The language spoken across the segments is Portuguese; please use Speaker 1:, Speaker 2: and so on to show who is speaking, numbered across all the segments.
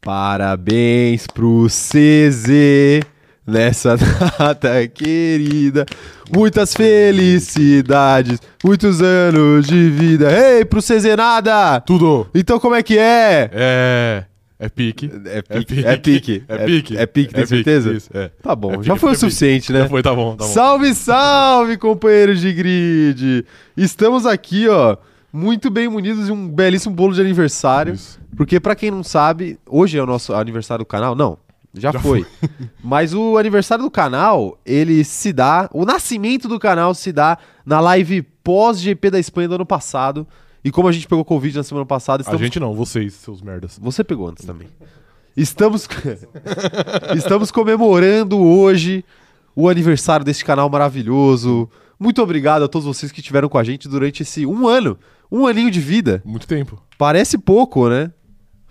Speaker 1: Parabéns pro CZ nessa data querida. Muitas felicidades, muitos anos de vida. Ei, pro CZ nada!
Speaker 2: Tudo.
Speaker 1: Então como é que é?
Speaker 2: É. É pique.
Speaker 1: É pique. É pique.
Speaker 2: É pique.
Speaker 1: É pique, tem certeza?
Speaker 2: isso, é.
Speaker 1: Tá bom,
Speaker 2: É pique,
Speaker 1: já foi o
Speaker 2: porque é pique.
Speaker 1: suficiente, né?
Speaker 2: Já foi, tá bom, tá bom.
Speaker 1: Salve, salve, companheiros de grid! Estamos aqui, ó, muito bem munidos de um belíssimo bolo de aniversário.
Speaker 2: Isso.
Speaker 1: Porque, pra quem não sabe, hoje é o nosso aniversário do canal? Não, já,
Speaker 2: Já
Speaker 1: foi. Mas o aniversário do canal, ele se dá. O nascimento do canal se dá na live pós-GP da Espanha do ano passado. E como a gente pegou Covid na semana passada,
Speaker 2: A
Speaker 1: estamos
Speaker 2: gente não, vocês, seus merdas.
Speaker 1: você pegou antes também. Estamos, estamos comemorando hoje o aniversário deste canal maravilhoso. Muito obrigado a todos vocês que estiveram com a gente durante esse um ano, um aninho de vida.
Speaker 2: Muito tempo.
Speaker 1: Parece pouco, né?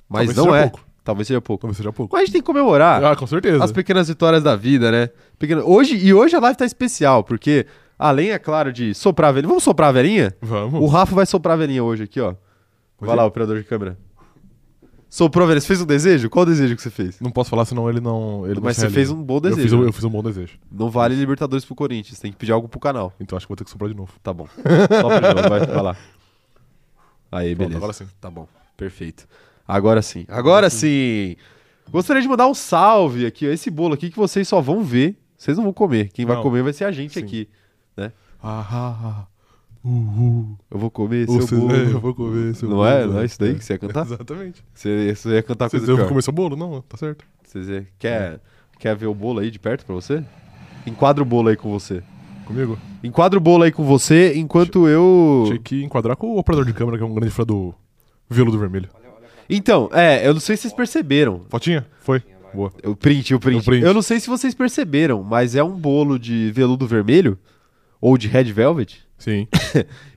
Speaker 1: Mas
Speaker 2: Talvez
Speaker 1: não
Speaker 2: seja
Speaker 1: é.
Speaker 2: pouco.
Speaker 1: Talvez seja pouco.
Speaker 2: Talvez seja pouco.
Speaker 1: Mas a gente tem que comemorar
Speaker 2: Ah, com certeza.
Speaker 1: as pequenas vitórias da vida, né? Pequena- Hoje, e hoje a live tá especial, porque além, é claro, de soprar a velhinha. Vamos soprar a velhinha?
Speaker 2: Vamos.
Speaker 1: O Rafa vai soprar a velhinha hoje aqui, ó. Vai
Speaker 2: Hoje? é?
Speaker 1: lá, operador de câmera. Soprou a velhinha. Você fez um desejo? Qual desejo que você fez?
Speaker 2: Não posso falar, senão ele não. Ele não
Speaker 1: Mas
Speaker 2: se
Speaker 1: você
Speaker 2: realiza.
Speaker 1: fez um bom
Speaker 2: Eu fiz,
Speaker 1: desejo.
Speaker 2: um,
Speaker 1: né?
Speaker 2: eu fiz um bom desejo.
Speaker 1: Não vale Libertadores pro Corinthians. Tem que pedir algo pro canal.
Speaker 2: Então acho que vou ter que soprar de novo.
Speaker 1: Tá bom. Sopra de novo, vai, vai lá. Aí,
Speaker 2: Pronto,
Speaker 1: beleza.
Speaker 2: agora sim.
Speaker 1: Tá bom. Perfeito. Agora sim. Agora sim. Gostaria de mandar um salve aqui, ó. Esse bolo aqui que vocês só vão ver. Vocês não vão comer. Quem vai
Speaker 2: Não.
Speaker 1: comer vai ser a gente
Speaker 2: Sim.
Speaker 1: aqui.
Speaker 2: Ah, ah, ah. Uhul.
Speaker 1: Eu vou comer
Speaker 2: Ou
Speaker 1: seu
Speaker 2: vocês-
Speaker 1: bolo.
Speaker 2: é, eu vou comer seu
Speaker 1: Não
Speaker 2: bolo.
Speaker 1: é? Não é isso daí que você ia cantar?
Speaker 2: Exatamente.
Speaker 1: Você, você ia cantar
Speaker 2: Vocês
Speaker 1: coisa
Speaker 2: vão
Speaker 1: pior.
Speaker 2: comer seu bolo? Não, tá certo.
Speaker 1: Você quer, quer ver o bolo aí de perto pra você? Enquadra o bolo aí com você.
Speaker 2: Comigo?
Speaker 1: Enquadra o bolo aí com você enquanto eu.
Speaker 2: Tinha que enquadrar com o operador de câmera, que é um grande fã do Veludo Vermelho.
Speaker 1: Então, é, eu não sei se vocês perceberam.
Speaker 2: Fotinha? Foi. Boa.
Speaker 1: O print, o print.
Speaker 2: O print.
Speaker 1: Eu não sei se vocês perceberam, mas é um bolo de veludo vermelho ou de red velvet
Speaker 2: Sim,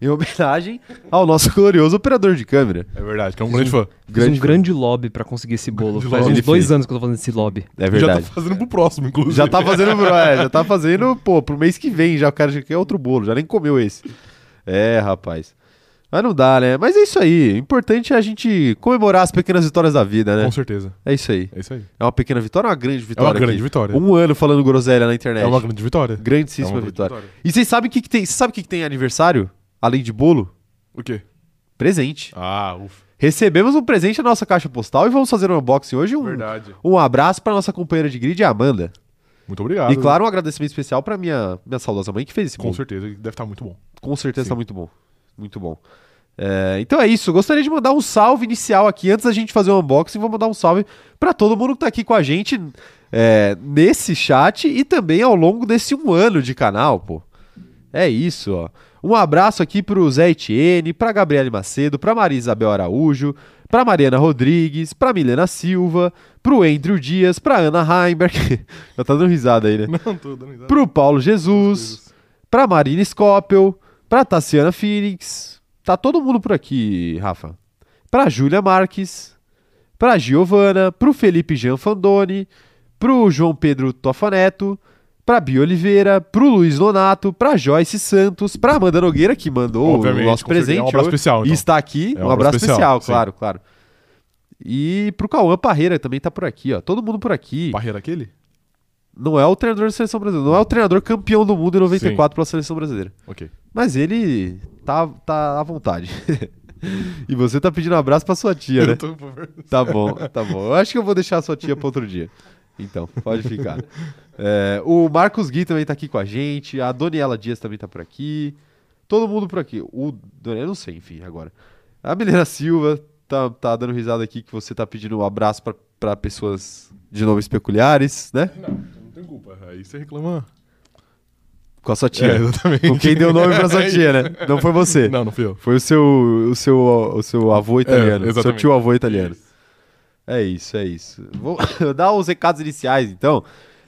Speaker 1: em homenagem ao nosso glorioso operador de câmera.
Speaker 2: é verdade, que é um grande fã.
Speaker 1: Grande
Speaker 3: Fiz um grande lobby pra conseguir esse bolo.
Speaker 2: Grande
Speaker 3: Faz
Speaker 2: lobby.
Speaker 3: uns dois anos que eu tô fazendo esse lobby.
Speaker 1: É
Speaker 2: Já tá
Speaker 1: verdade.
Speaker 2: fazendo pro próximo, inclusive.
Speaker 1: Já tá fazendo, pro- é, já tá fazendo, pô, pro mês que vem já o cara já quer outro bolo, já nem comeu esse. É, rapaz. Mas não dá, né? Mas é isso aí. O importante é a gente comemorar as pequenas vitórias da vida, né?
Speaker 2: Com certeza.
Speaker 1: É isso aí.
Speaker 2: É isso aí.
Speaker 1: É uma pequena vitória ou uma grande
Speaker 2: É
Speaker 1: vitória?
Speaker 2: uma grande
Speaker 1: aqui?
Speaker 2: vitória.
Speaker 1: Um ano falando groselha na internet.
Speaker 2: É uma grande vitória.
Speaker 1: Grandíssima
Speaker 2: É uma grande
Speaker 1: vitória.
Speaker 2: vitória.
Speaker 1: E vocês sabem o que, que tem? Vocês sabem o que, que tem aniversário? Além de bolo?
Speaker 2: O quê?
Speaker 1: Presente.
Speaker 2: Ah, ufa.
Speaker 1: Recebemos um presente na nossa caixa postal e vamos fazer um unboxing hoje.
Speaker 2: Uh.
Speaker 1: Um,
Speaker 2: Verdade.
Speaker 1: um abraço pra nossa companheira de grid, a Amanda.
Speaker 2: Muito obrigado.
Speaker 1: E claro, um agradecimento especial pra minha, minha saudosa mãe que fez esse
Speaker 2: Com
Speaker 1: bolo.
Speaker 2: certeza, deve estar muito bom.
Speaker 1: Com certeza
Speaker 2: Sim.
Speaker 1: tá muito bom. Muito bom. É, então é isso. Gostaria de mandar um salve inicial aqui. Antes da gente fazer o unboxing, vou mandar um salve pra todo mundo que tá aqui com a gente é, nesse chat e também ao longo desse um ano de canal, pô. É isso, ó. Um abraço aqui pro Zé Etienne, pra Gabriele Macedo, pra Maria Isabel Araújo, pra Mariana Rodrigues, pra Milena Silva, pro Andrew Dias, pra Ana Heimberg. Já tá dando risada aí, né?
Speaker 2: Não, tô dando risada.
Speaker 1: Pro Paulo Jesus pra Marina Scopel, pra Tassiana Phoenix, tá todo mundo por aqui, Rafa. Pra Júlia Marques, pra Giovana, pro Felipe Jean Fandoni, pro João Pedro Tofaneto, pra Bia Oliveira, pro Luiz Nonato, pra Joyce Santos, pra Amanda Nogueira, que mandou o
Speaker 2: Obviamente,
Speaker 1: nosso
Speaker 2: com certeza.
Speaker 1: presente.
Speaker 2: É um abraço
Speaker 1: hoje,
Speaker 2: especial,
Speaker 1: E
Speaker 2: então.
Speaker 1: está aqui,
Speaker 2: É
Speaker 1: um abraço especial,
Speaker 2: sim.
Speaker 1: claro, claro. E pro Cauã Parreira também tá por aqui, ó. Todo mundo por aqui.
Speaker 2: Barreira aquele?
Speaker 1: Não é o treinador da seleção brasileira, não é o treinador campeão do mundo em 94 pela seleção brasileira.
Speaker 2: Ok.
Speaker 1: Mas ele tá, tá à vontade. e você tá pedindo um abraço pra sua tia, né?
Speaker 2: Eu tô- por favor.
Speaker 1: Tá bom, tá bom. Eu acho que eu vou deixar a sua tia pra outro dia. Então, pode ficar. É, o Marcos Gui também tá aqui com a gente. A Daniela Dias também tá por aqui. Todo mundo por aqui. O Daniela, eu não sei, enfim, agora. A Milena Silva tá, tá dando risada aqui que você tá pedindo um abraço pra, pra pessoas de nomes peculiares, né?
Speaker 2: Não, não tem culpa. Aí você reclama.
Speaker 1: Com a sua
Speaker 2: É,
Speaker 1: tia.
Speaker 2: exatamente. É
Speaker 1: Com quem deu nome pra sua tia, né? Não foi você.
Speaker 2: Não, não fui eu.
Speaker 1: Foi o seu, o seu, o seu avô italiano. o seu
Speaker 2: exatamente.
Speaker 1: tio avô italiano. É isso, é isso. Vou dar os recados iniciais, então.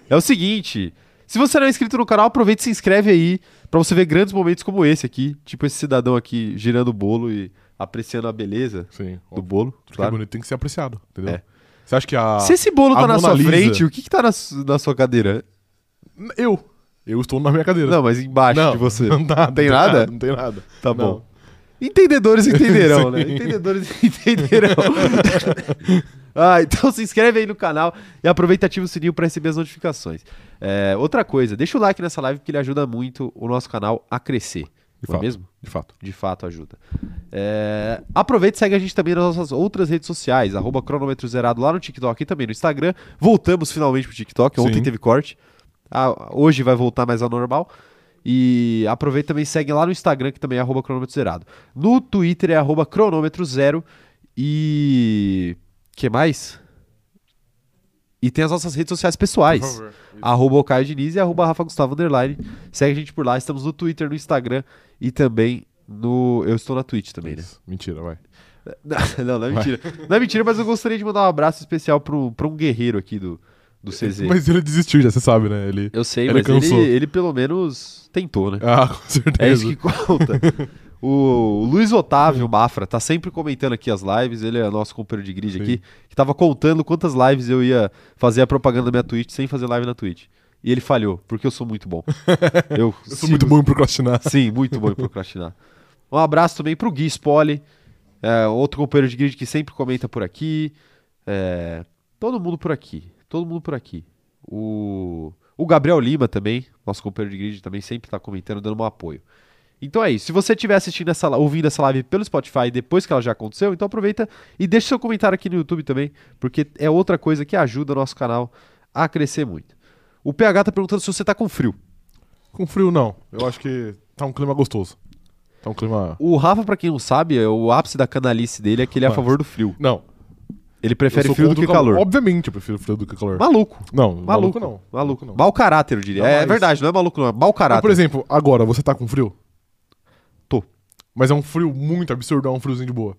Speaker 1: É o seguinte: se você não é inscrito no canal, aproveita e se inscreve aí pra você ver grandes momentos como esse aqui, tipo esse cidadão aqui girando o bolo e apreciando a beleza
Speaker 2: Sim.
Speaker 1: do bolo.
Speaker 2: Tudo que é
Speaker 1: Claro.
Speaker 2: bonito tem que ser apreciado, entendeu?
Speaker 1: É.
Speaker 2: Você acha que a.
Speaker 1: Se esse bolo
Speaker 2: a
Speaker 1: tá na
Speaker 2: Mona
Speaker 1: sua
Speaker 2: Lisa-
Speaker 1: frente, o que, que tá na, su- na sua cadeira?
Speaker 2: Eu. Eu estou na minha cadeira.
Speaker 1: Não, mas embaixo
Speaker 2: Não,
Speaker 1: de você.
Speaker 2: Não, dá, não
Speaker 1: Tem nada?
Speaker 2: Não tem nada.
Speaker 1: Tá
Speaker 2: Não.
Speaker 1: bom. Entendedores entenderão, né?
Speaker 2: Sim.
Speaker 1: Entendedores entenderão. Ah, então se inscreve aí no canal e aproveita e ativa o sininho para receber as notificações. É, outra coisa, deixa o like nessa live porque ele ajuda muito o nosso canal a crescer.
Speaker 2: De
Speaker 1: Não é
Speaker 2: fato.
Speaker 1: mesmo?
Speaker 2: De fato.
Speaker 1: de fato ajuda. É, aproveita e segue a gente também nas nossas outras redes sociais, arroba cronômetro zerado lá no TikTok e também no Instagram. Voltamos finalmente pro TikTok, ontem
Speaker 2: Sim.
Speaker 1: teve corte. Ah, hoje vai voltar mais ao normal. E aproveita e também e segue lá no Instagram, que também é arroba cronômetro zerado. No Twitter é arroba cronômetro zero. E. que mais? E tem as nossas redes sociais pessoais. Arroba o Caio Diniz e arroba Rafa Gustavo Underline. Segue a gente por lá. Estamos no Twitter, no Instagram e também no. Eu estou na Twitch também, né?
Speaker 2: Isso. Mentira, vai.
Speaker 1: Não, não, é mentira. Não é mentira, mas eu gostaria de mandar um abraço especial pro- pra um guerreiro aqui do, do CZ.
Speaker 2: Mas ele desistiu já, você sabe, né? Ele...
Speaker 1: eu sei,
Speaker 2: ele
Speaker 1: mas ele,
Speaker 2: cansou.
Speaker 1: ele pelo menos tentou, né?
Speaker 2: Ah, com certeza.
Speaker 1: É isso que conta. O Luiz Otávio Mafra tá sempre comentando aqui as lives, ele é nosso companheiro de grid
Speaker 2: Sim.
Speaker 1: aqui, que tava contando quantas lives eu ia fazer a propaganda da minha Twitch sem fazer live na Twitch. E ele falhou, porque eu sou muito bom. Eu,
Speaker 2: Eu sou muito bom em procrastinar.
Speaker 1: Sim, muito bom em procrastinar. Um abraço também pro Gui Spoli, é, outro companheiro de grid que sempre comenta por aqui. É, todo mundo por aqui. Todo mundo por aqui. O, o Gabriel Lima também, nosso companheiro de grid, também sempre tá comentando, dando um apoio. Então é isso. Se você estiver assistindo essa, li- ouvindo essa live pelo Spotify depois que ela já aconteceu, então aproveita e deixa seu comentário aqui no YouTube também, porque é outra coisa que ajuda o nosso canal a crescer muito. O PH tá perguntando se você tá com frio.
Speaker 2: Com frio, não. Eu acho que tá um clima gostoso. Tá um clima.
Speaker 1: O Rafa, pra quem não sabe, é o ápice da canalice dele é que ele é a
Speaker 2: Mas-
Speaker 1: favor do frio.
Speaker 2: Não.
Speaker 1: Ele
Speaker 2: eu
Speaker 1: prefere
Speaker 2: sou
Speaker 1: frio do
Speaker 2: contra
Speaker 1: que
Speaker 2: o
Speaker 1: calor.
Speaker 2: Obviamente eu prefiro frio do que calor.
Speaker 1: Maluco.
Speaker 2: Não,
Speaker 1: Maluco,
Speaker 2: maluco, não.
Speaker 1: Maluco.
Speaker 2: não.
Speaker 1: Mau caráter, eu diria. É,
Speaker 2: Jamais.
Speaker 1: verdade, não é maluco, não. É mau
Speaker 2: Mas,
Speaker 1: caráter.
Speaker 2: por exemplo, agora, você tá com frio?
Speaker 1: Tô.
Speaker 2: Mas é um frio muito absurdo, é um friozinho de boa.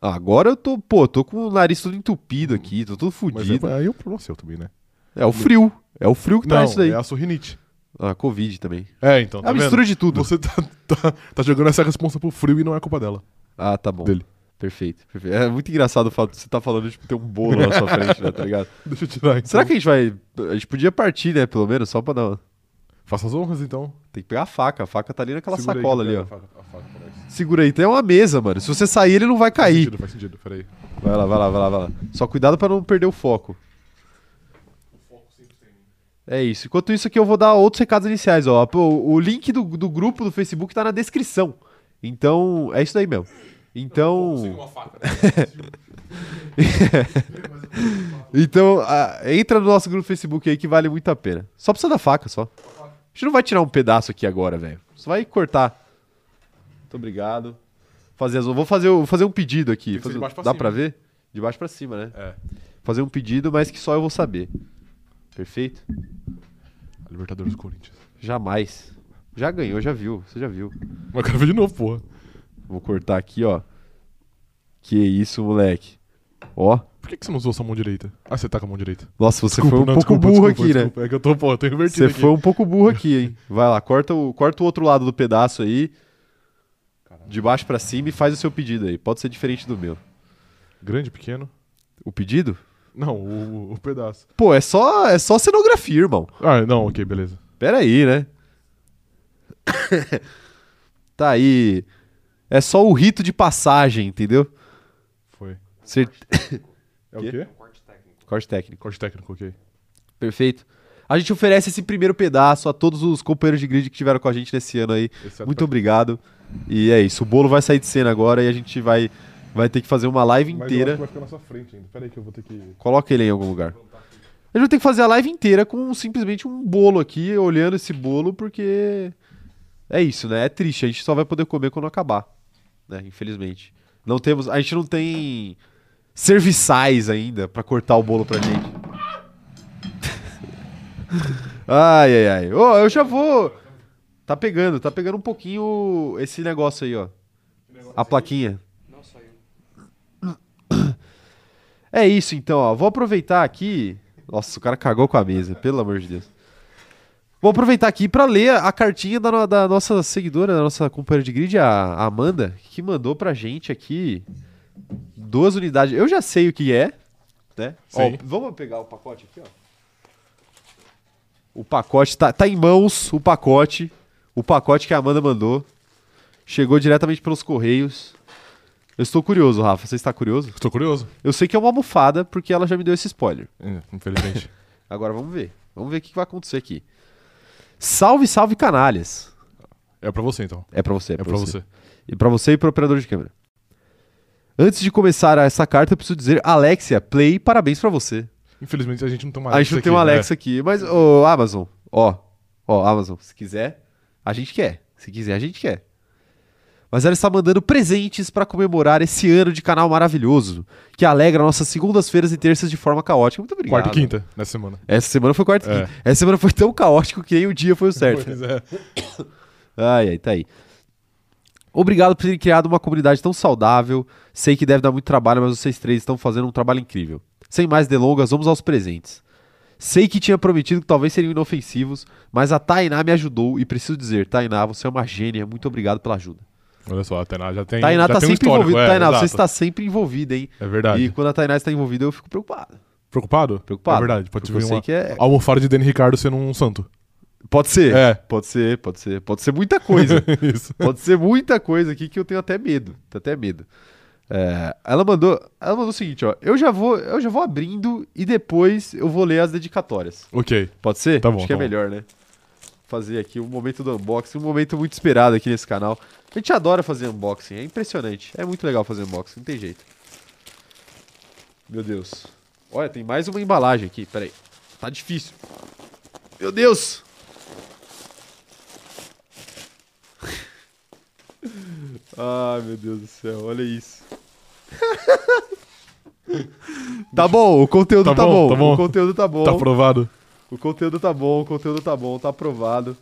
Speaker 1: Ah, Agora eu tô, pô, tô com o nariz todo entupido aqui, tô todo
Speaker 2: Mas
Speaker 1: fudido.
Speaker 2: é, aí o problema é seu também, né?
Speaker 1: É, o frio. É o frio que
Speaker 2: Não,
Speaker 1: traz isso daí.
Speaker 2: é a sorrinite.
Speaker 1: Ah, Covid também.
Speaker 2: É, então,
Speaker 1: É
Speaker 2: tá
Speaker 1: a
Speaker 2: vendo?
Speaker 1: mistura de tudo.
Speaker 2: Você tá, tá, tá jogando essa responsa pro frio e não é culpa dela.
Speaker 1: Ah, tá bom.
Speaker 2: Dele.
Speaker 1: Perfeito, perfeito. É muito engraçado o fato de você tá falando, tipo, ter um bolo na sua frente, né, tá ligado?
Speaker 2: Deixa eu tirar, então.
Speaker 1: Será que a gente vai... A gente podia partir, né, pelo menos, só pra dar...
Speaker 2: Faça as honras, então.
Speaker 1: Tem que pegar a faca. A faca tá ali naquela
Speaker 2: Segura aí
Speaker 1: sacola
Speaker 2: que
Speaker 1: ali,
Speaker 2: eu
Speaker 1: ó.
Speaker 2: pego a faca- a faca pra nós.
Speaker 1: Segura aí. Tem uma mesa, mano. Se você sair, ele não vai
Speaker 2: Faz
Speaker 1: cair.
Speaker 2: sentido, faz sentido, peraí.
Speaker 1: Vai lá, vai lá, vai lá, vai lá. Só cuidado pra não perder o foco. É isso. Enquanto isso aqui eu vou dar outros recados iniciais, ó. Pô, O link do, do grupo do Facebook tá na descrição. Então, é isso daí mesmo. Então, então ah, entra no nosso grupo do Facebook aí que vale muito a pena. Só precisa da faca, só. A gente não vai tirar um pedaço aqui agora, velho. Só vai cortar. Muito obrigado. Fazer as... Vou fazer, o- vou fazer um pedido aqui.
Speaker 2: Tem que ser de
Speaker 1: Fazer-
Speaker 2: baixo pra
Speaker 1: Dá
Speaker 2: cima.
Speaker 1: pra ver? De baixo pra cima, né?
Speaker 2: É.
Speaker 1: fazer um pedido, mas que só eu vou saber. Perfeito?
Speaker 2: A Libertadores do Corinthians.
Speaker 1: Jamais. Já ganhou, já viu, você já viu.
Speaker 2: Mas eu quero ver de novo, porra.
Speaker 1: Vou cortar aqui, ó. Que isso, moleque. Ó.
Speaker 2: Por que, que você não usou sua mão direita? Ah, você tá com a mão direita.
Speaker 1: Nossa, você
Speaker 2: Desculpa,
Speaker 1: foi um
Speaker 2: não,
Speaker 1: pouco
Speaker 2: desculpa,
Speaker 1: burro
Speaker 2: desculpa,
Speaker 1: aqui, né?
Speaker 2: desculpa. É que eu tô, pô, eu tô invertido
Speaker 1: Você
Speaker 2: aqui.
Speaker 1: foi um pouco burro aqui, hein? Vai lá, corta o, corta o outro lado do pedaço aí. De baixo pra cima e faz o seu pedido aí. Pode ser diferente do meu. um-
Speaker 2: Grande, pequeno?
Speaker 1: O pedido?
Speaker 2: Não, o, o- o pedaço.
Speaker 1: Pô, é só, é só cenografia, irmão.
Speaker 2: Ah, não, ok, beleza.
Speaker 1: Pera aí, né? tá aí. É só o rito de passagem, entendeu?
Speaker 2: Foi.
Speaker 1: Cer-
Speaker 2: É o
Speaker 1: Quê?
Speaker 2: quê?
Speaker 1: Corte técnico.
Speaker 2: Corte técnico, ok.
Speaker 1: Perfeito. A gente oferece esse primeiro pedaço a todos os companheiros de grid que tiveram com a gente nesse ano aí.
Speaker 2: Exceto
Speaker 1: Muito
Speaker 2: pra-
Speaker 1: obrigado. E é isso. O bolo vai sair de cena agora e a gente vai, vai ter que fazer uma live
Speaker 2: Mas
Speaker 1: inteira.
Speaker 2: eu acho que vai ficar na sua frente ainda. Pera aí que eu vou ter que...
Speaker 1: Coloca ele em algum lugar. A gente vai ter que fazer a live inteira com simplesmente um bolo aqui, olhando esse bolo, porque é isso, né? É triste. A gente só vai poder comer quando acabar, né? Infelizmente. Não temos, a gente não tem serviçais ainda pra cortar o bolo pra gente. ai, ai, ai. Ô, eu já vou. Tá pegando, tá pegando um pouquinho esse negócio aí, ó. A plaquinha.
Speaker 3: Não saiu.
Speaker 1: É isso então, ó. Vou aproveitar aqui. Nossa, o cara cagou com a mesa, pelo amor de Deus. Vou aproveitar aqui pra ler a cartinha da, no- da nossa seguidora, da nossa companheira de grid, a, a Amanda, que mandou pra gente aqui duas unidades. Eu já sei o que é, né? Ó,
Speaker 2: Sim.
Speaker 1: vamos pegar o pacote aqui, ó. O pacote tá, tá em mãos, o pacote. O pacote que a Amanda mandou. Chegou diretamente pelos correios. Eu Eu estou curioso, Rafa. Você está curioso?
Speaker 2: Estou curioso.
Speaker 1: Eu sei que é uma almofada, porque ela já me deu esse spoiler.
Speaker 2: É, Infelizmente.
Speaker 1: Agora vamos ver. Vamos ver o que vai acontecer aqui. Salve, salve canalhas.
Speaker 2: é pra você, então.
Speaker 1: É pra você, é
Speaker 2: É
Speaker 1: pra,
Speaker 2: pra
Speaker 1: você.
Speaker 2: você.
Speaker 1: E pra você e pro operador de câmera. Antes de começar essa carta, eu preciso dizer, Alexia, play, parabéns pra você.
Speaker 2: Infelizmente a gente não tem uma
Speaker 1: a gente não tem um
Speaker 2: aqui, né?
Speaker 1: Alex aqui, mas, ô Amazon, ó, ó, Amazon, se quiser, a gente quer. Se quiser, a gente quer. Mas ela está mandando presentes pra comemorar esse ano de canal maravilhoso, que alegra nossas segundas-feiras e terças de forma caótica. Muito obrigado.
Speaker 2: Quarta e quinta, nessa semana.
Speaker 1: Essa semana foi quarta e
Speaker 2: É.
Speaker 1: quinta. Essa semana foi tão caótico que nem o dia foi o certo.
Speaker 2: Pois é.
Speaker 1: Ai, ai, tá aí. Obrigado por terem criado uma comunidade tão saudável. Sei que deve dar muito trabalho, mas vocês três estão fazendo um trabalho incrível. Sem mais delongas, vamos aos presentes. Sei que tinha prometido que talvez seriam inofensivos, mas a Tainá me ajudou e preciso dizer, Tainá, você é uma gênia. Muito obrigado pela ajuda.
Speaker 2: Olha só, a Tainá já tem,
Speaker 1: Tainá
Speaker 2: já
Speaker 1: tá
Speaker 2: tem um
Speaker 1: sempre
Speaker 2: histórico.
Speaker 1: envolvida.
Speaker 2: é,
Speaker 1: Tainá, você
Speaker 2: exato.
Speaker 1: está sempre envolvida, hein?
Speaker 2: É verdade.
Speaker 1: E quando a Tainá está envolvida, eu fico preocupado.
Speaker 2: Preocupado?
Speaker 1: Preocupado.
Speaker 2: É verdade. Pode
Speaker 1: Porque
Speaker 2: vir
Speaker 1: eu sei
Speaker 2: uma...
Speaker 1: que é.
Speaker 2: Almofada de Danny Ricardo sendo um santo.
Speaker 1: Pode ser.
Speaker 2: É.
Speaker 1: Pode ser, pode ser. Pode ser muita coisa.
Speaker 2: Isso.
Speaker 1: Pode ser muita coisa aqui que eu tenho até medo. Tenho até medo. É, ela mandou, ela mandou o seguinte, ó. Eu já vou, eu já vou abrindo e depois eu vou ler as dedicatórias.
Speaker 2: Ok.
Speaker 1: Pode ser?
Speaker 2: Tá bom,
Speaker 1: Acho que
Speaker 2: tá
Speaker 1: é
Speaker 2: bom.
Speaker 1: melhor, né? Fazer aqui um momento do unboxing, um momento muito esperado aqui nesse canal. A gente adora fazer unboxing, é impressionante. É muito legal fazer unboxing, não tem jeito. Meu Deus. Olha, tem mais uma embalagem aqui, peraí. Tá difícil. Meu Deus! Ai, meu Deus do céu, olha isso. tá bom, o conteúdo tá,
Speaker 2: Tá
Speaker 1: bom,
Speaker 2: bom, tá bom.
Speaker 1: O conteúdo tá bom.
Speaker 2: Tá aprovado?
Speaker 1: O conteúdo tá bom, o conteúdo tá bom, tá aprovado.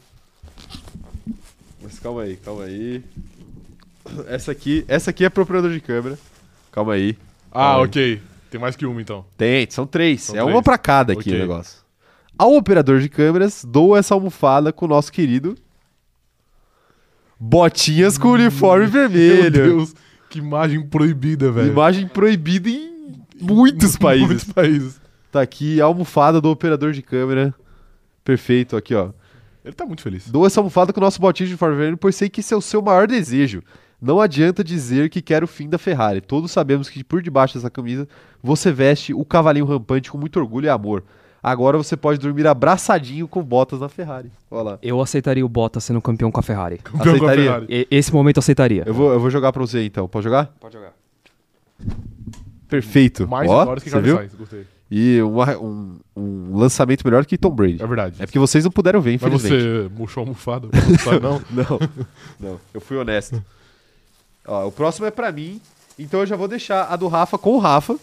Speaker 1: Mas calma aí, calma aí. Essa aqui, essa aqui é pro operador de câmera. Calma aí.
Speaker 2: Ah,
Speaker 1: Ai.
Speaker 2: ok. Tem mais que uma, então.
Speaker 1: Tem, são três.
Speaker 2: São
Speaker 1: é
Speaker 2: três.
Speaker 1: uma pra cada aqui
Speaker 2: Ok.
Speaker 1: o negócio. Ao operador de câmeras, dou essa almofada com o nosso querido Botinhas com uniforme
Speaker 2: Meu
Speaker 1: vermelho.
Speaker 2: Deus, que imagem proibida, velho.
Speaker 1: Imagem proibida em muitos países.
Speaker 2: Muitos países.
Speaker 1: Tá aqui a almofada do operador de câmera. Perfeito, aqui ó.
Speaker 2: Ele tá muito feliz.
Speaker 1: Dou essa almofada com o nosso botinho de uniforme vermelho, pois sei que esse é o seu maior desejo. Não adianta dizer que quer o fim da Ferrari. Todos sabemos que por debaixo dessa camisa você veste o cavalinho rampante com muito orgulho e amor. Agora você pode dormir abraçadinho com botas na Ferrari. Olha lá.
Speaker 3: Eu aceitaria o Bottas sendo um campeão com a Ferrari.
Speaker 2: Campeão com a
Speaker 1: Aceitaria.
Speaker 2: Ferrari.
Speaker 3: E- esse momento eu aceitaria.
Speaker 1: Eu vou, eu vou jogar pra você então. Pode jogar?
Speaker 3: Pode jogar.
Speaker 1: Perfeito.
Speaker 2: Mais
Speaker 1: Ó,
Speaker 2: vitórias que
Speaker 1: você
Speaker 2: Carlos
Speaker 1: viu?
Speaker 2: Sainz. Gostei.
Speaker 1: E uma- um, um lançamento melhor que Tom Brady.
Speaker 2: É verdade.
Speaker 1: É porque vocês não puderam ver,
Speaker 2: Mas
Speaker 1: infelizmente.
Speaker 2: você murchou a almofada? Não, não.
Speaker 1: Não, não, eu fui honesto. Ó, o próximo é pra mim, então eu já vou deixar a do Rafa com o Rafa.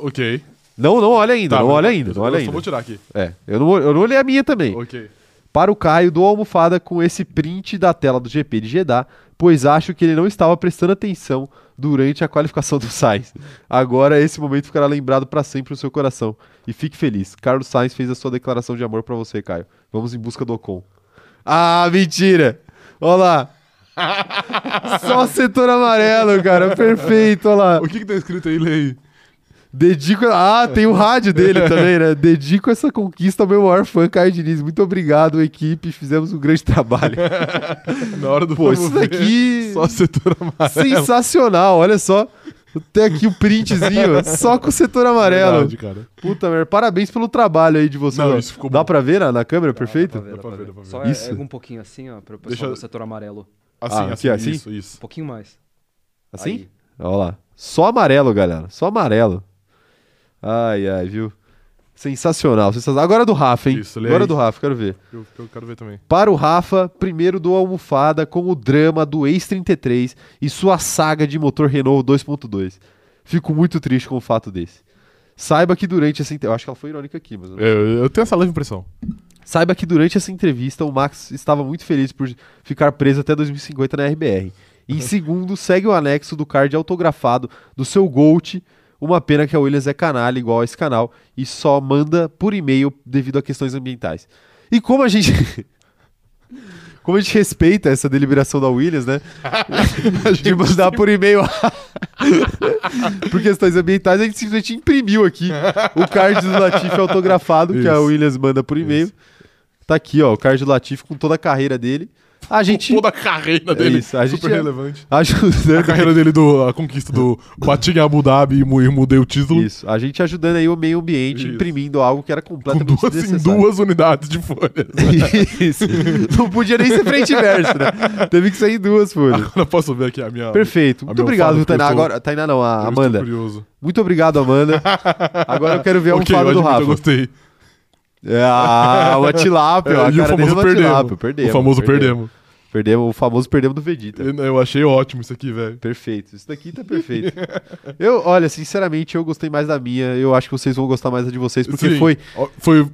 Speaker 2: Ok.
Speaker 1: Não, não olha ainda,
Speaker 2: Tá,
Speaker 1: não
Speaker 2: mas-
Speaker 1: olha ainda, não
Speaker 2: eu
Speaker 1: olha
Speaker 2: só vou
Speaker 1: ainda.
Speaker 2: tirar aqui.
Speaker 1: É, eu não, eu não olhei a minha também.
Speaker 2: Ok.
Speaker 1: Para o Caio, dou a almofada com esse print da tela do GP de Jeddah, pois acho que ele não estava prestando atenção durante a qualificação do Sainz. Agora esse momento ficará lembrado pra sempre no seu coração. E fique feliz. Carlos Sainz fez a sua declaração de amor pra você, Caio. Vamos em busca do Ocon. Ah, mentira! Olha lá! Só setor amarelo, cara. Perfeito, olha lá.
Speaker 2: O que que tá escrito aí, Lei?
Speaker 1: Dedico. Ah, tem o rádio dele também, né? Dedico essa conquista ao meu maior fã, Caio Diniz. Muito obrigado, equipe. Fizemos um grande trabalho.
Speaker 2: Na hora do
Speaker 1: Pô,
Speaker 2: vamos
Speaker 1: isso
Speaker 2: ver,
Speaker 1: daqui.
Speaker 2: Só setor amarelo.
Speaker 1: Sensacional, olha só. Tem aqui o printzinho, só com o setor amarelo.
Speaker 2: Verdade, cara.
Speaker 1: Puta merda, parabéns pelo trabalho aí de vocês.
Speaker 2: Não,
Speaker 1: ó.
Speaker 2: isso ficou
Speaker 1: Dá
Speaker 2: bom.
Speaker 1: pra ver na, na câmera, perfeito?
Speaker 2: dá pra ver, dá pra ver.
Speaker 3: Só
Speaker 1: Isso.
Speaker 3: erga um pouquinho assim, ó, pro pessoal
Speaker 2: tá Deixa-
Speaker 3: do setor amarelo.
Speaker 2: Assim,
Speaker 1: Ah,
Speaker 2: assim,
Speaker 1: aqui, assim?
Speaker 2: Isso, isso.
Speaker 3: Um pouquinho mais.
Speaker 1: Assim?
Speaker 3: Aí.
Speaker 1: Olha lá. Só amarelo, galera. Só amarelo. Ai, ai, viu? Sensacional, sensacional. Agora é do Rafa, hein?
Speaker 2: Isso, lê
Speaker 1: Agora é
Speaker 2: aí.
Speaker 1: do Rafa, quero ver.
Speaker 2: Eu, eu quero ver também.
Speaker 1: Para o Rafa, primeiro dou a almofada com o drama do ex-33 e sua saga de motor Renault 2.2. Fico muito triste com o fato desse. Saiba que durante essa entrevista. Eu acho que ela foi irônica aqui, mas.
Speaker 2: Eu, eu tenho essa leve impressão.
Speaker 1: Saiba que durante essa entrevista o Max estava muito feliz por ficar preso até 2050 na RBR. Em segundo, segue o anexo do card autografado do seu Gold. Uma pena que a Williams é canalha igual a esse canal e só manda por e-mail devido a questões ambientais. E como a gente. como a gente respeita essa deliberação da Williams, né? De mandar por e-mail por questões ambientais, a gente simplesmente imprimiu aqui o card do Latifi autografado que a
Speaker 2: Isso.
Speaker 1: Williams manda por e-mail. Tá aqui, ó, o card do Latifi com toda a carreira dele. A gente.
Speaker 2: Toda a carreira dele
Speaker 1: isso, a gente
Speaker 2: super
Speaker 1: é-
Speaker 2: relevante. A
Speaker 1: Ajudando.
Speaker 2: carreira dele, do, a conquista do Bati em Abu Dhabi e mu- e mudei o título
Speaker 1: Isso, a gente ajudando aí o meio ambiente,
Speaker 2: Isso.
Speaker 1: imprimindo algo que era
Speaker 2: com
Speaker 1: completamente
Speaker 2: duas, em
Speaker 1: desnecessário.
Speaker 2: duas unidades de folhas.
Speaker 1: Isso. Não podia nem ser frente e verso, né? Teve que sair em duas folhas.
Speaker 2: Agora posso ver aqui a minha.
Speaker 1: Perfeito.
Speaker 2: Ah, a
Speaker 1: Muito
Speaker 2: minha
Speaker 1: obrigado,
Speaker 2: fala, porque eu
Speaker 1: Tainá.
Speaker 2: tô-
Speaker 1: Agora, Tainá não,
Speaker 2: Eu
Speaker 1: a
Speaker 2: estou
Speaker 1: Amanda.
Speaker 2: curioso.
Speaker 1: Muito obrigado, Amanda. Agora eu quero ver um
Speaker 2: Ok, eu
Speaker 1: fado do
Speaker 2: admito,
Speaker 1: Rafa.
Speaker 2: Eu gostei.
Speaker 1: É, Ah, uma tilápia.
Speaker 2: É,
Speaker 1: a
Speaker 2: e o
Speaker 1: cara dele é
Speaker 2: famoso
Speaker 1: uma tilápia.
Speaker 2: perdemos.
Speaker 1: Perdemos,
Speaker 2: O famoso
Speaker 1: perdemos.
Speaker 2: perdemos.
Speaker 1: Perdemos, o famoso perdemos do Vegeta.
Speaker 2: Eu eu achei ótimo isso aqui, velho.
Speaker 1: Perfeito, isso daqui tá perfeito. eu, olha, sinceramente, eu gostei mais da minha. Eu acho que vocês vão gostar mais da de vocês, porque
Speaker 2: Sim,
Speaker 1: foi
Speaker 2: ó, Foi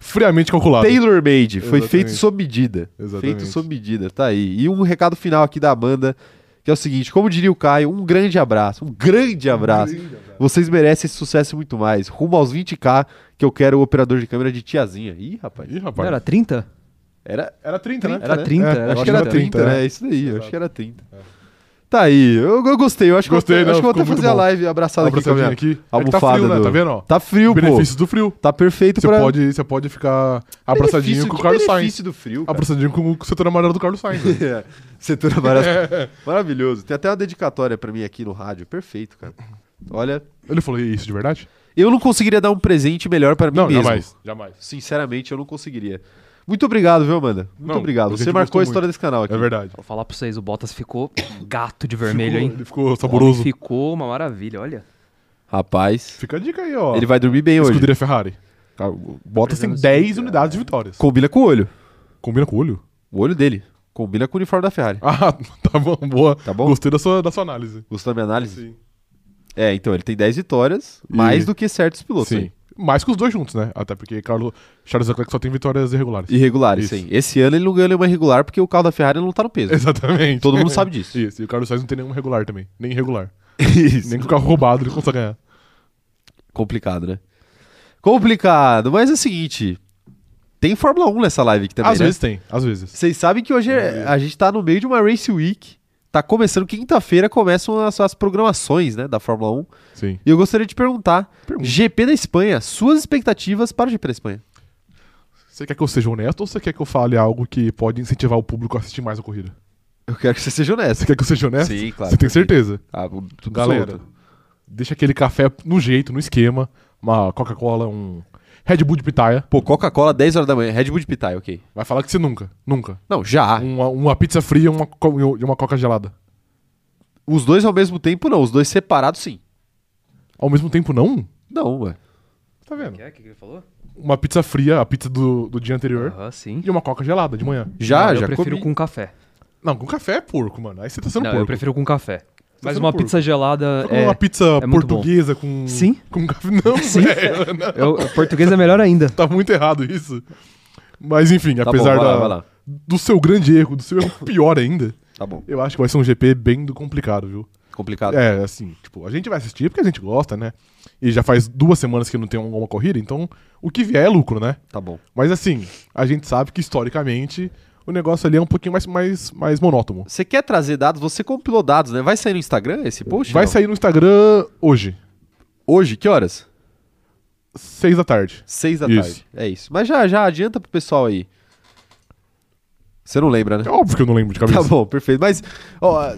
Speaker 2: friamente calculado.
Speaker 1: Taylor Made, foi
Speaker 2: Exatamente.
Speaker 1: feito sob medida.
Speaker 2: Exatamente.
Speaker 1: Feito sob medida, tá aí. E um recado final aqui da Amanda, que é o seguinte: como diria o Caio, um grande abraço, um grande abraço. Vocês merecem esse sucesso e muito mais. Rumo aos 20k, que eu quero o operador de câmera de tiazinha. Ih, rapaz.
Speaker 2: Ih,
Speaker 3: Não
Speaker 2: rapaz.
Speaker 3: era 30?
Speaker 1: Era,
Speaker 2: Era 30,
Speaker 1: né?
Speaker 3: Era
Speaker 1: né?
Speaker 3: 30,
Speaker 2: É,
Speaker 3: era
Speaker 1: acho
Speaker 2: acho
Speaker 1: que era 30, né?
Speaker 2: né?
Speaker 1: É isso daí, eu acho
Speaker 2: Exato.
Speaker 1: que era 30. Tá aí, eu, eu gostei. Eu acho
Speaker 2: Gostei,
Speaker 1: que eu,
Speaker 2: né?
Speaker 1: acho que eu vou
Speaker 2: Ficou
Speaker 1: até
Speaker 2: muito
Speaker 1: fazer a
Speaker 2: bom.
Speaker 1: live abraçada aqui com a minha
Speaker 2: Abraçadinha aqui. É que Tá
Speaker 1: almofada.
Speaker 2: frio, né?
Speaker 1: do-
Speaker 2: Tá vendo? ó?
Speaker 1: Tá frio,
Speaker 2: Benefício do frio.
Speaker 1: pô. Tá perfeito
Speaker 2: Você
Speaker 1: pra...
Speaker 2: pode, você pode ficar abraçadinho
Speaker 1: Benefício,
Speaker 2: com o
Speaker 1: que
Speaker 2: Carlos Sainz.
Speaker 1: benefício do frio, cara.
Speaker 2: Abraçadinho com o setor amarelo do Carlos Sainz. né?
Speaker 1: É, Setor amarelo. Maravilhoso. Tem até uma dedicatória pra mim aqui no rádio. Perfeito, cara. Olha,
Speaker 2: Ele falou isso de verdade?
Speaker 1: eu não conseguiria dar um presente melhor pra mim
Speaker 2: Não,
Speaker 1: mesmo.
Speaker 2: jamais. Jamais.
Speaker 1: Sinceramente, eu não conseguiria. Muito obrigado, viu, Amanda? Muito
Speaker 2: Não,
Speaker 1: obrigado.
Speaker 2: porque
Speaker 1: Você
Speaker 2: a gente
Speaker 1: marcou a
Speaker 2: gostou
Speaker 1: história desse canal aqui.
Speaker 2: É verdade.
Speaker 3: Vou falar pra vocês, o Bottas ficou gato de vermelho,
Speaker 2: Ficou-
Speaker 3: hein?
Speaker 2: Ele ficou
Speaker 3: O homem
Speaker 2: saboroso.
Speaker 3: Ficou uma maravilha, olha.
Speaker 1: Rapaz,
Speaker 2: Fica a dica aí, ó.
Speaker 1: ele vai dormir bem hoje.
Speaker 2: Escuderia Ferrari. Tá, o Bottas tem
Speaker 3: Precisamos
Speaker 2: 10
Speaker 3: explicar.
Speaker 2: unidades de vitórias.
Speaker 1: Combina com o olho.
Speaker 2: Combina com o olho?
Speaker 1: O olho dele. Combina com o uniforme da Ferrari.
Speaker 2: Ah, tá bom, boa.
Speaker 1: Tá bom?
Speaker 2: Gostei da sua, da sua análise.
Speaker 1: Gostou da minha análise?
Speaker 2: Sim.
Speaker 1: É, então, ele tem 10 vitórias,
Speaker 2: E-
Speaker 1: mais do que certos pilotos.
Speaker 2: Sim.
Speaker 1: aí.
Speaker 2: Mais que os dois juntos, né? Até porque Carlos Charles Leclerc só tem vitórias irregulares.
Speaker 1: Irregulares,
Speaker 2: Isso.
Speaker 1: sim. Esse ano ele não ganhou nenhuma irregular porque o carro da Ferrari não tá no peso.
Speaker 2: Exatamente.
Speaker 1: Todo mundo sabe disso.
Speaker 2: Isso, e o Carlos Sainz não tem nenhum regular também. Nem irregular.
Speaker 1: Isso.
Speaker 2: Nem com o carro roubado ele consegue ganhar.
Speaker 1: Complicado, né? Complicado, mas é o seguinte: tem Fórmula 1 nessa live aqui também.
Speaker 2: às
Speaker 1: né?
Speaker 2: vezes tem, às vezes.
Speaker 1: Vocês sabem que hoje é- a gente tá no meio de uma Race Week. Tá começando quinta-feira, começam as, as programações né, da Fórmula 1.
Speaker 2: Sim.
Speaker 1: E eu gostaria de perguntar:
Speaker 2: Pergunta.
Speaker 1: GP da Espanha, suas expectativas para o GP da Espanha?
Speaker 2: Você quer que eu seja honesto ou você quer que eu fale algo que pode incentivar o público a assistir mais a corrida?
Speaker 1: Eu quero que você seja honesto.
Speaker 2: Você quer que eu seja honesto?
Speaker 1: Sim, claro.
Speaker 2: Você tem certeza?
Speaker 1: Ah, o- tudo
Speaker 2: Galera,
Speaker 1: solto.
Speaker 2: deixa aquele café no jeito, no esquema. Uma Coca-Cola, um Red Bull de pitaia.
Speaker 1: Pô, Coca-Cola, 10 horas da manhã, Red Bull de Pitaia, ok.
Speaker 2: Vai falar que você nunca, nunca.
Speaker 1: Não,
Speaker 3: Ah.
Speaker 1: já.
Speaker 2: Uma, uma pizza fria e uma, co- e uma Coca gelada.
Speaker 1: Os dois ao mesmo tempo, não. Os dois separados, sim.
Speaker 2: Ao mesmo tempo, não?
Speaker 1: Não, ué.
Speaker 2: Tá vendo?
Speaker 3: é? O que ele falou?
Speaker 2: Uma pizza fria, a pizza do, do dia anterior,
Speaker 3: Aham, sim.
Speaker 2: e uma Coca gelada de manhã.
Speaker 1: Já,
Speaker 3: Não,
Speaker 1: já
Speaker 3: eu prefiro
Speaker 1: comi.
Speaker 2: um,
Speaker 3: com café.
Speaker 2: Não, com café é porco, mano. Aí você tá sendo
Speaker 3: Não,
Speaker 2: porco.
Speaker 3: eu prefiro com café. Mas
Speaker 2: sendo
Speaker 3: uma
Speaker 2: porco.
Speaker 3: pizza gelada
Speaker 2: Tá comendo
Speaker 3: é...
Speaker 2: uma pizza
Speaker 3: muito bom.
Speaker 2: portuguesa com.
Speaker 3: Sim.
Speaker 2: Com café. Não,
Speaker 3: Sim.
Speaker 2: velho. não.
Speaker 3: Eu, o português é melhor ainda.
Speaker 2: Tá muito errado isso. Mas enfim,
Speaker 1: Tá
Speaker 2: apesar
Speaker 1: bom, vai
Speaker 2: da,
Speaker 1: lá, vai lá.
Speaker 2: do seu grande erro, do seu erro pior ainda,
Speaker 1: Tá bom.
Speaker 2: eu acho que vai ser um GP bem do complicado, viu?
Speaker 1: Complicado.
Speaker 2: É, assim, tipo, a gente vai assistir porque a gente gosta, né? E já faz duas semanas que não tem alguma corrida, então o que vier é lucro, né?
Speaker 1: Tá bom.
Speaker 2: Mas assim, a gente sabe que historicamente o negócio ali é um pouquinho mais, mais, mais monótono.
Speaker 1: Você quer trazer dados? Você compilou dados, né? Vai sair no Instagram esse post?
Speaker 2: Vai
Speaker 1: não?
Speaker 2: sair no Instagram hoje,
Speaker 1: Hoje, que horas?
Speaker 2: seis da tarde.
Speaker 1: Seis da
Speaker 2: Isso.
Speaker 1: tarde. É isso. Mas já, já adianta pro pessoal aí. Você não lembra, né?
Speaker 2: É óbvio que eu não lembro de
Speaker 1: Tá
Speaker 2: cabeça.
Speaker 1: bom, perfeito. Mas, ó,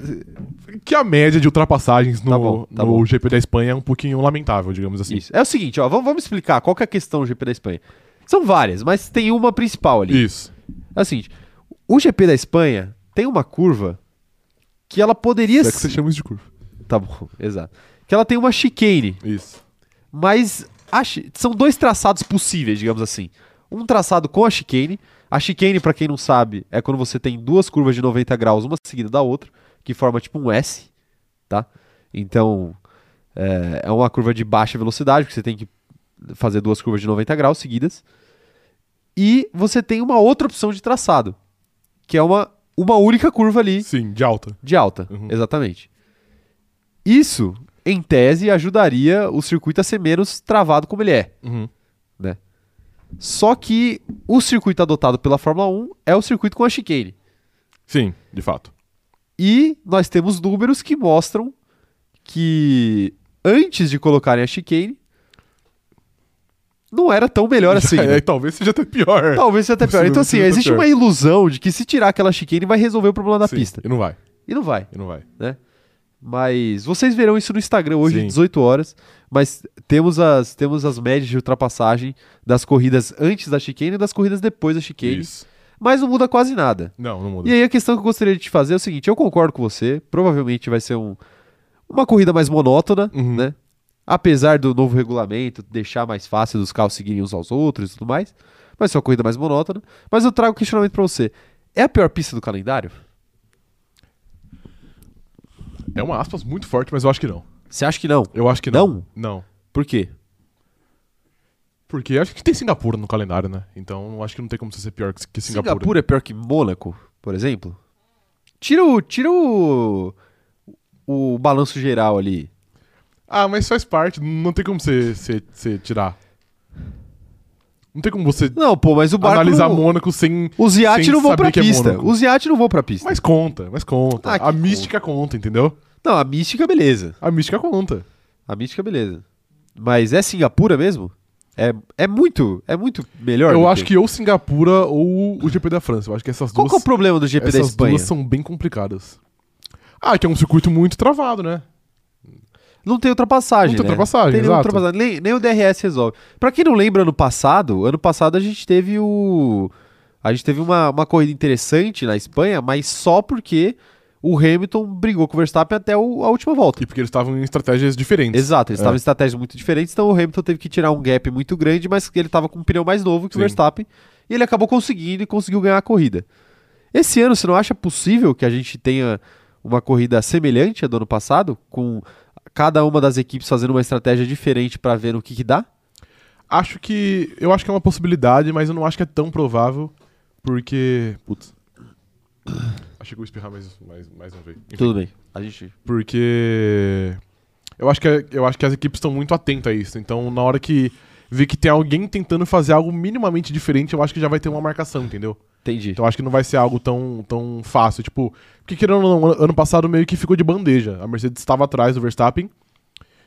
Speaker 2: Que a média de ultrapassagens no,
Speaker 1: Tá bom, tá
Speaker 2: no
Speaker 1: bom.
Speaker 2: GP da Espanha é um pouquinho lamentável, digamos assim.
Speaker 1: isso. É o seguinte, ó, vamos, vamos explicar qual que é a questão do GP da Espanha. São várias, mas tem uma principal ali.
Speaker 2: Isso.
Speaker 1: É o seguinte, o GP da Espanha tem uma curva que ela poderia
Speaker 2: É que você
Speaker 1: ser-
Speaker 2: chama isso de curva.
Speaker 1: Tá bom, exato. Que ela tem uma chicane
Speaker 2: Isso.
Speaker 1: mas a chi- são dois traçados possíveis, digamos assim. Um traçado com a chicane. A chicane, pra quem não sabe, é quando você tem duas curvas de 90 graus, uma seguida da outra, que forma tipo um S, tá? Então, é, é uma curva de baixa velocidade, porque você tem que fazer duas curvas de 90 graus seguidas. E você tem uma outra opção de traçado, que é uma, uma única curva ali
Speaker 2: Sim, de alta.
Speaker 1: de alta,
Speaker 2: Uhum.
Speaker 1: exatamente. Isso, em tese, ajudaria o circuito a ser menos travado como ele é.
Speaker 2: Uhum.
Speaker 1: Só que o circuito adotado pela Fórmula 1 é o circuito com a chicane.
Speaker 2: Sim, de fato.
Speaker 1: E nós temos números que mostram que antes de colocarem a chicane, não era tão melhor assim.
Speaker 2: Já-
Speaker 1: né?
Speaker 2: é, talvez seja até pior.
Speaker 1: Talvez seja até pior. Então, assim,
Speaker 2: Possivelmente
Speaker 1: existe
Speaker 2: pior.
Speaker 1: uma ilusão de que se tirar aquela chicane vai resolver o problema da
Speaker 2: Sim,
Speaker 1: pista.
Speaker 2: E não vai,
Speaker 1: E não vai,
Speaker 2: e não vai.
Speaker 1: né? Mas vocês verão isso no Instagram hoje,
Speaker 2: Sim.
Speaker 1: 18 horas. Mas temos as, temos as médias de ultrapassagem das corridas antes da chicane e das corridas depois da chicane.
Speaker 2: Isso.
Speaker 1: Mas não muda quase nada.
Speaker 2: Não, não muda.
Speaker 1: E aí a questão que eu gostaria de te fazer é o seguinte: eu concordo com você, provavelmente vai ser um- uma corrida mais monótona,
Speaker 2: Uhum.
Speaker 1: né? Apesar do novo regulamento deixar mais fácil dos carros seguirem uns aos outros e tudo mais, vai ser uma corrida mais monótona. Mas eu trago o questionamento pra você: é a pior pista do calendário?
Speaker 2: É uma aspas muito forte, mas eu acho que não.
Speaker 1: Você acha que não?
Speaker 2: Eu acho que não.
Speaker 1: Não?
Speaker 2: Não.
Speaker 1: Por quê?
Speaker 2: Porque acho que tem Singapura no calendário, né? Então acho que não tem como você ser pior que que Singapura.
Speaker 1: Singapura, é pior que Mônaco, por exemplo? Tira o, tira o, o balanço geral ali.
Speaker 2: Ah, mas faz parte, não tem como você, você, você tirar. Não tem como você
Speaker 1: Não, pô, mas o barco.
Speaker 2: analisar
Speaker 1: não-
Speaker 2: Mônaco sem.
Speaker 1: Os iates
Speaker 2: sem
Speaker 1: não vão
Speaker 2: saber
Speaker 1: pra
Speaker 2: que é
Speaker 1: pista.
Speaker 2: Mônaco.
Speaker 1: Os iates não vão pra pista.
Speaker 2: Mas conta, mas conta.
Speaker 1: Ah, que
Speaker 2: a mística conta. entendeu?
Speaker 1: Não, a mística, beleza.
Speaker 2: A mística conta.
Speaker 1: A mística, beleza. Mas é Singapura mesmo? É, é muito, é muito melhor. do
Speaker 2: eu acho que ou Singapura ou o GP da França. Eu acho que essas
Speaker 1: Qual
Speaker 2: duas.
Speaker 1: que é o problema do GP da
Speaker 2: essas
Speaker 1: Espanha?
Speaker 2: duas são bem complicadas. Ah, que é um circuito muito travado, né?
Speaker 1: Não tem ultrapassagem.
Speaker 2: Não tem
Speaker 1: né?
Speaker 2: ultrapassagem,
Speaker 1: Tem nenhuma
Speaker 2: exato.
Speaker 1: ultrapassagem. Nem, nem o DRS resolve. Pra quem não lembra, ano passado, ano passado a gente teve o. A gente teve uma, uma corrida interessante na Espanha, mas só porque o Hamilton brigou com o Verstappen até o- a última volta.
Speaker 2: E porque eles estavam em estratégias diferentes.
Speaker 1: Exato, eles
Speaker 2: É.
Speaker 1: estavam em estratégias muito diferentes, então o Hamilton teve que tirar um gap muito grande, mas que ele estava com um pneu mais novo que
Speaker 2: Sim.
Speaker 1: o Verstappen, e ele acabou conseguindo e conseguiu ganhar a corrida. Esse ano, você não acha possível que a gente tenha uma corrida semelhante à do ano passado, com cada uma das equipes fazendo uma estratégia diferente para ver no que, que dá?
Speaker 2: Acho que. Eu acho que é uma possibilidade, mas eu não acho que é tão provável, porque. Putz. Achei que eu vou espirrar mais, mais, mais uma vez. Enfim.
Speaker 1: Tudo bem. A gente.
Speaker 2: Porque eu acho que, é, eu acho que as equipes estão muito atentas a isso. Então, na hora que ver que tem alguém tentando fazer algo minimamente diferente, eu acho que já vai ter uma marcação, entendeu?
Speaker 1: Entendi.
Speaker 2: Então, eu acho que não vai ser algo tão, tão fácil. Tipo, porque querendo ou não, ano- ano passado meio que ficou de bandeja. A Mercedes estava atrás do Verstappen,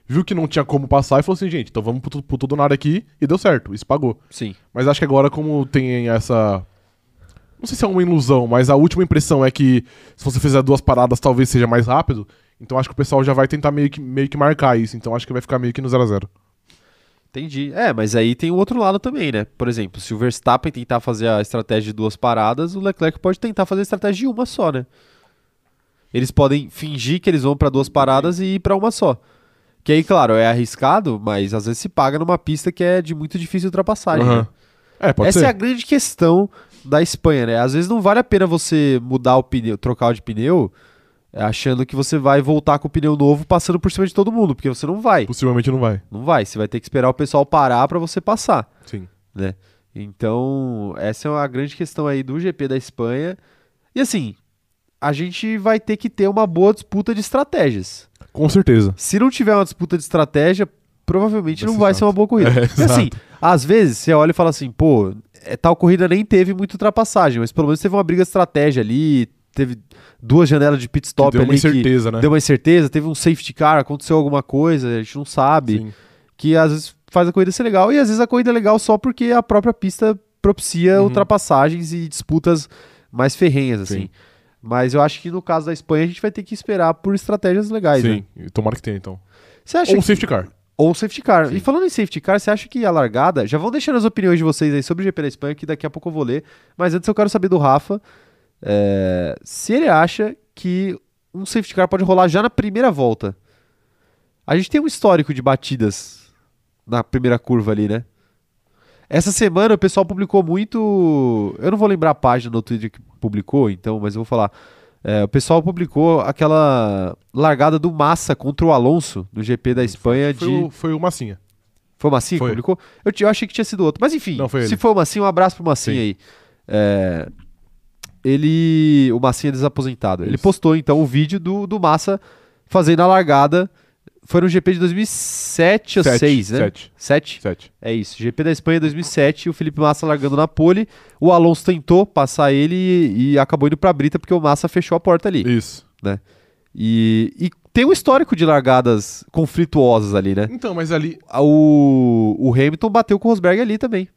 Speaker 2: viu que não tinha como passar e falou assim, gente, então vamos pro, tu- pro todo nada aqui e deu certo, isso pagou.
Speaker 1: Sim.
Speaker 2: Mas acho que agora, como tem essa. Não sei se é uma ilusão, mas a última impressão é que se você fizer duas paradas, talvez seja mais rápido. Então acho que o pessoal já vai tentar meio que, meio que marcar isso. Então acho que vai ficar meio que no 0x0.
Speaker 1: Entendi. É, mas aí tem o outro lado também, né? Por exemplo, se o Verstappen tentar fazer a estratégia de duas paradas, o Leclerc pode tentar fazer a estratégia de uma só, né? Eles podem fingir que eles vão para duas paradas e ir para uma só. Que aí, claro, é arriscado, mas às vezes se paga numa pista que é de muito difícil ultrapassagem. né?
Speaker 2: É, pode
Speaker 1: Essa
Speaker 2: ser.
Speaker 1: é a grande questão da Espanha, né? Às vezes não vale a pena você mudar o pneu, trocar de pneu, é, achando que você vai voltar com o pneu novo passando por cima de todo mundo, porque você não vai.
Speaker 2: Possivelmente não vai.
Speaker 1: Não vai, você vai ter que esperar o pessoal parar para você passar.
Speaker 2: Sim.
Speaker 1: Então, essa é uma grande questão aí do GP da Espanha. E assim, a gente vai ter que ter uma boa disputa de estratégias.
Speaker 2: Com certeza.
Speaker 1: Se não tiver uma disputa de estratégia, provavelmente
Speaker 2: Vai
Speaker 1: não
Speaker 2: ser
Speaker 1: vai
Speaker 2: chato.
Speaker 1: ser uma boa corrida.
Speaker 2: É,
Speaker 1: e assim, às vezes você olha e fala assim, pô, é, tal corrida nem teve muita ultrapassagem, mas pelo menos teve uma briga de estratégia ali, teve duas janelas de pit stop
Speaker 2: deu uma
Speaker 1: ali que
Speaker 2: incerteza, né?
Speaker 1: deu uma incerteza, teve um safety car, aconteceu alguma coisa, a gente não sabe
Speaker 2: Sim.
Speaker 1: que às vezes faz a corrida ser legal e às vezes a corrida é legal só porque a própria pista propicia
Speaker 2: Uhum.
Speaker 1: ultrapassagens e disputas mais ferrenhas assim.
Speaker 2: Sim.
Speaker 1: Mas eu acho que no caso da Espanha a gente vai ter que esperar por estratégias legais, né?
Speaker 2: Sim. E Tomara que tenha, então.
Speaker 1: Você acha
Speaker 2: Ou um
Speaker 1: que...
Speaker 2: safety car.
Speaker 1: ou um safety car. E falando em safety car, você acha que a largada, já vão deixando as opiniões de vocês aí sobre o GP da Espanha que daqui a pouco eu vou ler, mas antes eu quero saber do Rafa é, se ele acha que um safety car pode rolar já na primeira volta. A gente tem um histórico de batidas na primeira curva ali, né? Essa semana o pessoal publicou muito. Eu não vou lembrar a página no Twitter que publicou, então, mas eu vou falar. É, o pessoal publicou aquela largada do Massa contra o Alonso no GP da Espanha
Speaker 2: Foi, um
Speaker 1: é de.
Speaker 2: o, foi o Massinha.
Speaker 1: Foi o Massinha
Speaker 2: Foi.
Speaker 1: que publicou? Eu, ti- eu achei que tinha sido outro. Mas enfim,
Speaker 2: Não, foi
Speaker 1: se
Speaker 2: ele.
Speaker 1: foi o Massinha, um abraço pro Massinha
Speaker 2: Sim.
Speaker 1: aí. É, ele. O Massinha é desaposentado. Ele
Speaker 2: Isso.
Speaker 1: postou então o vídeo do, do Massa fazendo a largada. Foi no GP de 2007 ou
Speaker 2: Sete,
Speaker 1: 2006, né?
Speaker 2: sete.
Speaker 1: 7?
Speaker 2: Sete.
Speaker 1: É isso. GP da Espanha 2007, o Felipe Massa largando na pole. O Alonso tentou passar ele e, e acabou indo pra Brita porque o Massa fechou a porta ali.
Speaker 2: Isso.
Speaker 1: E, e tem um histórico de largadas conflituosas ali, né?
Speaker 2: Então, mas ali.
Speaker 1: O, o Hamilton bateu com o Rosberg ali também.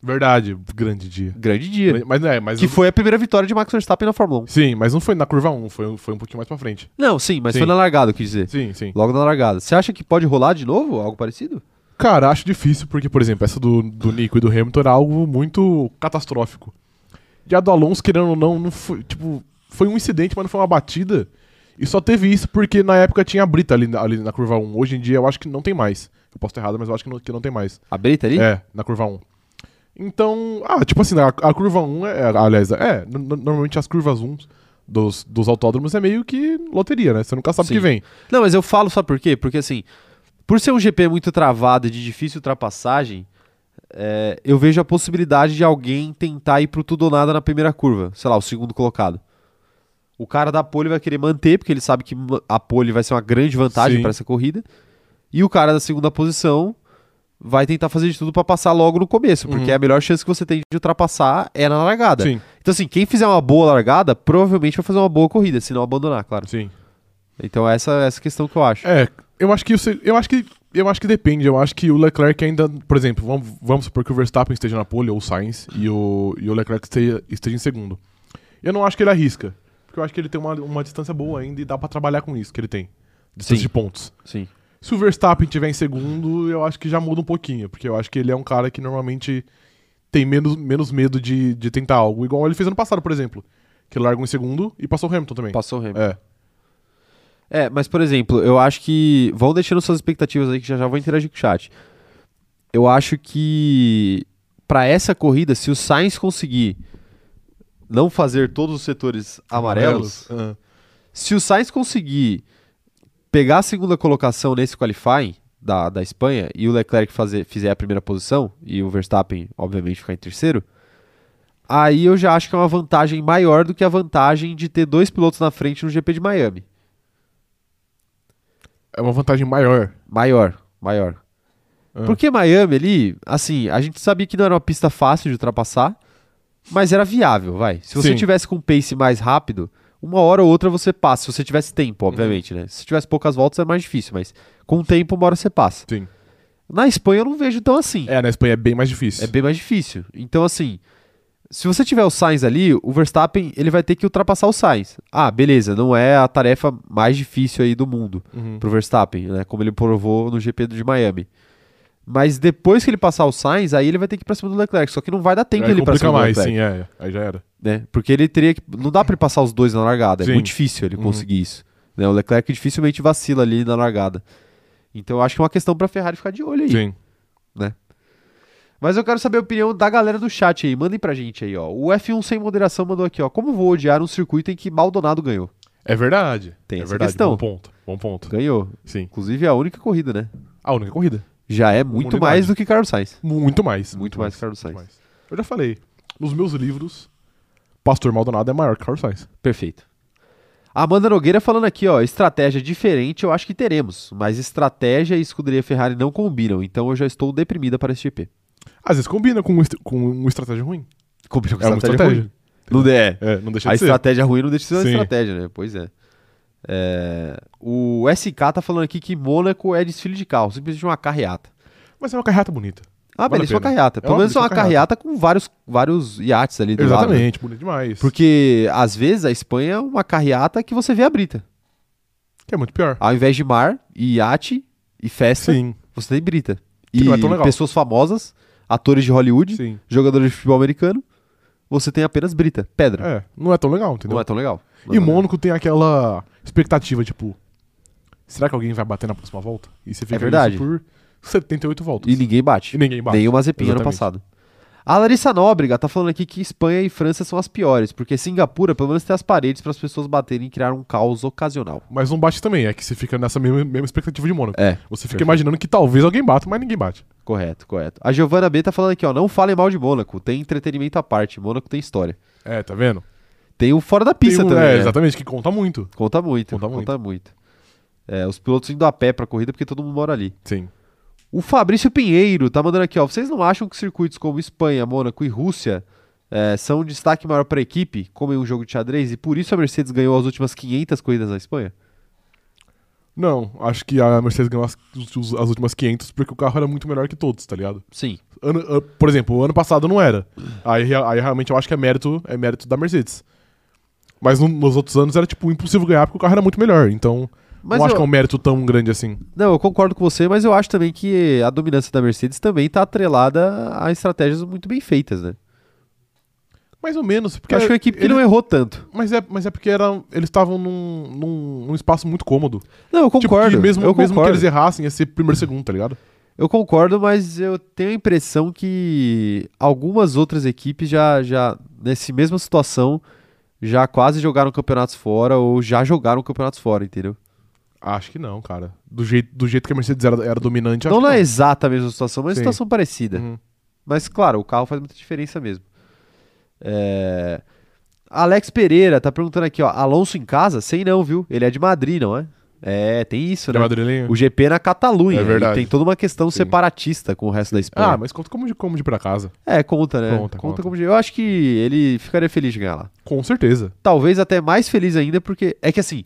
Speaker 2: Verdade, grande dia.
Speaker 1: Grande dia.
Speaker 2: Mas não é, mas.
Speaker 1: Que
Speaker 2: não-
Speaker 1: foi a primeira vitória de Max Verstappen na Fórmula 1.
Speaker 2: Sim, mas não foi na curva 1, foi, foi um pouquinho mais pra frente.
Speaker 1: Não, sim, mas
Speaker 2: Sim.
Speaker 1: foi na largada, eu quis dizer.
Speaker 2: Sim, sim.
Speaker 1: Logo na largada. Você acha que pode rolar de novo algo parecido?
Speaker 2: Cara, acho difícil, porque, por exemplo, essa do, do Nico e do Hamilton era algo muito catastrófico. E a do Alonso, querendo ou não, não foi, tipo, foi um incidente, mas não foi uma batida. E só teve isso porque na época tinha a Brita ali, na- ali na curva 1. Hoje em dia eu acho que não tem mais. Eu posso estar errado, mas eu acho que não, que não tem mais.
Speaker 1: A Brita ali?
Speaker 2: É, na curva 1. Então, ah, tipo assim, a, a curva 1, é, é, aliás, é, no- no- normalmente as curvas 1 dos, dos autódromos é meio que loteria, né? Você nunca sabe o que
Speaker 1: Sim.
Speaker 2: vem.
Speaker 1: Não, mas eu falo, sabe por quê? Porque assim, por ser um GP muito travado e de difícil ultrapassagem, é, eu vejo a possibilidade de alguém tentar ir pro tudo ou nada na primeira curva. Sei lá, o segundo colocado. O cara da pole vai querer manter, porque ele sabe que ma- a pole vai ser uma grande vantagem
Speaker 2: Sim.
Speaker 1: para essa corrida. E o cara da segunda posição vai tentar fazer de tudo para passar logo no começo, porque
Speaker 2: Uhum.
Speaker 1: a melhor chance que você tem de ultrapassar é na largada.
Speaker 2: Sim,
Speaker 1: Então, assim, quem fizer uma boa largada, provavelmente vai fazer uma boa corrida, se não abandonar, claro.
Speaker 2: sim.
Speaker 1: Então, essa é essa questão que eu acho.
Speaker 2: É, eu acho que você- eu acho que eu acho que depende. Eu acho que o Leclerc ainda, por exemplo, vamos, vamos supor que o Verstappen esteja na pole ou o Sainz e o, e o Leclerc esteja, esteja em segundo. Eu não acho que ele arrisca, porque eu acho que ele tem uma, uma distância boa ainda e dá pra trabalhar com isso que ele tem, distância
Speaker 1: Sim.
Speaker 2: de pontos.
Speaker 1: Sim.
Speaker 2: Se o Verstappen tiver em segundo, eu acho que já muda um pouquinho, porque eu acho que ele é um cara que normalmente tem menos, menos medo de, de tentar algo, igual ele fez ano passado, por exemplo, que ele largou em segundo e passou o Hamilton também.
Speaker 1: Passou o Hamilton.
Speaker 2: É.
Speaker 1: É. mas por exemplo, eu acho que. Vão deixando suas expectativas aí que já já vou interagir com o chat. Eu acho que. Pra essa corrida, se o Sainz conseguir não fazer todos os setores amarelos,
Speaker 2: Amarelos. Ah.
Speaker 1: se o Sainz conseguir pegar a segunda colocação nesse qualifying da, da Espanha e o Leclerc fazer, fizer a primeira posição e o Verstappen, obviamente, ficar em terceiro, aí eu já acho que é uma vantagem maior do que a vantagem de ter dois pilotos na frente no GP de Miami.
Speaker 2: É uma vantagem maior.
Speaker 1: Maior, maior.
Speaker 2: Ah.
Speaker 1: Porque Miami ali, assim, a gente sabia que não era uma pista fácil de ultrapassar, mas era viável, vai. Se você
Speaker 2: Sim.
Speaker 1: tivesse com um pace mais rápido, uma hora ou outra você passa. Se você tivesse tempo,
Speaker 2: Uhum.
Speaker 1: obviamente, né? Se tivesse poucas voltas é mais difícil, mas com o tempo, uma hora você passa.
Speaker 2: Sim.
Speaker 1: Na Espanha eu não vejo tão assim.
Speaker 2: É, na Espanha é bem mais difícil.
Speaker 1: É bem mais difícil. Então, assim, se você tiver o Sainz ali, o Verstappen ele vai ter que ultrapassar o Sainz. Ah, beleza, não é a tarefa mais difícil aí do mundo
Speaker 2: Uhum.
Speaker 1: pro Verstappen, né? Como ele provou no GP de Miami. Mas depois que ele passar o Sainz, aí ele vai ter que ir pra cima do Leclerc. Só que não vai dar tempo
Speaker 2: Aí
Speaker 1: ele ir pra
Speaker 2: complica
Speaker 1: cima
Speaker 2: mais,
Speaker 1: do Leclerc.
Speaker 2: sim, é. Aí já era.
Speaker 1: Né? Porque ele teria que. Não dá pra ele passar os dois na largada.
Speaker 2: Sim.
Speaker 1: É muito difícil ele
Speaker 2: Uhum.
Speaker 1: conseguir isso. né? O Leclerc dificilmente vacila ali na largada. Então eu acho que é uma questão pra Ferrari ficar de olho aí.
Speaker 2: Sim.
Speaker 1: Mas eu quero saber a opinião da galera do chat aí. Mandem pra gente aí, ó. O F1 sem moderação mandou aqui, ó. Como vou odiar um circuito em que Maldonado ganhou?
Speaker 2: É verdade.
Speaker 1: Tem
Speaker 2: é
Speaker 1: essa
Speaker 2: verdade.
Speaker 1: questão.
Speaker 2: Bom ponto. Bom ponto.
Speaker 1: Ganhou.
Speaker 2: Sim.
Speaker 1: Inclusive é a única corrida, né?
Speaker 2: A única corrida.
Speaker 1: Já é muito
Speaker 2: Unidade.
Speaker 1: mais do que Carlos Sainz.
Speaker 2: Muito mais.
Speaker 1: Muito mais que Carlos Sainz.
Speaker 2: muito mais. Eu já falei. Nos meus livros, Pastor Maldonado é maior que Carlos Sainz.
Speaker 1: Perfeito. Amanda Nogueira falando aqui, ó, estratégia diferente eu acho que teremos, mas estratégia e escuderia Ferrari não combinam, então eu já estou deprimida para esse GP.
Speaker 2: Às vezes combina com, um est- com uma estratégia ruim.
Speaker 1: Combina com
Speaker 2: É uma estratégia.
Speaker 1: ruim. Não é.
Speaker 2: É, não deixa
Speaker 1: A
Speaker 2: de ser.
Speaker 1: estratégia ruim não deixa de ser uma
Speaker 2: Sim.
Speaker 1: estratégia, né? Pois é. É, O SK tá falando aqui que Mônaco é desfile de carro, simplesmente uma carreata.
Speaker 2: Mas é uma carreata bonita.
Speaker 1: Ah,
Speaker 2: Vale a
Speaker 1: beleza, uma
Speaker 2: pena.
Speaker 1: carreata.
Speaker 2: É
Speaker 1: Pelo
Speaker 2: uma
Speaker 1: menos é uma
Speaker 2: belíssima
Speaker 1: carreata com vários, vários iates ali do lado. né?
Speaker 2: Exatamente, bonita demais.
Speaker 1: Porque às vezes a Espanha é uma carreata que você vê a brita.
Speaker 2: Que é muito pior.
Speaker 1: Ao invés de mar e iate e festa,
Speaker 2: Sim,
Speaker 1: Você tem brita.
Speaker 2: Que
Speaker 1: E
Speaker 2: não é tão legal.
Speaker 1: pessoas famosas, atores de Hollywood,
Speaker 2: sim.
Speaker 1: jogadores de futebol americano, você tem apenas brita, pedra.
Speaker 2: É, não é tão legal, entendeu?
Speaker 1: não é tão legal. Não
Speaker 2: E
Speaker 1: é tão legal.
Speaker 2: Mônaco tem aquela expectativa, tipo, será que alguém vai bater na próxima volta? E você fica nisso
Speaker 1: É verdade.
Speaker 2: por 78 voltas.
Speaker 1: E ninguém bate.
Speaker 2: E ninguém bate.
Speaker 1: Nem o Mazepin ano
Speaker 2: Exatamente.
Speaker 1: passado. A Larissa Nóbrega tá falando aqui que Espanha e França são as piores, porque Singapura pelo menos tem as paredes para as pessoas baterem e criar um caos ocasional.
Speaker 2: Mas não bate também, é que você fica nessa mesma, mesma expectativa de Mônaco.
Speaker 1: É,
Speaker 2: Você fica
Speaker 1: perfeito.
Speaker 2: imaginando que talvez alguém bata, mas ninguém bate.
Speaker 1: correto, correto. A Giovana B tá falando aqui, ó, não falem mal de Mônaco, tem entretenimento à parte, Mônaco tem história.
Speaker 2: É, tá vendo?
Speaker 1: Tem o fora da pista
Speaker 2: Tem um-
Speaker 1: também.
Speaker 2: É,
Speaker 1: né?
Speaker 2: exatamente, que conta muito.
Speaker 1: Conta muito, conta
Speaker 2: Conta
Speaker 1: muito.
Speaker 2: muito.
Speaker 1: É, os pilotos indo a pé pra corrida porque todo mundo mora ali.
Speaker 2: Sim.
Speaker 1: O Fabrício Pinheiro tá mandando aqui, ó. Vocês não acham que circuitos como Espanha, Mônaco e Rússia é, são um destaque maior pra equipe, como em um jogo de xadrez, e por isso a Mercedes ganhou as últimas 500 corridas na Espanha?
Speaker 2: Não, acho que a Mercedes ganhou as, os- as últimas 500 porque o carro era muito melhor que todos, tá ligado?
Speaker 1: Sim.
Speaker 2: Ano- an- por exemplo, o ano passado não era. Aí, rea- aí realmente eu acho que é mérito, é mérito da Mercedes. Mas no- nos outros anos era, tipo, impossível ganhar porque o carro era muito melhor. Então,
Speaker 1: Mas
Speaker 2: não acho
Speaker 1: eu-
Speaker 2: que é um mérito tão grande assim.
Speaker 1: Não, eu concordo com você, mas eu acho também que a dominância da Mercedes também está atrelada a estratégias muito bem feitas, né?
Speaker 2: Mais ou menos, porque...
Speaker 1: Porque acho que é uma equipe que
Speaker 2: ele-
Speaker 1: não errou tanto.
Speaker 2: Mas é, mas é porque era, eles estavam num, num, num espaço muito cômodo.
Speaker 1: Não, eu
Speaker 2: Tipo,
Speaker 1: concordo.
Speaker 2: que mesmo,
Speaker 1: eu
Speaker 2: mesmo que
Speaker 1: concordo.
Speaker 2: eles errassem, ia ser primeiro segundo, tá ligado?
Speaker 1: Eu concordo, mas eu tenho a impressão que algumas outras equipes já, já nessa mesma situação, já quase jogaram campeonatos fora ou já jogaram campeonatos fora, entendeu?
Speaker 2: Acho que não, cara. Do jeito, do jeito que a Mercedes era, era dominante, Então acho
Speaker 1: Então não é
Speaker 2: que é.
Speaker 1: na exata a mesma situação, mas
Speaker 2: Sim.
Speaker 1: situação parecida.
Speaker 2: Uhum.
Speaker 1: Mas claro, o carro faz muita diferença mesmo. É, Alex Pereira tá perguntando aqui, ó, Alonso em casa? Sei não, viu? Ele é de Madrid, não é? É, tem isso,
Speaker 2: Ele é
Speaker 1: né?
Speaker 2: madrilenho?
Speaker 1: O GP é na Catalunha.
Speaker 2: É
Speaker 1: e
Speaker 2: verdade.
Speaker 1: Tem toda uma questão
Speaker 2: Sim.
Speaker 1: separatista com o resto da Espanha.
Speaker 2: Ah, mas conta como de, como de ir pra casa.
Speaker 1: É, conta, né?
Speaker 2: Conta, conta.
Speaker 1: como. Eu acho que ele ficaria feliz de ganhar lá.
Speaker 2: Com certeza.
Speaker 1: Talvez até mais feliz ainda, porque é que assim,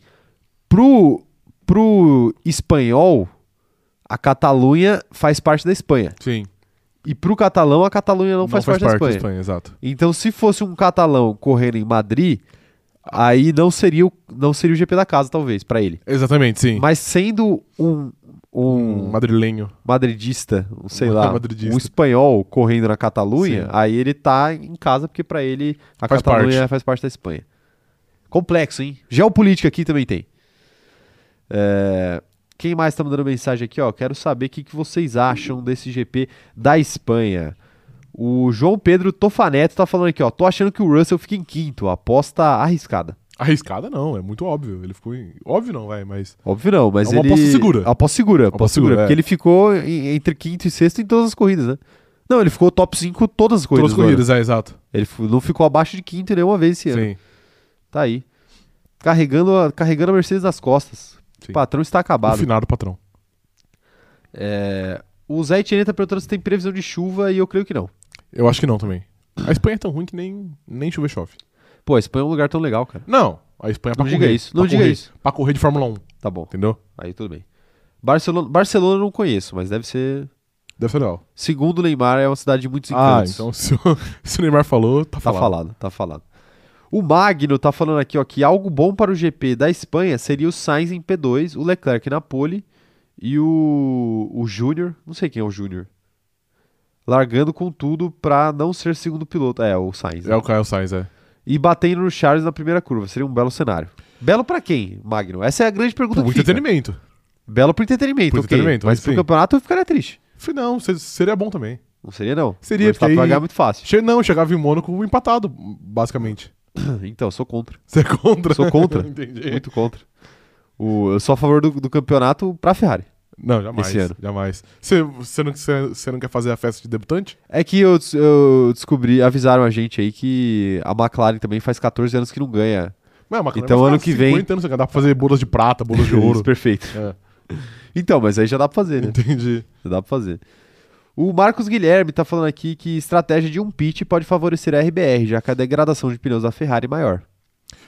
Speaker 1: pro, pro espanhol, a Catalunha faz parte da Espanha.
Speaker 2: Sim.
Speaker 1: E pro catalão, a Catalunha não, Então faz, parte, da Espanha.
Speaker 2: exato.
Speaker 1: Então, se fosse um catalão correndo em Madrid, aí não seria o, não seria o GP da casa, talvez, pra ele.
Speaker 2: Exatamente, sim.
Speaker 1: Mas sendo um, um
Speaker 2: Um madrilenho.
Speaker 1: madridista, um, sei lá,
Speaker 2: Madridista.
Speaker 1: um espanhol correndo na Catalunha,
Speaker 2: Sim.
Speaker 1: aí ele tá em casa porque pra ele a
Speaker 2: Faz
Speaker 1: Catalunha
Speaker 2: parte.
Speaker 1: faz parte da Espanha. Complexo, hein? Geopolítica aqui também tem. É, Quem mais tá mandando mensagem aqui, ó? Quero saber o que, que vocês acham desse GP da Espanha. O João Pedro Tofaneto tá falando aqui, ó. Tô achando que o Russell fica em quinto. Aposta arriscada.
Speaker 2: Arriscada não, é muito óbvio. Ele ficou em... Óbvio não, vai, mas...
Speaker 1: Óbvio não, mas
Speaker 2: É uma
Speaker 1: ele...
Speaker 2: aposta segura.
Speaker 1: Aposta segura, aposta,
Speaker 2: Aposta
Speaker 1: segura.
Speaker 2: segura,
Speaker 1: Porque
Speaker 2: é.
Speaker 1: ele ficou em- entre quinto e sexto em todas as corridas, né? Não, ele ficou top 5 todas as corridas.
Speaker 2: Todas as
Speaker 1: do ano.
Speaker 2: corridas, é, exato.
Speaker 1: Ele fu- não ficou abaixo de quinto nenhuma vez esse ano.
Speaker 2: Sim.
Speaker 1: Tá aí. Carregando a, carregando a Mercedes nas costas.
Speaker 2: Sim.
Speaker 1: O patrão está
Speaker 2: O
Speaker 1: acabado. É,
Speaker 2: final do patrão.
Speaker 1: O Zé Etienne tá perguntando se tem previsão de chuva e eu creio que não.
Speaker 2: Eu acho que não também. A Espanha é tão ruim que nem, nem chuva chove.
Speaker 1: Pô, a Espanha é um lugar tão legal, cara.
Speaker 2: Não, a Espanha é pra
Speaker 1: Não
Speaker 2: correr.
Speaker 1: diga isso, não
Speaker 2: pra
Speaker 1: diga
Speaker 2: correr,
Speaker 1: isso.
Speaker 2: Pra correr de Fórmula 1,
Speaker 1: Tá bom,
Speaker 2: entendeu?
Speaker 1: aí tudo bem. Barcelona, Barcelona eu não conheço, mas deve ser...
Speaker 2: Deve ser legal.
Speaker 1: Segundo o Neymar, é uma cidade de muitos
Speaker 2: Ah,
Speaker 1: encantos.
Speaker 2: então se o, se o Neymar falou, tá,
Speaker 1: Tá
Speaker 2: falado.
Speaker 1: falado, tá falado. O Magno tá falando aqui, ó, que algo bom para o GP da Espanha seria o Sainz em P2, o Leclerc na pole e o, o Júnior, não sei quem é o Júnior, largando com tudo pra não ser segundo piloto. É, o Sainz. né?
Speaker 2: É o Kyle Sainz, é.
Speaker 1: E batendo no Charles na primeira curva. Seria um belo cenário. Belo pra quem, Magno? Essa é a grande pergunta
Speaker 2: Muito
Speaker 1: que fica.
Speaker 2: entretenimento.
Speaker 1: Belo pro entretenimento,
Speaker 2: Pro
Speaker 1: ok.
Speaker 2: entretenimento,
Speaker 1: mas
Speaker 2: mas
Speaker 1: pro
Speaker 2: sim.
Speaker 1: campeonato eu ficaria triste.
Speaker 2: Falei, não, se- seria bom também.
Speaker 1: Não seria, não.
Speaker 2: Seria,
Speaker 1: Mas tá
Speaker 2: porque
Speaker 1: pra
Speaker 2: aí-
Speaker 1: ganhar muito fácil.
Speaker 2: Che- não, chegava em Mônaco empatado, basicamente.
Speaker 1: Então, sou contra.
Speaker 2: Você é contra?
Speaker 1: Sou contra.
Speaker 2: Entendi.
Speaker 1: Muito contra. O, eu sou a favor do, do campeonato pra Ferrari.
Speaker 2: Não, jamais.
Speaker 1: Esse ano.
Speaker 2: Jamais. Você, você, não, você, você não quer fazer a festa de debutante?
Speaker 1: É que eu, des- eu descobri, avisaram a gente aí que a McLaren também faz 14 anos que não ganha.
Speaker 2: Não, é a McLaren
Speaker 1: Então,
Speaker 2: vai
Speaker 1: ano
Speaker 2: ficar
Speaker 1: que vem-
Speaker 2: 50 anos, dá pra fazer bolas de prata, bolas de ouro.
Speaker 1: Isso, perfeito.
Speaker 2: É,
Speaker 1: Então, mas aí já dá pra fazer, né?
Speaker 2: entendi.
Speaker 1: Já dá pra fazer. O Marcos Guilherme tá falando aqui que estratégia de um pit pode favorecer a RBR, já que a degradação de pneus da Ferrari é maior.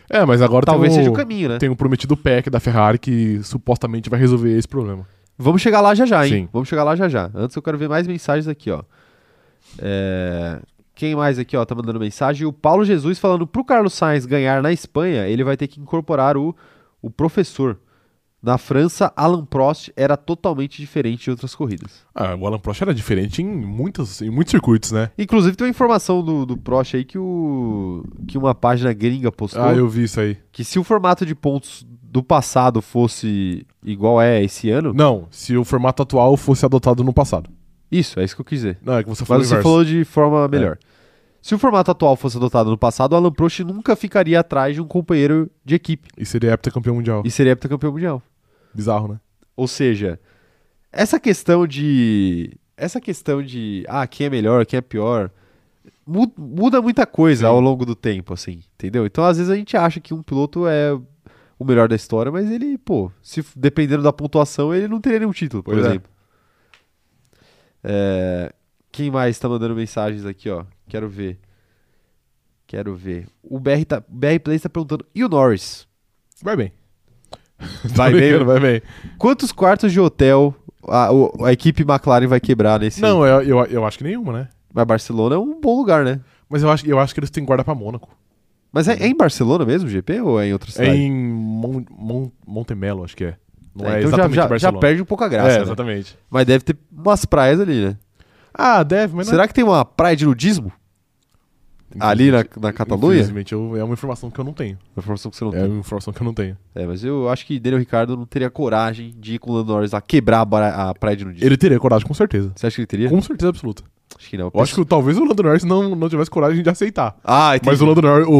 Speaker 2: É, mas agora
Speaker 1: Talvez
Speaker 2: tem, o,
Speaker 1: seja o caminho, né?
Speaker 2: tem o prometido pack da Ferrari que supostamente vai resolver esse problema.
Speaker 1: Vamos chegar lá já já, hein?
Speaker 2: Sim.
Speaker 1: Vamos chegar lá já já. Antes eu quero ver mais mensagens aqui, ó. É, Quem mais aqui, ó, tá mandando mensagem? O Paulo Jesus falando pro Carlos Sainz ganhar na Espanha, ele vai ter que incorporar o, o professor. Na França, Alan Prost era totalmente diferente de outras corridas.
Speaker 2: Ah, o Alan Prost era diferente em, muitas, em muitos circuitos, né?
Speaker 1: Inclusive, tem uma informação do, do Prost aí que, o, que uma página gringa postou.
Speaker 2: Ah, eu vi isso aí.
Speaker 1: Que se o formato de pontos do passado fosse igual é esse ano.
Speaker 2: Não, se o formato atual fosse adotado no passado.
Speaker 1: Isso, é isso que eu quis dizer.
Speaker 2: Não, é que você falou
Speaker 1: Mas você
Speaker 2: o inverso.
Speaker 1: falou de forma melhor. Se o formato atual fosse adotado no passado, o Alan Prost nunca ficaria atrás de um companheiro de equipe
Speaker 2: E seria heptacampeão mundial.
Speaker 1: e seria heptacampeão mundial.
Speaker 2: Bizarro, né?
Speaker 1: Ou seja, essa questão de essa questão de ah, quem é melhor, quem é pior, mu- muda muita coisa
Speaker 2: Sim.
Speaker 1: ao longo do tempo, assim, entendeu? Então, às vezes a gente acha que um piloto é o melhor da história, mas ele, pô, se f- dependendo da pontuação, ele não teria nenhum título, por
Speaker 2: Pois é.
Speaker 1: exemplo. É, quem mais tá mandando mensagens aqui, ó? Quero ver. Quero ver. O BR, tá, BR Play tá perguntando. E o Norris?
Speaker 2: Vai bem.
Speaker 1: Vai
Speaker 2: Tô
Speaker 1: bem,
Speaker 2: brincando, vai bem.
Speaker 1: Quantos quartos de hotel a, o- a equipe McLaren vai quebrar nesse?
Speaker 2: Não, eu, eu, eu acho que nenhuma, né?
Speaker 1: Mas Barcelona é um bom lugar, né?
Speaker 2: Mas eu acho, eu acho que eles têm guarda pra Mônaco.
Speaker 1: Mas é, é em Barcelona mesmo, GP, ou é em outra
Speaker 2: É
Speaker 1: cidade?
Speaker 2: em Mon, Mon, Montemelo, acho que é. Não é,
Speaker 1: então já-
Speaker 2: exatamente
Speaker 1: já, já,
Speaker 2: Barcelona.
Speaker 1: perde um pouco a graça.
Speaker 2: é,
Speaker 1: né?
Speaker 2: exatamente.
Speaker 1: Mas deve ter umas praias ali, né?
Speaker 2: Ah, deve, mas não é-
Speaker 1: Será que tem uma praia de nudismo ali na, na Catalunha?
Speaker 2: Infelizmente, eu- é uma informação que eu não tenho.
Speaker 1: É uma informação que você não
Speaker 2: É uma informação que eu não tenho.
Speaker 1: tem. É, mas eu acho que Daniel Ricardo não teria coragem de ir com o Lando Norris lá quebrar a, bara- a praia de nudismo.
Speaker 2: Ele teria coragem, com certeza.
Speaker 1: Você acha que ele teria?
Speaker 2: Com certeza absoluta.
Speaker 1: Acho que não.
Speaker 2: Eu acho que talvez o Lando Norris não, não tivesse coragem de aceitar.
Speaker 1: Ah, entendi.
Speaker 2: Mas o Lando Norris, o,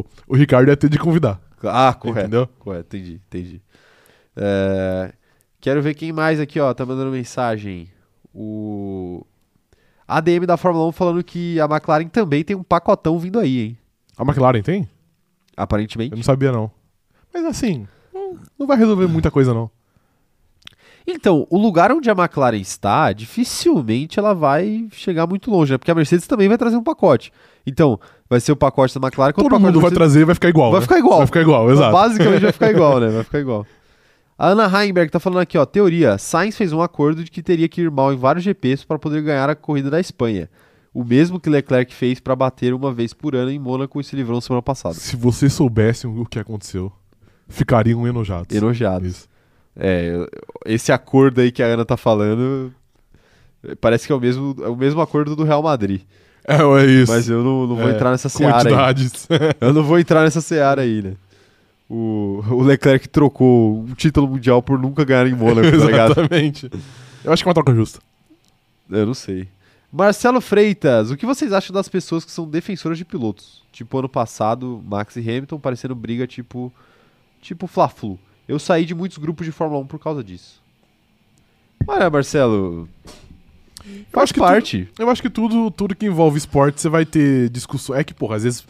Speaker 2: o, o Ricardo ia ter de convidar.
Speaker 1: Ah, correto.
Speaker 2: Entendeu?
Speaker 1: Correto, entendi, entendi. É, Quero ver quem mais aqui, ó, tá mandando mensagem. O ADM da Fórmula 1 falando que a McLaren também tem um pacotão vindo aí, hein?
Speaker 2: A McLaren tem?
Speaker 1: Aparentemente.
Speaker 2: Eu não sabia, não. Mas assim, não- não vai resolver muita coisa, não.
Speaker 1: Então, o lugar onde a McLaren está, dificilmente ela vai chegar muito longe, né? Porque a Mercedes também vai trazer um pacote. Então, vai ser o pacote da McLaren contra
Speaker 2: Todo
Speaker 1: o pacote
Speaker 2: mundo
Speaker 1: da
Speaker 2: vai
Speaker 1: Mercedes.
Speaker 2: trazer e vai ficar igual.
Speaker 1: Vai
Speaker 2: né?
Speaker 1: ficar igual.
Speaker 2: Vai ficar igual, exato.
Speaker 1: Basicamente vai ficar igual, né? Vai ficar igual. A Ana Heimberg tá falando aqui, ó. Teoria: Sainz fez um acordo de que teria que ir mal em vários GPs para poder ganhar a corrida da Espanha. O mesmo que Leclerc fez para bater uma vez por ano em Mônaco e se livrou semana passada.
Speaker 2: Se vocês soubessem o que aconteceu, ficariam enojados.
Speaker 1: Enojado.
Speaker 2: Isso.
Speaker 1: É, eu- esse acordo aí que a Ana tá falando. eh, Parece que é o mesmo, é o mesmo acordo do Real Madrid.
Speaker 2: É, é isso.
Speaker 1: Mas eu não, não vou
Speaker 2: É,
Speaker 1: entrar nessa seara aí. Tá
Speaker 2: Quantidades.
Speaker 1: Eu não vou entrar nessa seara aí, né? O, o Leclerc trocou um título mundial por nunca ganhar em Mônaco, tá ligado?
Speaker 2: Exatamente. Eu acho que é uma troca justa.
Speaker 1: Eu não sei. Marcelo Freitas, o que vocês acham das pessoas que são defensoras de pilotos? Tipo ano passado, Max e Hamilton parecendo briga tipo tipo Fla-Flu. Eu saí de muitos grupos de Fórmula 1 por causa disso. Olha, Marcelo, faz
Speaker 2: acho que
Speaker 1: parte.
Speaker 2: Eu acho que tudo, tudo que envolve esporte, você vai ter discussão. É que, porra, às vezes,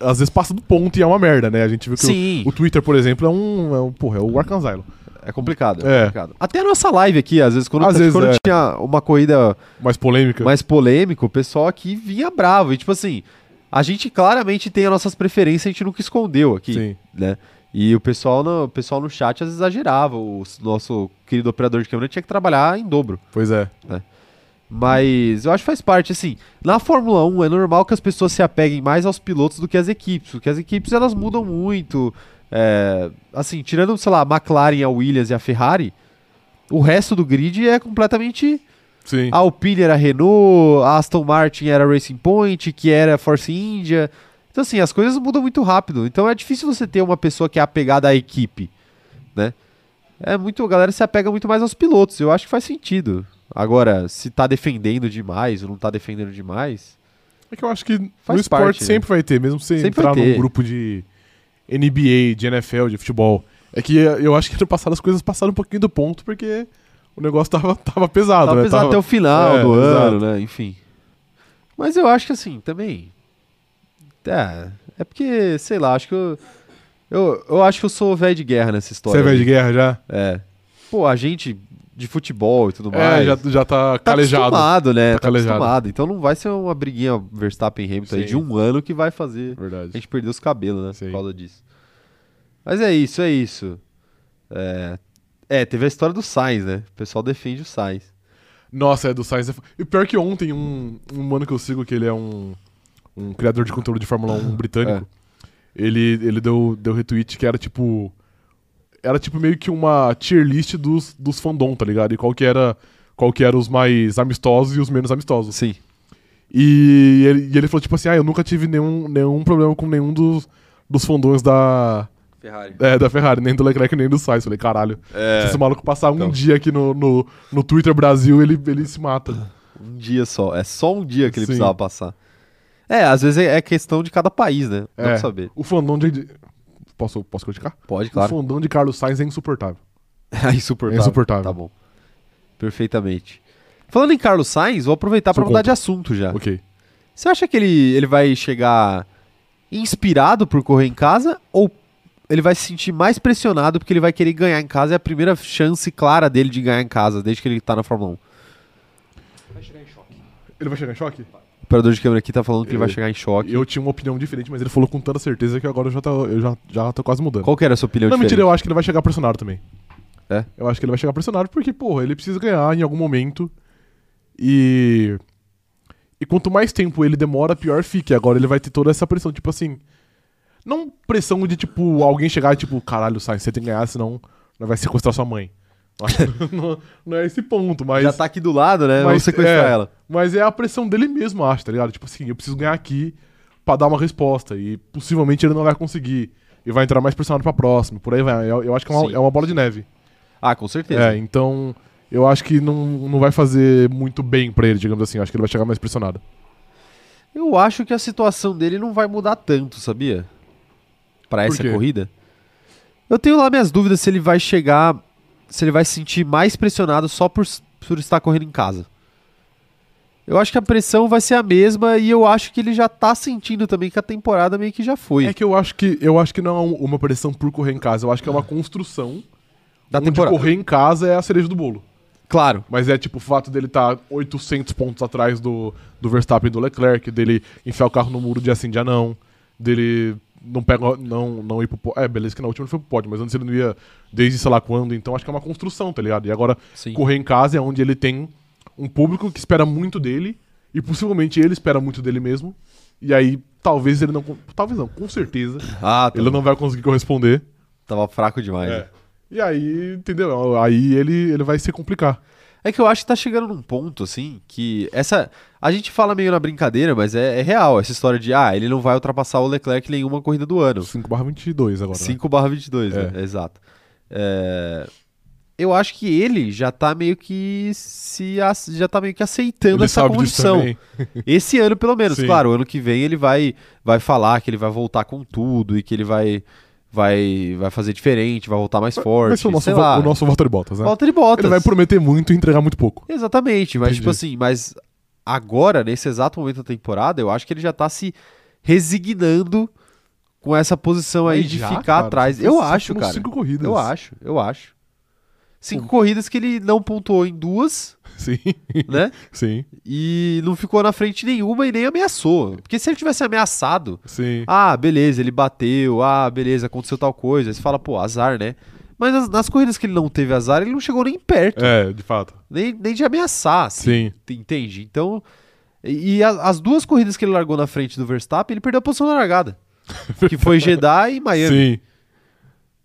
Speaker 2: às vezes passa do ponto e é uma merda, né? A gente viu que o,
Speaker 1: Sim,
Speaker 2: o Twitter, por exemplo, é um. É um porra, é o Arcanzilo.
Speaker 1: é complicado, é
Speaker 2: É.
Speaker 1: complicado. Até a nossa live aqui, às vezes quando, tá-
Speaker 2: Às vezes,
Speaker 1: quando
Speaker 2: é.
Speaker 1: tinha uma corrida
Speaker 2: Mais polêmica.
Speaker 1: mais polêmico, o pessoal aqui vinha bravo. E tipo assim, a gente claramente tem as nossas preferências, a gente nunca escondeu aqui,
Speaker 2: Sim.
Speaker 1: né? E o pessoal, no, o pessoal no chat às vezes exagerava. O s- nosso querido operador de câmera tinha que trabalhar em dobro.
Speaker 2: Pois é.
Speaker 1: Mas eu acho que faz parte, assim. Na Fórmula 1 é normal que as pessoas se apeguem mais aos pilotos do que às equipes. Porque as equipes elas mudam muito. É, assim, tirando, sei lá, a McLaren, a Williams e a Ferrari, o resto do grid é completamente
Speaker 2: Sim.
Speaker 1: a Alpine era Renault, a Aston Martin era Racing Point, que era Force India. Então, assim, as coisas mudam muito rápido. Então é difícil você ter uma pessoa que é apegada à equipe, né? É muito, a galera se apega muito mais aos pilotos. Eu acho que faz sentido. Agora, se tá defendendo demais ou não tá defendendo demais.
Speaker 2: É que eu acho que
Speaker 1: Faz
Speaker 2: no esporte
Speaker 1: parte, né?
Speaker 2: sempre vai ter, mesmo se você
Speaker 1: Sempre
Speaker 2: entrar
Speaker 1: vai ter.
Speaker 2: num grupo de NBA, de NFL, de futebol. É que eh, eu acho que ano passado as coisas passaram um pouquinho do ponto, porque o negócio tava, tava pesado,
Speaker 1: Tá
Speaker 2: né?
Speaker 1: pesado até o final
Speaker 2: é,
Speaker 1: do ano,
Speaker 2: exato.
Speaker 1: né? Enfim. Mas eu acho que assim, também. É, é porque, sei lá, acho que eu. Eu, eu acho que eu sou velho de guerra nessa história.
Speaker 2: Você é
Speaker 1: aí.
Speaker 2: velho de guerra já?
Speaker 1: É. Pô, a gente de futebol e tudo mais.
Speaker 2: É, já, já tá,
Speaker 1: Tá
Speaker 2: calejado.
Speaker 1: acostumado, né?
Speaker 2: Tá
Speaker 1: Tá,
Speaker 2: calejado.
Speaker 1: acostumado. Então não vai ser uma briguinha Verstappen e Hamilton aí
Speaker 2: Sim.
Speaker 1: de um ano que vai fazer
Speaker 2: Verdade.
Speaker 1: a gente perder os cabelos, né? Por
Speaker 2: Sim.
Speaker 1: causa disso. Mas é isso, é isso. É, é, teve a história do Sainz, né? O pessoal defende o Sainz.
Speaker 2: Nossa, é do Sainz. é f- E pior que ontem, um, um mano que eu sigo, que ele é um, um criador de conteúdo de Fórmula 1 britânico, ele, ele deu, deu retweet que era tipo. Era tipo meio que uma tier list dos, dos fandom, tá ligado? E qual que era. Qual que era os mais amistosos e os menos amistosos.
Speaker 1: Sim.
Speaker 2: E ele, e ele falou tipo assim, ah, eu nunca tive nenhum, nenhum problema com nenhum dos, dos fandons da,
Speaker 1: Ferrari.
Speaker 2: é, da Ferrari, nem do Leclerc, nem do Sainz. Falei, caralho, se esse maluco passar
Speaker 1: Então.
Speaker 2: um dia aqui no, no, no Twitter Brasil, ele, ele se mata.
Speaker 1: Um dia só. É só um dia que ele
Speaker 2: Sim.
Speaker 1: precisava passar. É, às vezes é é questão de cada país, né? Não
Speaker 2: É.
Speaker 1: saber.
Speaker 2: O fandom de. Posso, posso criticar?
Speaker 1: Pode,
Speaker 2: O
Speaker 1: claro.
Speaker 2: fandom de Carlos Sainz é insuportável.
Speaker 1: É insuportável.
Speaker 2: É insuportável.
Speaker 1: Tá bom. Perfeitamente. Falando em Carlos Sainz, vou aproveitar pra
Speaker 2: Sou
Speaker 1: mudar
Speaker 2: contra.
Speaker 1: de assunto já.
Speaker 2: Ok.
Speaker 1: Você acha que ele, ele vai chegar inspirado por correr em casa ou ele vai se sentir mais pressionado porque ele vai querer ganhar em casa? É a primeira chance clara dele um. de ganhar em casa desde que ele tá na Fórmula 1.
Speaker 2: Ele vai chegar em choque?
Speaker 1: operador de câmera aqui tá falando que ele vai chegar em choque.
Speaker 2: Eu tinha uma opinião diferente, mas ele falou com tanta certeza que agora eu já, tá, eu já, já tô quase mudando.
Speaker 1: Qual que era a sua opinião
Speaker 2: Não, mentira,
Speaker 1: é diferente?
Speaker 2: eu acho que ele vai chegar pressionado também.
Speaker 1: É?
Speaker 2: Eu acho que ele vai chegar pressionado porque, porra, ele precisa ganhar em algum momento. E. E quanto mais tempo ele demora, pior fica. E agora ele vai ter toda essa pressão, tipo assim. Não pressão de, tipo, alguém chegar e, tipo, caralho, Sainz, você tem que ganhar, senão nós vai sequestrar sua mãe. Eu acho que não, não é esse ponto, mas.
Speaker 1: Já tá aqui do lado, né? Vamos sequestrar
Speaker 2: é,
Speaker 1: ela.
Speaker 2: Mas é a pressão dele mesmo, acho, tá ligado? Tipo assim, eu preciso ganhar aqui pra dar uma resposta. E possivelmente ele não vai conseguir. E vai entrar mais pressionado pra próxima. Por aí vai. Eu, eu acho que é uma,
Speaker 1: Sim.
Speaker 2: é uma bola de neve.
Speaker 1: Ah, com certeza.
Speaker 2: É, então. Eu acho que não, não vai fazer muito bem pra ele, digamos assim. Eu acho que ele vai chegar mais pressionado.
Speaker 1: Eu acho que a situação dele não vai mudar tanto, sabia? Pra
Speaker 2: Por
Speaker 1: essa
Speaker 2: quê?
Speaker 1: corrida. Eu tenho lá minhas dúvidas se ele vai chegar, se ele vai se sentir mais pressionado só por, s- por estar correndo em casa. Eu acho que a pressão vai ser a mesma e eu acho que ele já tá sentindo também que a temporada meio que já foi
Speaker 2: É que eu acho que eu acho que não é um- uma pressão por correr em casa. Eu acho que é uma construção.
Speaker 1: da
Speaker 2: onde
Speaker 1: temporada.
Speaker 2: correr em casa é a cereja do bolo.
Speaker 1: Claro.
Speaker 2: Mas é tipo o fato dele estar 800 pontos atrás do, do Verstappen e do Leclerc, dele enfiar o carro no muro de assim, já não, dele não pega, não, não ir pro pódio. É, beleza que na última ele foi pro pódio, mas antes ele não ia desde sei lá quando, então acho que é uma construção, tá ligado? E agora
Speaker 1: Sim.
Speaker 2: correr em casa é onde ele tem um público que espera muito dele e possivelmente ele espera muito dele mesmo. E aí talvez ele não, con- talvez não, com certeza
Speaker 1: Ah, tá-
Speaker 2: ele não vai conseguir corresponder.
Speaker 1: tava fraco demais. né?
Speaker 2: É. E aí, entendeu? Aí ele, ele vai se complicar.
Speaker 1: É que eu acho que tá chegando num ponto, assim, que essa. A gente fala meio na brincadeira, mas é, é real essa história de, ah, ele não vai ultrapassar o Leclerc em nenhuma corrida do ano.
Speaker 2: 5/22 agora. né?
Speaker 1: 5 barra 22, é. né? Exato. É, Eu acho que ele já tá meio que se ac- já tá meio que aceitando
Speaker 2: Ele
Speaker 1: essa
Speaker 2: sabe disso
Speaker 1: condição.
Speaker 2: também.
Speaker 1: Esse ano, pelo menos.
Speaker 2: Sim.
Speaker 1: Claro, ano que vem ele vai, vai falar que ele vai voltar com tudo e que ele vai, vai, vai fazer diferente, vai voltar mais forte.
Speaker 2: Vai ser o nosso,
Speaker 1: sei
Speaker 2: vo-
Speaker 1: lá.
Speaker 2: o nosso Walter Bottas, né?
Speaker 1: Walter Bottas.
Speaker 2: Ele vai prometer muito e entregar muito pouco.
Speaker 1: Exatamente, mas tipo
Speaker 2: Entendi.
Speaker 1: assim, mas agora, nesse exato momento da temporada, eu acho que ele já tá se resignando com essa posição aí
Speaker 2: Mas
Speaker 1: de
Speaker 2: já,
Speaker 1: ficar
Speaker 2: cara, tá
Speaker 1: atrás.
Speaker 2: são
Speaker 1: Eu
Speaker 2: cinco-
Speaker 1: acho, cara.
Speaker 2: cinco corridas.
Speaker 1: Eu acho, eu acho. Cinco corridas que ele não pontuou em duas,
Speaker 2: Sim,
Speaker 1: né?
Speaker 2: sim,
Speaker 1: E não ficou na frente nenhuma e nem ameaçou. Porque se ele tivesse ameaçado,
Speaker 2: sim.
Speaker 1: ah, beleza, ele bateu, ah, beleza, aconteceu tal coisa. Aí você fala, pô, azar, né? Mas nas, nas corridas que ele não teve azar, ele não chegou nem perto,
Speaker 2: É, de fato.
Speaker 1: nem, nem de ameaçar, assim.
Speaker 2: Sim.
Speaker 1: Tu Entende? Então. E e a- as duas corridas que ele largou na frente do Verstappen, ele perdeu a posição na largada.
Speaker 2: É
Speaker 1: que foi Jeddah e Miami.
Speaker 2: Sim.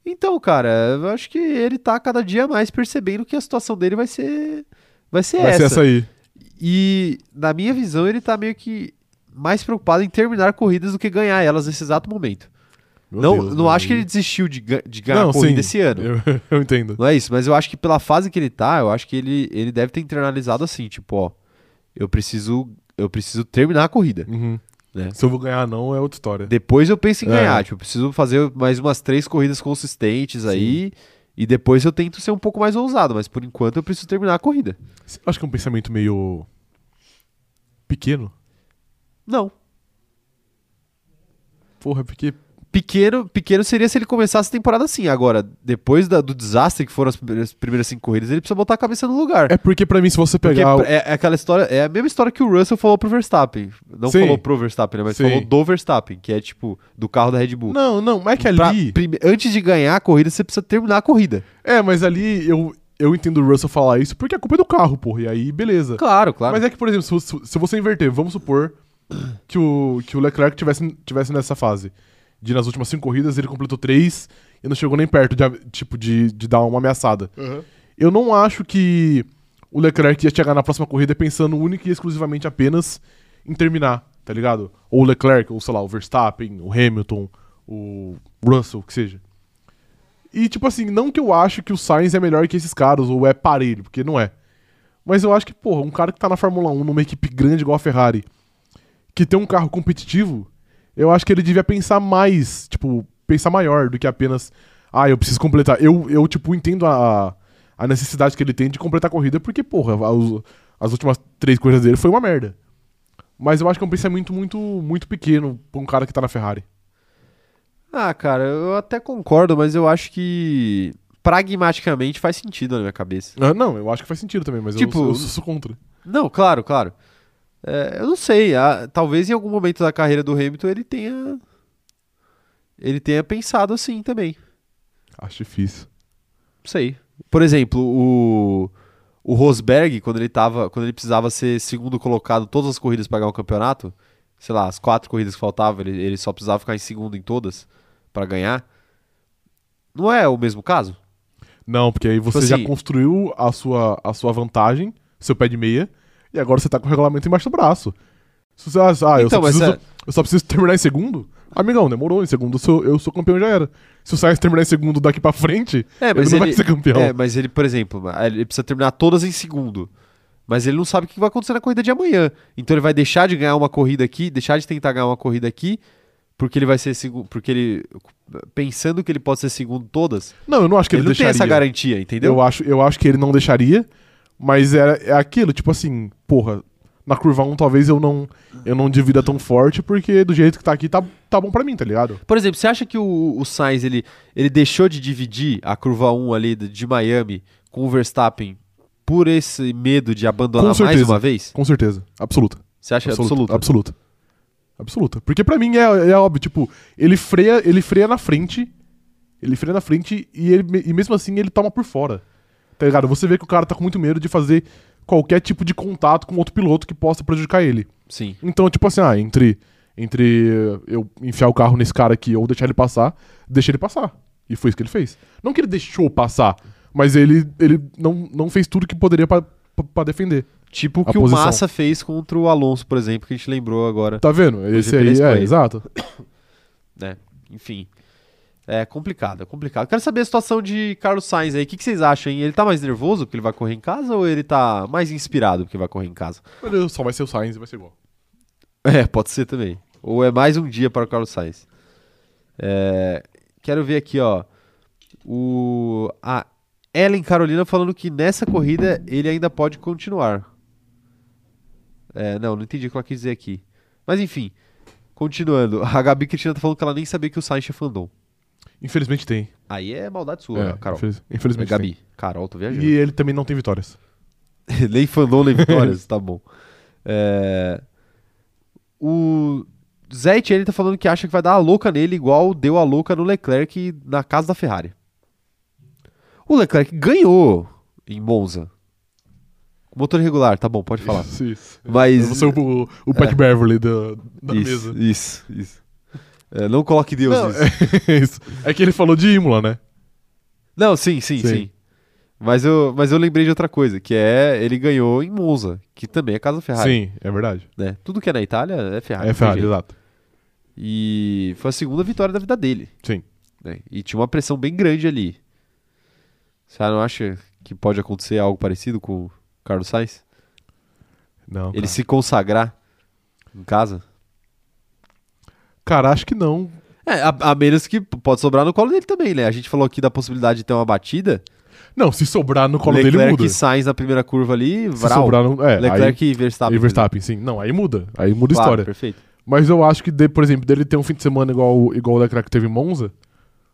Speaker 1: Então, cara, eu acho que ele tá cada dia mais percebendo que a situação dele vai ser. Vai ser
Speaker 2: Vai
Speaker 1: é essa.
Speaker 2: ser essa aí.
Speaker 1: E, na minha visão, ele tá meio que mais preocupado em terminar corridas do que ganhar elas nesse exato momento.
Speaker 2: Meu
Speaker 1: não
Speaker 2: Deus,
Speaker 1: não
Speaker 2: meu
Speaker 1: acho que ele tá
Speaker 2: Deus.
Speaker 1: desistiu de, ga- de ganhar
Speaker 2: Não,
Speaker 1: a corrida
Speaker 2: sim.
Speaker 1: esse ano.
Speaker 2: Eu, eu entendo.
Speaker 1: Não é isso, mas eu acho que pela fase que ele tá, eu acho que ele, ele deve ter internalizado assim, tipo, ó, eu preciso eu preciso terminar a corrida.
Speaker 2: Uhum.
Speaker 1: Né?
Speaker 2: Se eu vou ganhar ou não é outra história.
Speaker 1: Depois eu penso em
Speaker 2: É.
Speaker 1: ganhar, tipo, eu preciso fazer mais umas três corridas consistentes aí e depois eu tento ser um pouco mais ousado, mas por enquanto eu preciso terminar a corrida.
Speaker 2: Você acha que é um pensamento meio pequeno?
Speaker 1: Não.
Speaker 2: Porra, porque
Speaker 1: Pequeno, pequeno seria se ele começasse a temporada assim. Agora, depois da- do desastre que foram as primeiras, primeiras cinco corridas, ele precisa botar a cabeça no lugar.
Speaker 2: é porque pra mim se você
Speaker 1: Porque
Speaker 2: pegar o-
Speaker 1: é, é aquela história, é a mesma história que o Russell falou pro Verstappen. Não
Speaker 2: Sim.
Speaker 1: falou pro Verstappen, né, mas
Speaker 2: Sim.
Speaker 1: falou do Verstappen, que é tipo do carro da Red Bull.
Speaker 2: Não, não, mas é que
Speaker 1: Pra
Speaker 2: ali
Speaker 1: prime- Antes de ganhar a corrida, você precisa terminar a corrida.
Speaker 2: É, mas ali eu eu entendo o Russell falar isso porque a culpa é do carro, porra. E aí beleza.
Speaker 1: Claro, claro.
Speaker 2: Mas é que, por exemplo, se você, se você inverter, vamos supor que o, que o Leclerc tivesse, tivesse nessa fase. De nas últimas cinco corridas ele completou três e não chegou nem perto de, a- tipo, de, de dar uma ameaçada. Eu não acho que o Leclerc ia chegar na próxima corrida pensando única e exclusivamente apenas em terminar, tá ligado? Ou o Leclerc, ou sei lá, o Verstappen, o Hamilton, o Russell, o que seja. E, tipo assim, não que eu acho que o Sainz é melhor que esses caras, ou é parelho, porque não é. Mas eu acho que, porra, um cara que tá na Fórmula 1, numa equipe grande igual a Ferrari, que tem um carro competitivo, eu acho que ele devia pensar mais, tipo, pensar maior do que apenas, ah, eu preciso completar. Eu, eu tipo, entendo a, a necessidade que ele tem de completar a corrida, porque, porra, as, as últimas três corridas dele foi uma merda. Mas eu acho que é um pensamento muito, muito pequeno pra um cara que tá na Ferrari.
Speaker 1: Ah, cara, eu até concordo, mas eu acho que pragmaticamente faz sentido na minha cabeça.
Speaker 2: Ah, não, eu acho que faz sentido também, mas eu
Speaker 1: Tipo-
Speaker 2: sou- eu, sou, sou contra.
Speaker 1: Não, claro, claro. É, eu não sei, a- talvez em algum momento da carreira do Hamilton ele tenha. Ele tenha pensado assim também.
Speaker 2: Acho difícil.
Speaker 1: Não sei. Por exemplo, o. O Rosberg, quando ele tava. Quando ele precisava ser segundo colocado todas as corridas para ganhar o campeonato, sei lá, as quatro corridas que faltavam, ele, ele só precisava ficar em segundo em todas para ganhar. Não é o mesmo caso?
Speaker 2: Não, porque aí você
Speaker 1: Tipo
Speaker 2: já
Speaker 1: assim-
Speaker 2: construiu a sua, a sua vantagem, seu pé de meia, e agora você tá com o regulamento embaixo do braço. Se você acha, ah, eu,
Speaker 1: Então,
Speaker 2: só
Speaker 1: mas
Speaker 2: preciso,
Speaker 1: é-
Speaker 2: eu só preciso terminar em segundo, amigão, demorou, em segundo eu sou, eu sou campeão já era. Se o Sainz terminar em segundo daqui pra frente,
Speaker 1: É,
Speaker 2: ele
Speaker 1: mas
Speaker 2: não vai
Speaker 1: ele-
Speaker 2: ser campeão.
Speaker 1: É, mas ele, por exemplo, ele precisa terminar todas em segundo. Mas ele não sabe o que vai acontecer na corrida de amanhã. Então ele vai deixar de ganhar uma corrida aqui, deixar de tentar ganhar uma corrida aqui, porque ele vai ser segundo. Porque ele. Pensando que ele pode ser segundo todas,
Speaker 2: Não, eu não acho que
Speaker 1: ele,
Speaker 2: ele,
Speaker 1: não
Speaker 2: deixaria.
Speaker 1: tem essa garantia, entendeu?
Speaker 2: Eu acho, eu acho que ele não deixaria, mas era, é aquilo, tipo assim, porra, na curva 1 talvez eu não, eu não divida tão forte, porque do jeito que tá aqui tá, tá bom pra mim, tá ligado?
Speaker 1: Por exemplo, você acha que o, o Sainz ele, ele deixou de dividir a curva 1 ali de, de Miami com o Verstappen por esse medo de abandonar mais
Speaker 2: certeza.
Speaker 1: uma vez?
Speaker 2: Com certeza, absoluta.
Speaker 1: Você acha absoluto?
Speaker 2: Absoluta. Absoluta. Absoluta. Porque pra mim é, é óbvio, tipo, ele freia, ele freia na frente. Ele freia na frente e, ele, me- e mesmo assim ele toma por fora. Tá ligado? Você vê que o cara tá com muito medo de fazer qualquer tipo de contato com outro piloto que possa prejudicar ele.
Speaker 1: Sim.
Speaker 2: Então, tipo assim, ah, entre, entre eh, eu enfiar o carro nesse cara aqui ou deixar ele passar, deixei ele passar. E foi isso que ele fez. Não que ele deixou passar, mas ele, ele não, não fez tudo que poderia pra- pra pra defender.
Speaker 1: Tipo o
Speaker 2: A
Speaker 1: que o
Speaker 2: posição.
Speaker 1: Massa fez contra o Alonso, por exemplo, que a gente lembrou agora.
Speaker 2: Tá vendo? Esse
Speaker 1: GP da
Speaker 2: aí, é,
Speaker 1: Espanha.
Speaker 2: exato.
Speaker 1: né? Enfim. É complicado, é complicado. Quero saber a situação de Carlos Sainz aí. O que, que vocês acham, hein? Ele tá mais nervoso porque ele vai correr em casa ou ele tá mais inspirado porque vai correr em casa?
Speaker 2: Ele só vai ser o Sainz e vai ser igual.
Speaker 1: É, pode ser também. Ou é mais um dia para o Carlos Sainz. É, quero ver aqui, ó. O, a Ellen Carolina falando que nessa corrida ele ainda pode continuar. É, não, não entendi o que ela quis dizer aqui. Mas enfim, continuando. A Gabi Cristina tá falando que ela nem sabia que o Sainz é fandom.
Speaker 2: Infelizmente tem.
Speaker 1: Aí é maldade sua,
Speaker 2: É,
Speaker 1: Carol.
Speaker 2: infeliz-
Speaker 1: É
Speaker 2: infelizmente
Speaker 1: Gabi. Carol, tô
Speaker 2: tem.
Speaker 1: viajando.
Speaker 2: E ele também não tem vitórias.
Speaker 1: nem fandom, nem vitórias, tá bom. É, O Zé Etienne tá falando que acha que vai dar a louca nele, igual deu a louca no Leclerc na casa da Ferrari. O Leclerc ganhou em Monza. Com Motor irregular, tá bom, pode falar.
Speaker 2: Isso, isso.
Speaker 1: Mas-
Speaker 2: Você é o, o Pat Beverly da, da
Speaker 1: isso,
Speaker 2: mesa.
Speaker 1: isso, isso. É, não coloque Deus
Speaker 2: Não,
Speaker 1: nisso.
Speaker 2: é, isso. É que ele falou de Imola, né?
Speaker 1: Não, sim, sim,
Speaker 2: Sim.
Speaker 1: sim. Mas, eu, mas eu lembrei de outra coisa, que é ele ganhou em Monza, que também é casa da Ferrari.
Speaker 2: Sim, é verdade.
Speaker 1: né? Tudo que é na Itália é Ferrari.
Speaker 2: é
Speaker 1: não tem
Speaker 2: Ferrari,
Speaker 1: jeito.
Speaker 2: exato.
Speaker 1: E foi a segunda vitória da vida dele.
Speaker 2: Sim.
Speaker 1: né? E tinha uma pressão bem grande ali. Você não acha que pode acontecer algo parecido com o Carlos Sainz?
Speaker 2: Não,
Speaker 1: Ele
Speaker 2: cara.
Speaker 1: se consagrar em casa?
Speaker 2: Cara, acho que não.
Speaker 1: É, a, a menos que p- pode sobrar no colo dele também, né? A gente falou aqui da possibilidade de ter uma batida.
Speaker 2: Não, se sobrar no colo
Speaker 1: Leclerc
Speaker 2: dele muda.
Speaker 1: e Sainz na primeira curva ali,
Speaker 2: Se
Speaker 1: Vral.
Speaker 2: sobrar no... É,
Speaker 1: Leclerc e
Speaker 2: aí,
Speaker 1: Verstappen.
Speaker 2: e Verstappen, sim. Não, aí muda. Aí muda a
Speaker 1: Claro,
Speaker 2: história.
Speaker 1: perfeito.
Speaker 2: Mas eu acho que, de- por exemplo, dele ter um fim de semana igual, igual o Leclerc teve em Monza,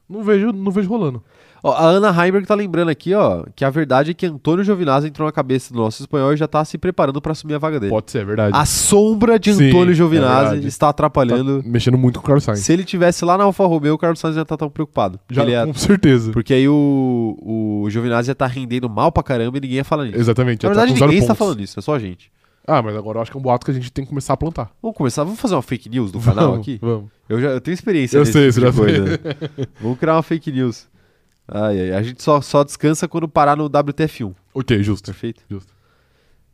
Speaker 2: não vejo, não vejo rolando.
Speaker 1: Ó, a Ana Heimberg tá lembrando aqui, ó, que a verdade é que Antônio Giovinazzi entrou na cabeça do nosso espanhol e já tá se preparando pra assumir a vaga dele.
Speaker 2: Pode ser, é verdade.
Speaker 1: A sombra de
Speaker 2: Sim,
Speaker 1: Antônio
Speaker 2: é
Speaker 1: Giovinazzi
Speaker 2: verdade.
Speaker 1: está atrapalhando.
Speaker 2: Tá mexendo muito com o Carlos Sainz.
Speaker 1: Se ele tivesse lá na Alfa Romeo, o Carlos Sainz já tá tão preocupado.
Speaker 2: Já, tá
Speaker 1: Ele é ia-
Speaker 2: com certeza.
Speaker 1: Porque aí o, o Giovinazzi ia tá rendendo mal pra caramba e ninguém ia falar nisso.
Speaker 2: Exatamente.
Speaker 1: Na
Speaker 2: já tá
Speaker 1: verdade,
Speaker 2: com zero
Speaker 1: ninguém está
Speaker 2: pontos.
Speaker 1: falando isso, é só a gente.
Speaker 2: Ah, mas agora eu acho que é um boato que a gente tem que começar a plantar.
Speaker 1: Vamos começar, vamos fazer uma fake news do canal
Speaker 2: vamos,
Speaker 1: aqui?
Speaker 2: Vamos.
Speaker 1: Eu já eu tenho experiência
Speaker 2: Eu
Speaker 1: nesse
Speaker 2: sei,
Speaker 1: tipo
Speaker 2: você
Speaker 1: de
Speaker 2: já
Speaker 1: coisa. vamos criar uma fake news. Ai, ai, a gente só, só descansa quando parar no WTF1,
Speaker 2: Ok, justo.
Speaker 1: perfeito?
Speaker 2: Justo.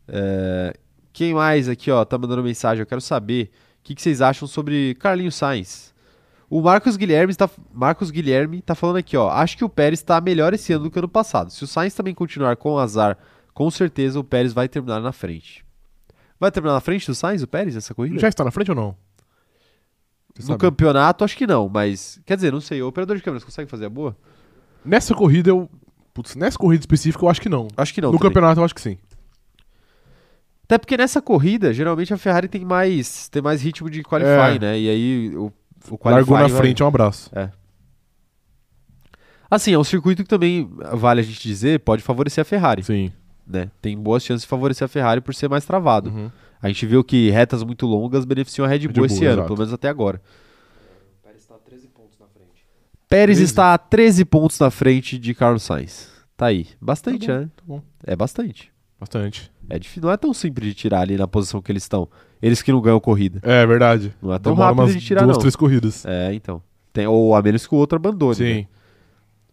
Speaker 1: É, quem mais aqui, ó, tá mandando mensagem? Eu quero saber o que, que vocês acham sobre Carlinhos Sainz. O Marcos Guilherme, tá, Marcos Guilherme tá falando aqui, ó. Acho que o Pérez tá melhor esse ano do que ano passado. Se o Sainz também continuar com o azar, com certeza o Pérez vai terminar na frente. Vai terminar na frente do Sainz, o Pérez, essa corrida?
Speaker 2: Já está na frente ou não? Você
Speaker 1: no
Speaker 2: sabe?
Speaker 1: campeonato, acho que não, mas. Quer dizer, não sei. O operador de câmeras consegue fazer a boa?
Speaker 2: Nessa corrida eu. Putz, nessa corrida específica eu acho que não.
Speaker 1: Acho que não.
Speaker 2: no
Speaker 1: também.
Speaker 2: campeonato eu acho que sim.
Speaker 1: Até porque nessa corrida, geralmente a Ferrari tem mais, tem mais ritmo de qualify,
Speaker 2: É.
Speaker 1: né? E aí o, o qualify
Speaker 2: Largou na
Speaker 1: vai-
Speaker 2: frente, um abraço.
Speaker 1: Assim, é um circuito que também, vale a gente dizer, pode favorecer a Ferrari,
Speaker 2: Sim.
Speaker 1: né? Tem boas chances de favorecer a Ferrari por ser mais travado.
Speaker 2: Uhum.
Speaker 1: A gente viu que retas muito longas beneficiam a Red Bull,
Speaker 2: Bull,
Speaker 1: esse ano,
Speaker 2: exato.
Speaker 1: pelo menos até agora.
Speaker 3: Pérez tá 13 pontos na frente.
Speaker 1: Pérez
Speaker 2: 13?
Speaker 1: está a 13 pontos na frente de Carlos Sainz. Tá aí. Bastante, né?
Speaker 2: Tá bom.
Speaker 1: É bastante.
Speaker 2: Bastante.
Speaker 1: É difícil, não é tão simples de tirar ali na posição que eles estão. Eles que não ganham corrida.
Speaker 2: É verdade.
Speaker 1: Não é tão
Speaker 2: Demora
Speaker 1: rápido
Speaker 2: umas
Speaker 1: de tirar,
Speaker 2: duas,
Speaker 1: não.
Speaker 2: três corridas.
Speaker 1: É, então. Tem, ou a menos que o outro abandone. né?
Speaker 2: Sim.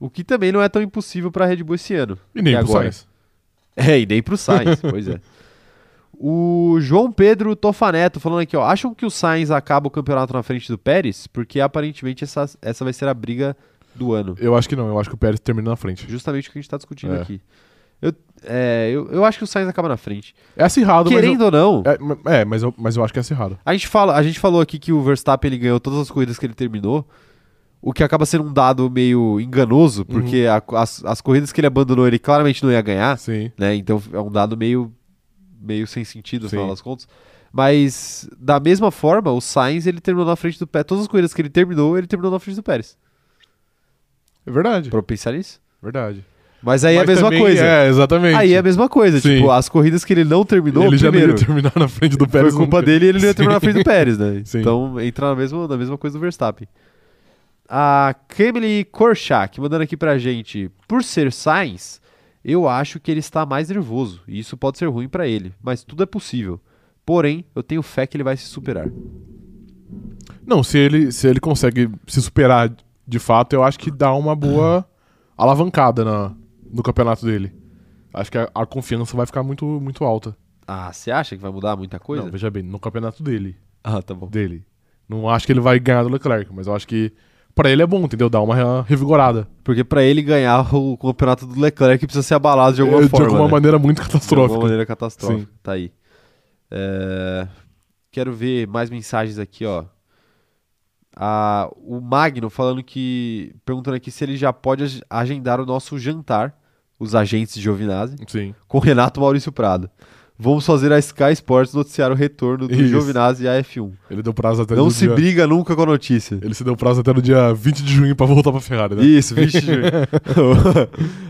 Speaker 1: O que também não é tão impossível para a Red Bull esse ano.
Speaker 2: E nem
Speaker 1: Até
Speaker 2: pro
Speaker 1: agora.
Speaker 2: Sainz.
Speaker 1: É, e nem pro Sainz, pois é. O João Pedro Tofaneto falando aqui, ó. Acham que o Sainz acaba o campeonato na frente do Pérez? Porque aparentemente essa, essa vai ser a briga do ano.
Speaker 2: Eu acho que não. Eu acho que o Pérez termina na frente.
Speaker 1: Justamente o que a gente tá discutindo
Speaker 2: É.
Speaker 1: aqui. Eu, é, eu, eu acho que o Sainz acaba na frente.
Speaker 2: É acirrado,
Speaker 1: Querendo ou não,
Speaker 2: mas... Eu... É, ma- é mas, eu, mas eu acho que é acirrado.
Speaker 1: a gente, fala, a gente falou aqui que o Verstappen ele ganhou todas as corridas que ele terminou. O que acaba sendo um dado meio enganoso,
Speaker 2: Uhum.
Speaker 1: porque a- as, as corridas que ele abandonou ele claramente não ia ganhar.
Speaker 2: Sim.
Speaker 1: né? Então é um dado meio, meio sem sentido, no
Speaker 2: Sim.
Speaker 1: final das contas. Mas, da mesma forma, o Sainz ele terminou na frente do Pérez. Todas as corridas que ele terminou, ele terminou na frente do Pérez.
Speaker 2: É verdade.
Speaker 1: Pra eu pensar nisso.
Speaker 2: Verdade.
Speaker 1: Mas aí é a
Speaker 2: Mas
Speaker 1: mesma
Speaker 2: também-
Speaker 1: coisa.
Speaker 2: É, exatamente.
Speaker 1: Aí é a mesma coisa.
Speaker 2: Sim.
Speaker 1: Tipo, as corridas que ele não terminou,
Speaker 2: Ele já não
Speaker 1: primeiro,
Speaker 2: ia terminar na frente do Pérez.
Speaker 1: foi culpa
Speaker 2: nunca.
Speaker 1: dele e ele não ia
Speaker 2: Sim.
Speaker 1: terminar na frente do Pérez, né?
Speaker 2: Sim.
Speaker 1: Então entra na mesma, na mesma coisa do Verstappen. A Kemily Korchak mandando aqui pra gente. Por ser Sainz, eu acho que ele está mais nervoso. E isso pode ser ruim pra ele. Mas tudo é possível. Porém, eu tenho fé que ele vai se superar.
Speaker 2: Não, se ele, se ele consegue se superar de fato, eu acho que dá uma boa alavancada na, no campeonato dele. Acho que a, a confiança vai ficar muito, muito alta.
Speaker 1: Ah, você acha que vai mudar muita coisa?
Speaker 2: Não, veja bem, no campeonato dele.
Speaker 1: ah, tá bom.
Speaker 2: dele. Não acho que ele vai ganhar do Leclerc, mas eu acho que pra ele é bom, entendeu? Dá uma re- revigorada.
Speaker 1: Porque pra ele ganhar o campeonato do Leclerc, precisa ser abalado de alguma
Speaker 2: É, de
Speaker 1: forma.
Speaker 2: alguma
Speaker 1: né?
Speaker 2: maneira muito
Speaker 1: De alguma
Speaker 2: catastrófica.
Speaker 1: maneira catastrófica. Tá aí. É, Quero ver mais mensagens aqui, ó. Ah, o Magno falando que. Perguntando aqui se ele já pode ag- agendar o nosso jantar, os agentes de Giovinazzi,
Speaker 2: Sim.
Speaker 1: com Renato Maurício Prado. Vamos fazer a Sky Sports noticiar o retorno do
Speaker 2: Isso. Tá
Speaker 1: Giovinazzi à F1.
Speaker 2: Ele deu prazo até
Speaker 1: Não
Speaker 2: no
Speaker 1: se
Speaker 2: dia...
Speaker 1: briga nunca com a notícia.
Speaker 2: Ele se deu prazo até no dia 20 de junho pra voltar pra Ferrari, É, né?
Speaker 1: Isso, vixe. Júnior.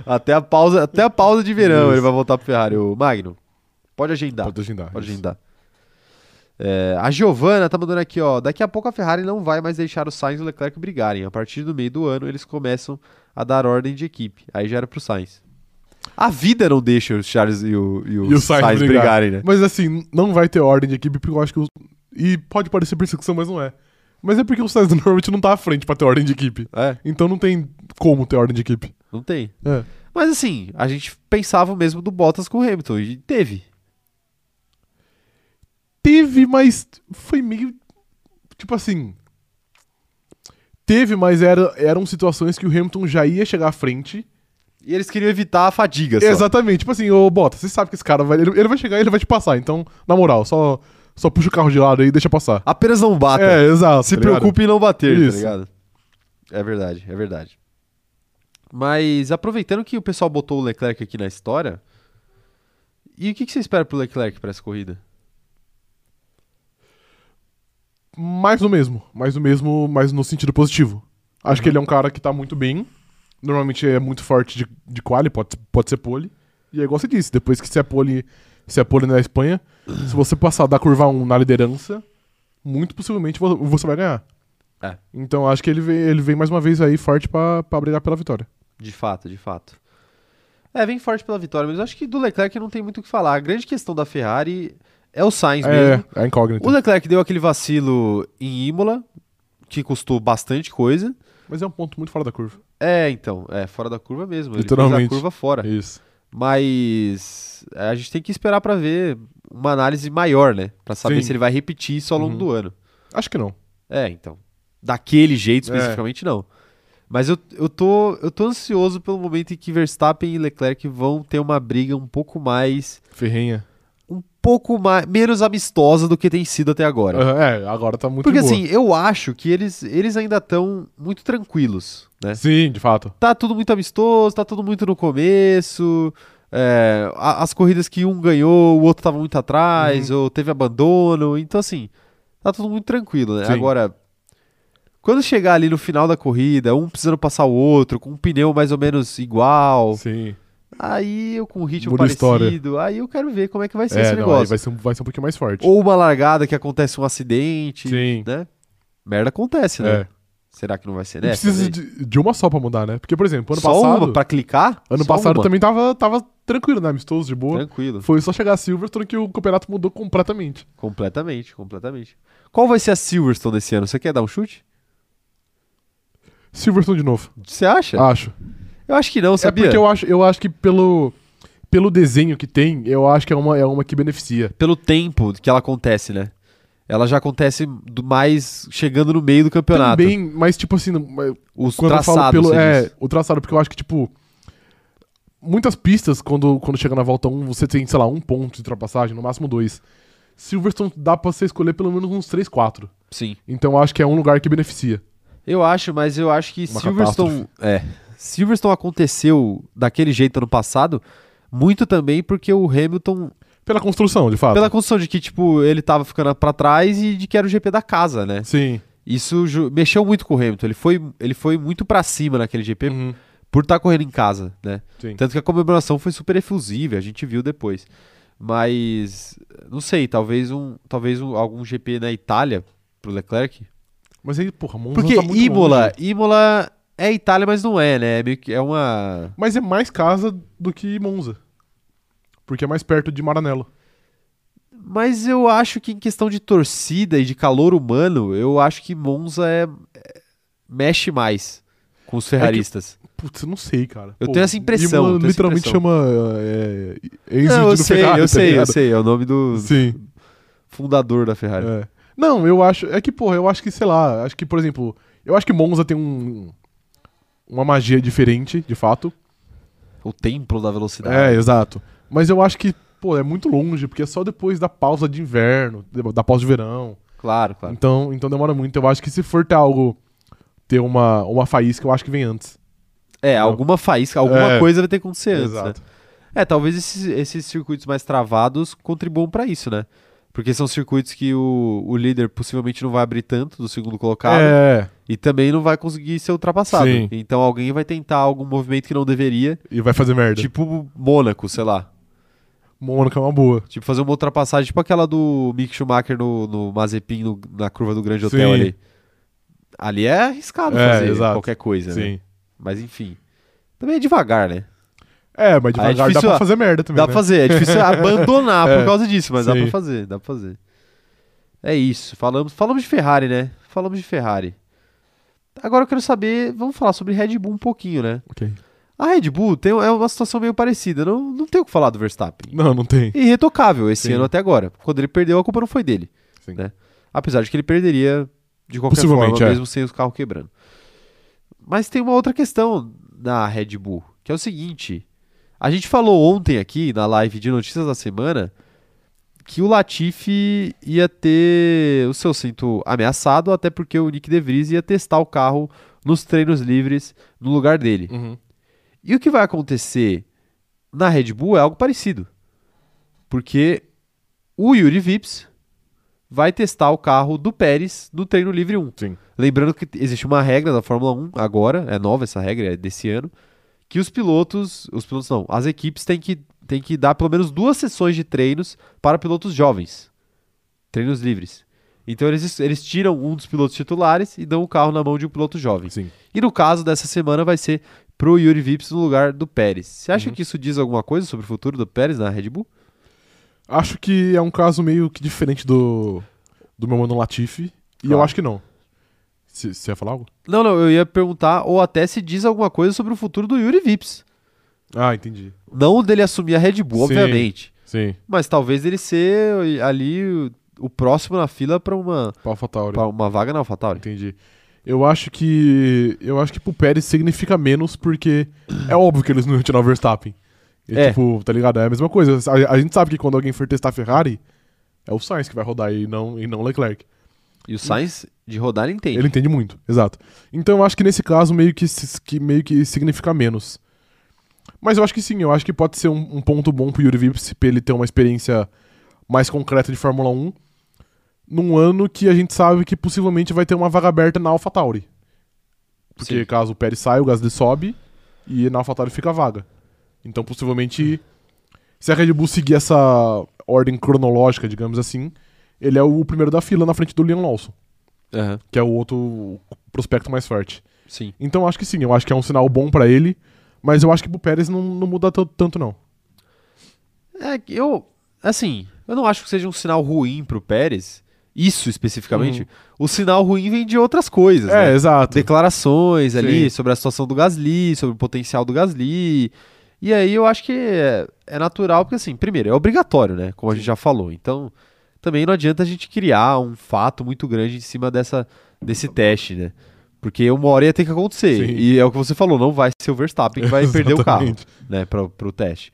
Speaker 1: até, a pausa, até a pausa de verão
Speaker 2: Isso.
Speaker 1: ele vai voltar pro Ferrari. O Magno, pode agendar.
Speaker 2: Pode agendar.
Speaker 1: Pode
Speaker 2: isso.
Speaker 1: Tá. agendar. É, a Giovana tá mandando aqui, ó. Daqui a pouco a Ferrari não vai mais deixar o Sainz e o Leclerc brigarem. A partir do meio do ano, eles começam a dar ordem de equipe. Aí já era pro Sainz. A vida não deixa os Charles e o, e o
Speaker 2: E o
Speaker 1: Sainz,
Speaker 2: Sainz, brigar.
Speaker 1: brigarem, né?
Speaker 2: Mas assim, não vai ter ordem de equipe, porque eu acho que. os- E pode parecer perseguição, mas não é. Mas é porque o Sainz normalmente não tá à frente pra ter ordem de equipe.
Speaker 1: É,
Speaker 2: Então não tem como ter ordem de equipe.
Speaker 1: não tem.
Speaker 2: É.
Speaker 1: Mas assim, a gente pensava o mesmo do Bottas com o Hamilton. E teve.
Speaker 2: Teve, mas foi meio. Tipo assim. Teve, mas era, eram situações que o Hamilton já ia chegar à frente.
Speaker 1: E eles queriam evitar a fadiga. só.
Speaker 2: Exatamente. Tipo assim, ô Bota, você sabe que esse cara vai. Ele, ele vai chegar e ele vai te passar. Então, na moral, só, só puxa o carro de lado aí e deixa passar.
Speaker 1: Apenas não bata.
Speaker 2: é, exato.
Speaker 1: Se
Speaker 2: tá ligado?
Speaker 1: preocupe em não bater, tá
Speaker 2: Isso.
Speaker 1: ligado? É verdade, é verdade. Mas aproveitando que o pessoal botou o Leclerc aqui na história, e o que, que você espera pro Leclerc pra essa corrida?
Speaker 2: Mais do mesmo. Mais do mesmo, mas no sentido positivo. Acho que ele é um cara que tá muito bem. Normalmente é muito forte de, de quali, pode, pode ser pole. E é igual você disse, depois que se é pole, se é pole na Espanha, se você passar da curva 1 na liderança, muito possivelmente vo- você vai ganhar.
Speaker 1: É.
Speaker 2: Então acho que ele vem, ele vem mais uma vez aí forte pra pra brigar pela vitória.
Speaker 1: De fato, de fato. É, vem forte pela vitória, mas eu acho que do Leclerc não tem muito o que falar. A grande questão da Ferrari é o Sainz mesmo.
Speaker 2: É, é incógnito.
Speaker 1: O Leclerc deu aquele vacilo em Imola, que custou bastante coisa.
Speaker 2: Mas é um ponto muito fora da curva.
Speaker 1: É, então, é fora da curva mesmo. Ele fez a
Speaker 2: Literalmente.
Speaker 1: curva fora.
Speaker 2: É Isso.
Speaker 1: Mas é, a gente tem que esperar pra ver uma análise maior, né? Pra saber
Speaker 2: Sim.
Speaker 1: se ele vai repetir isso ao longo
Speaker 2: Uhum.
Speaker 1: do ano.
Speaker 2: Acho que não.
Speaker 1: É, então. Daquele jeito
Speaker 2: É.
Speaker 1: especificamente, não. Mas eu, eu, tô, eu tô ansioso pelo momento em que Verstappen e Leclerc vão ter uma briga um pouco mais.
Speaker 2: Ferrenha.
Speaker 1: Um pouco mais. menos amistosa do que tem sido até agora.
Speaker 2: Aham, É, agora tá muito
Speaker 1: Porque
Speaker 2: boa.
Speaker 1: assim, eu acho que eles, eles ainda estão muito tranquilos, né?
Speaker 2: Sim, de fato.
Speaker 1: tá tudo muito amistoso, tá tudo muito no começo. é, a- as corridas que um ganhou, o outro tava muito atrás,
Speaker 2: Uhum.
Speaker 1: ou teve abandono. Então, assim, tá tudo muito tranquilo, né?
Speaker 2: Sim.
Speaker 1: Agora, quando chegar ali no final da corrida, um precisando passar o outro, com um pneu mais ou menos igual,
Speaker 2: Sim.
Speaker 1: Aí eu com um ritmo
Speaker 2: Muda a história.
Speaker 1: parecido, aí eu quero ver como é que vai ser
Speaker 2: é,
Speaker 1: esse
Speaker 2: não, aí
Speaker 1: negócio.
Speaker 2: vai ser, um- vai ser um pouquinho mais forte.
Speaker 1: Ou uma largada que acontece um acidente,
Speaker 2: Sim.
Speaker 1: né? Merda acontece, né?
Speaker 2: É.
Speaker 1: Será que não vai ser
Speaker 2: Não
Speaker 1: nessa?
Speaker 2: precisa
Speaker 1: né?
Speaker 2: de, de uma só pra mudar, né? Porque, por exemplo, ano
Speaker 1: Só
Speaker 2: passado.
Speaker 1: uma pra clicar?
Speaker 2: Ano
Speaker 1: Só
Speaker 2: passado
Speaker 1: uma.
Speaker 2: também tava, tava tranquilo, né? Amistoso, de boa.
Speaker 1: Tranquilo.
Speaker 2: Foi só chegar a Silverstone que o campeonato mudou completamente.
Speaker 1: Completamente, completamente. Qual vai ser a Silverstone desse ano? Você quer dar um chute?
Speaker 2: Silverstone de novo.
Speaker 1: Você acha?
Speaker 2: Acho.
Speaker 1: Eu acho que não, sabia?
Speaker 2: Ah. É porque eu acho, eu acho que pelo, pelo desenho que tem, eu acho que é uma, é uma que beneficia.
Speaker 1: Pelo tempo que ela acontece, né? Ela já acontece do mais chegando no meio do campeonato.
Speaker 2: Também, mas tipo assim, não- mas
Speaker 1: Os
Speaker 2: quando eu falo
Speaker 1: traçados,
Speaker 2: pelo.
Speaker 1: você
Speaker 2: É,
Speaker 1: diz.
Speaker 2: o traçado, porque eu acho que, tipo. Muitas pistas, quando, quando chega na volta 1, você tem, sei lá, um ponto de ultrapassagem, no máximo dois. Silverstone dá pra você escolher pelo menos uns 3, 4.
Speaker 1: Sim.
Speaker 2: Então eu acho que é um lugar que beneficia.
Speaker 1: Eu acho, mas eu acho que
Speaker 2: Uma
Speaker 1: Silverstone. É. Silverstone aconteceu daquele jeito ano passado, muito também porque o Hamilton.
Speaker 2: Pela construção, de fato.
Speaker 1: Pela condição de que, tipo, ele tava ficando pra trás e de que era o GP da casa, né?
Speaker 2: Sim.
Speaker 1: Isso ju- mexeu muito com o Hamilton. Ele foi, ele foi muito pra cima naquele GP
Speaker 2: Uhum.
Speaker 1: por estar correndo em casa, né?
Speaker 2: Sim.
Speaker 1: Tanto que a comemoração foi super efusiva, a gente viu depois. Mas não sei, talvez um, talvez um- algum GP na Itália pro Leclerc.
Speaker 2: Mas aí, porra, Monza
Speaker 1: Porque
Speaker 2: tá muito
Speaker 1: Imola,
Speaker 2: longe.
Speaker 1: Imola é Itália, mas não é, né? É, meio que- é uma
Speaker 2: Mas é mais casa do que Monza. Porque é mais perto de Maranello.
Speaker 1: Mas eu acho que em questão de torcida e de calor humano, eu acho que Monza é, é- mexe mais com
Speaker 2: É
Speaker 1: os ferraristas.
Speaker 2: Putz, eu não sei, cara.
Speaker 1: Eu tenho essa impressão, eu tenho essa
Speaker 2: literalmente
Speaker 1: impressão.
Speaker 2: chama. É, Enzo
Speaker 1: Não, eu
Speaker 2: Dino
Speaker 1: sei,
Speaker 2: Ferrari,
Speaker 1: eu
Speaker 2: tá
Speaker 1: sei, eu
Speaker 2: ligado?
Speaker 1: sei, é o nome do
Speaker 2: Sim.
Speaker 1: fundador da Ferrari.
Speaker 2: É. Não, eu acho. É que, porra, eu acho que, sei lá, acho que, por exemplo, eu acho que Monza tem um. Uma magia diferente, de fato.
Speaker 1: O templo da velocidade.
Speaker 2: É, exato. Mas eu acho que, pô, é muito longe, porque é só depois da pausa de inverno, da pausa de verão.
Speaker 1: Claro, claro.
Speaker 2: Então, então demora muito. Eu acho que se for ter algo. Ter uma, uma faísca, eu acho que vem antes.
Speaker 1: É,
Speaker 2: Não.
Speaker 1: alguma faísca, alguma
Speaker 2: É.
Speaker 1: coisa vai ter que acontecer antes, né? É, talvez esses, esses circuitos mais travados contribuam pra isso, né? Porque são circuitos que o, o líder possivelmente não vai abrir tanto do segundo colocado
Speaker 2: É,
Speaker 1: e também não vai conseguir ser ultrapassado.
Speaker 2: Sim.
Speaker 1: Então alguém vai tentar algum movimento que não deveria,
Speaker 2: e vai fazer merda. Tipo,
Speaker 1: tipo Mônaco, sei lá.
Speaker 2: Mônaco é uma boa.
Speaker 1: Tipo fazer uma ultrapassagem, tipo aquela do Mick Schumacher no, no Mazepin, no- na curva do Grande Hotel
Speaker 2: Sim.
Speaker 1: ali. Ali é arriscado
Speaker 2: É,
Speaker 1: fazer
Speaker 2: exato.
Speaker 1: qualquer coisa, né?
Speaker 2: Sim.
Speaker 1: Mas enfim. Também é devagar, né?
Speaker 2: É, mas
Speaker 1: Ah, é
Speaker 2: devagar dá
Speaker 1: difícil,
Speaker 2: pra
Speaker 1: ó.
Speaker 2: fazer merda também.
Speaker 1: Dá
Speaker 2: né?
Speaker 1: pra fazer, é difícil abandonar por
Speaker 2: É,
Speaker 1: causa disso, mas dá
Speaker 2: sim.
Speaker 1: pra fazer, dá pra fazer. É isso, falamos, falamos de Ferrari, né? Falamos de Ferrari. Agora eu quero saber, vamos falar sobre Red Bull um pouquinho, né?
Speaker 2: Ok.
Speaker 1: A Red Bull tem, é uma situação meio parecida, não, não tem o que falar do Verstappen.
Speaker 2: Não, não tem.
Speaker 1: Irretocável esse
Speaker 2: Sim.
Speaker 1: ano até agora. Quando ele perdeu, a culpa não foi dele.
Speaker 2: Sim.
Speaker 1: Né? Apesar de que ele perderia de qualquer
Speaker 2: Possivelmente,
Speaker 1: forma,
Speaker 2: é.
Speaker 1: mesmo sem os carros quebrando. Mas tem uma outra questão na Red Bull, que é o seguinte: a gente falou ontem aqui na live de notícias da semana que o Latifi ia ter o seu cinto ameaçado, até porque o Nick De Vries ia testar o carro nos treinos livres no lugar dele.
Speaker 2: Uhum.
Speaker 1: E o que vai acontecer na Red Bull é algo parecido. Porque o Yuri Vips vai testar o carro do Pérez no treino livre 1.
Speaker 2: Sim.
Speaker 1: Lembrando que existe uma regra da Fórmula 1 agora, é nova essa regra, é desse ano, que os pilotos, os pilotos não, as equipes têm que, têm que dar pelo menos duas sessões de treinos para pilotos jovens. Treinos livres. Então eles, eles tiram um dos pilotos titulares e dão o carro na mão de um piloto jovem.
Speaker 2: Sim.
Speaker 1: E no caso dessa semana vai ser pro Yuri Vips no lugar do Pérez. Você acha
Speaker 2: Uhum.
Speaker 1: que isso diz alguma coisa sobre o futuro do Pérez na Red Bull?
Speaker 2: Acho que é um caso meio que diferente do, do meu mano Latifi. E
Speaker 1: Claro.
Speaker 2: eu acho que não. Você você ia falar algo?
Speaker 1: Não, não, eu ia perguntar ou até se diz alguma coisa sobre o futuro do Yuri Vips.
Speaker 2: Ah, entendi.
Speaker 1: Não o dele assumir a Red Bull,
Speaker 2: Sim.
Speaker 1: obviamente,
Speaker 2: Sim.
Speaker 1: mas talvez ele ser ali o, o próximo na fila para uma
Speaker 2: Palfa Tauri.
Speaker 1: pra uma vaga na AlphaTauri.
Speaker 2: Entendi. Eu acho que. Eu acho que pro Pérez significa menos, porque é óbvio que eles não iam tirar o Verstappen. E,
Speaker 1: É.
Speaker 2: tipo, tá ligado? É a mesma coisa. A, a gente sabe que quando alguém for testar a Ferrari, é o Sainz que vai rodar e não e não o Leclerc.
Speaker 1: E o Sainz de rodar ele entende.
Speaker 2: Ele entende muito, exato. Então eu acho que nesse caso meio que, se- que meio que significa menos. Mas eu acho que sim, eu acho que pode ser um, um ponto bom pro Yuri Vips pra ele ter uma experiência mais concreta de Fórmula 1 num ano que a gente sabe que possivelmente vai ter uma vaga aberta na AlphaTauri. Porque
Speaker 1: Sim.
Speaker 2: caso o Pérez saia, o Gasly sobe e na AlphaTauri fica a vaga. Então, possivelmente, se a Red Bull seguir essa ordem cronológica, digamos assim, ele é o primeiro da fila na frente do Leon Lawson,
Speaker 1: Aham,
Speaker 2: que é o outro prospecto mais forte.
Speaker 1: Sim.
Speaker 2: Então, acho que sim, eu acho que é um sinal bom pra ele, mas eu acho que pro Pérez não, não muda t- tanto, não.
Speaker 1: É, que eu. Assim, eu não acho que seja um sinal ruim pro Pérez, isso especificamente.
Speaker 2: Uhum.
Speaker 1: O sinal ruim vem de outras coisas,
Speaker 2: É,
Speaker 1: né?
Speaker 2: exato.
Speaker 1: Declarações ali
Speaker 2: Sim.
Speaker 1: sobre a situação do Gasly, sobre o potencial do Gasly. E aí eu acho que é, é natural, porque assim, primeiro, é obrigatório, né? Como a gente já falou. Então, também não adianta a gente criar um fato muito grande em cima dessa, desse teste, né? Porque uma hora ia ter que acontecer.
Speaker 2: Tá Sim.
Speaker 1: E é o que você falou, não vai ser o Verstappen que vai perder o carro
Speaker 2: Exatamente.
Speaker 1: né, para o teste.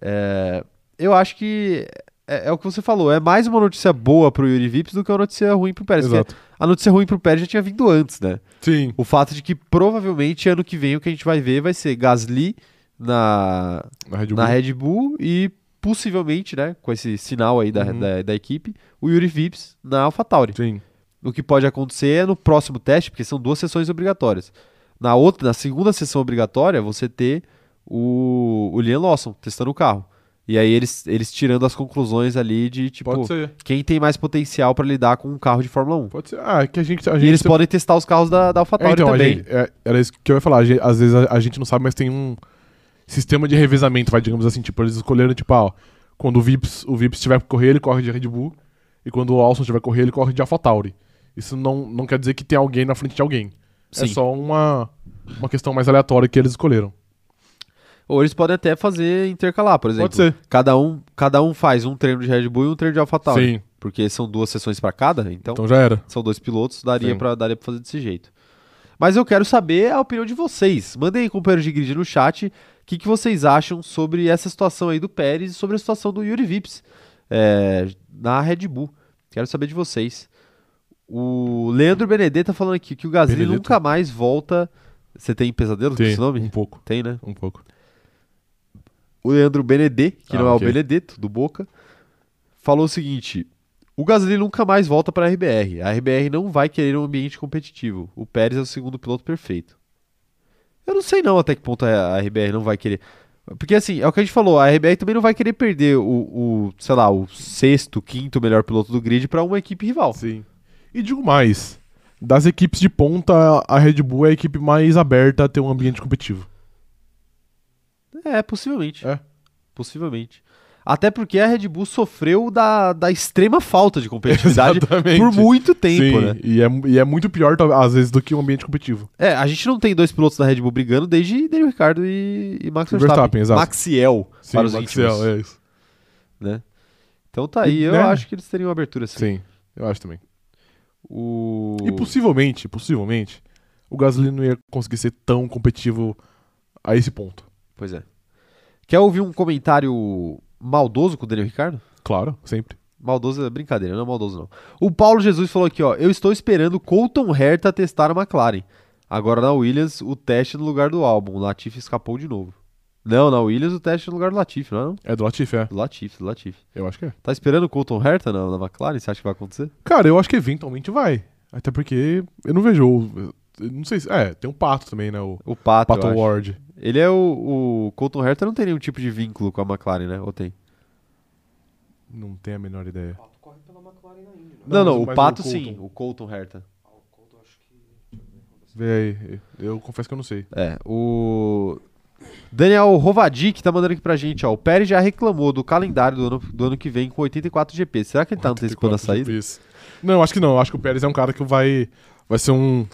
Speaker 1: É, eu acho que é, é o que você falou, é mais uma notícia boa pro Yuri Vips do que uma notícia ruim pro Pérez. porque
Speaker 2: Exato.
Speaker 1: A notícia ruim pro Pérez já tinha vindo antes, né?
Speaker 2: Sim.
Speaker 1: O fato de que provavelmente ano que vem o que a gente vai ver vai ser Gasly na,
Speaker 2: Na Red Bull.
Speaker 1: na Red Bull e possivelmente, né, com esse sinal aí da,
Speaker 2: Uhum.
Speaker 1: da, da equipe, o Yuri Vips na AlphaTauri.
Speaker 2: Sim.
Speaker 1: O que pode acontecer é no próximo teste, porque são duas sessões obrigatórias. Na outra, na segunda sessão obrigatória, você ter o, o Liam Lawson testando o carro. E aí eles, eles tirando as conclusões ali de tipo
Speaker 2: Pode ser.
Speaker 1: quem tem mais potencial pra lidar com um carro de Fórmula 1.
Speaker 2: Pode ser. Ah, é que a gente. A
Speaker 1: e
Speaker 2: gente
Speaker 1: eles podem testar os carros da, da
Speaker 2: É,
Speaker 1: AlphaTauri
Speaker 2: então, a
Speaker 1: também.
Speaker 2: gente- é, era isso que eu ia falar. A gente- às vezes a, a gente não sabe, mas tem um sistema de revezamento, vai, digamos assim. Tipo, eles escolheram, tipo, ah, ó, quando o Vips, o Vips tiver que correr, ele corre de Red Bull. E quando o Alson tiver que correr, ele corre de AlphaTauri. Isso não, não quer dizer que tem alguém na frente de alguém. É
Speaker 1: Sim.
Speaker 2: só uma, uma questão mais aleatória que eles escolheram.
Speaker 1: Ou eles podem até fazer intercalar, por exemplo.
Speaker 2: Pode ser.
Speaker 1: Cada um, cada um faz um treino de Red Bull e um treino de AlphaTauri.
Speaker 2: Sim.
Speaker 1: Porque são duas sessões pra cada, então
Speaker 2: Então já era.
Speaker 1: São dois pilotos, daria
Speaker 2: Sim.
Speaker 1: pra, daria pra fazer desse jeito. Mas eu quero saber a opinião de vocês. Mandem aí, companheiros de grid, no chat, o que, que vocês acham sobre essa situação aí do Pérez e sobre a situação do Yuri Vips é, na Red Bull. Quero saber de vocês. O Leandro Benedetta falando aqui que o Gasly
Speaker 2: Benedetto.
Speaker 1: nunca mais volta. Você tem pesadelo com
Speaker 2: Tem,
Speaker 1: esse nome?
Speaker 2: Um pouco.
Speaker 1: Tem, né?
Speaker 2: Um pouco.
Speaker 1: O Leandro Benedê, que
Speaker 2: Ah,
Speaker 1: não é
Speaker 2: ok.
Speaker 1: o Benedetto, do Boca, falou o seguinte: o Gasly nunca mais volta para a RBR. A RBR não vai querer um ambiente competitivo. O Pérez é o segundo piloto perfeito. Eu não sei não até que ponto a a RBR não vai querer. Porque assim, é o que a gente falou, a RBR também não vai querer perder o, o, sei lá, o sexto, quinto melhor piloto do grid para uma equipe rival.
Speaker 2: Sim. E digo mais. Das equipes de ponta, a Red Bull é a equipe mais aberta a ter um ambiente competitivo.
Speaker 1: É, possivelmente.
Speaker 2: É.
Speaker 1: Possivelmente. Até porque a Red Bull sofreu da, da extrema falta de competitividade
Speaker 2: Exatamente.
Speaker 1: por muito tempo,
Speaker 2: Sim,
Speaker 1: né?
Speaker 2: E é, mu- e é muito pior, tal- às vezes, do que um ambiente competitivo.
Speaker 1: É, a gente não tem dois pilotos da Red Bull brigando desde Daniel Ricardo e, e Max
Speaker 2: E
Speaker 1: Verstappen.
Speaker 2: Verstappen, exato.
Speaker 1: Maxiel para os
Speaker 2: Maxiel,
Speaker 1: íntimos,
Speaker 2: é isso.
Speaker 1: né? Então tá aí,
Speaker 2: E,
Speaker 1: eu
Speaker 2: né?
Speaker 1: acho que eles teriam abertura assim.
Speaker 2: Sim, eu acho também.
Speaker 1: O...
Speaker 2: E possivelmente, possivelmente, o Gasly não ia conseguir ser tão competitivo a esse ponto.
Speaker 1: Pois é. Quer ouvir um comentário maldoso com o Daniel Ricardo?
Speaker 2: Claro, sempre.
Speaker 1: Maldoso é brincadeira, não é maldoso não. O Paulo Jesus falou aqui, ó. Eu estou esperando Colton Herta testar a McLaren. Agora na Williams, o teste no lugar do álbum. O Latifi escapou de novo. Não, na Williams o teste no lugar do Latifi, não é? não?
Speaker 2: É do Latifi, é.
Speaker 1: Do Latifi, do Latifi.
Speaker 2: Eu acho que é.
Speaker 1: Tá esperando o Colton Herta na, na McLaren? Você acha que vai acontecer?
Speaker 2: Cara, eu acho que eventualmente vai. Até porque eu não vejo. o- eu Não sei se. É, tem um pato também, né? O
Speaker 1: O Pato,
Speaker 2: Pato
Speaker 1: eu acho.
Speaker 2: Ward.
Speaker 1: Ele é o, o Colton Herta não tem nenhum tipo de vínculo com a McLaren, né? Ou tem?
Speaker 2: Não tenho a menor ideia.
Speaker 3: O Pato corre pela McLaren na Indy, né?
Speaker 1: Não,
Speaker 2: Não,
Speaker 1: não,
Speaker 2: mas-
Speaker 1: o
Speaker 2: mas
Speaker 1: Pato
Speaker 2: o
Speaker 1: sim,
Speaker 2: Colton.
Speaker 1: o Colton Herta.
Speaker 3: Ah, o Colton acho que... Deixa eu ver, vamos ver se-
Speaker 2: Vê aí. Eu confesso que eu não sei.
Speaker 1: É, o Daniel Rovadic tá mandando aqui pra gente, ó. O Pérez já reclamou do calendário do ano, do ano que vem com 84 GP. Será que ele tá antecipando a saída?
Speaker 2: Isso. Não, acho que não. Acho que o Pérez é um cara que vai. Vai ser um.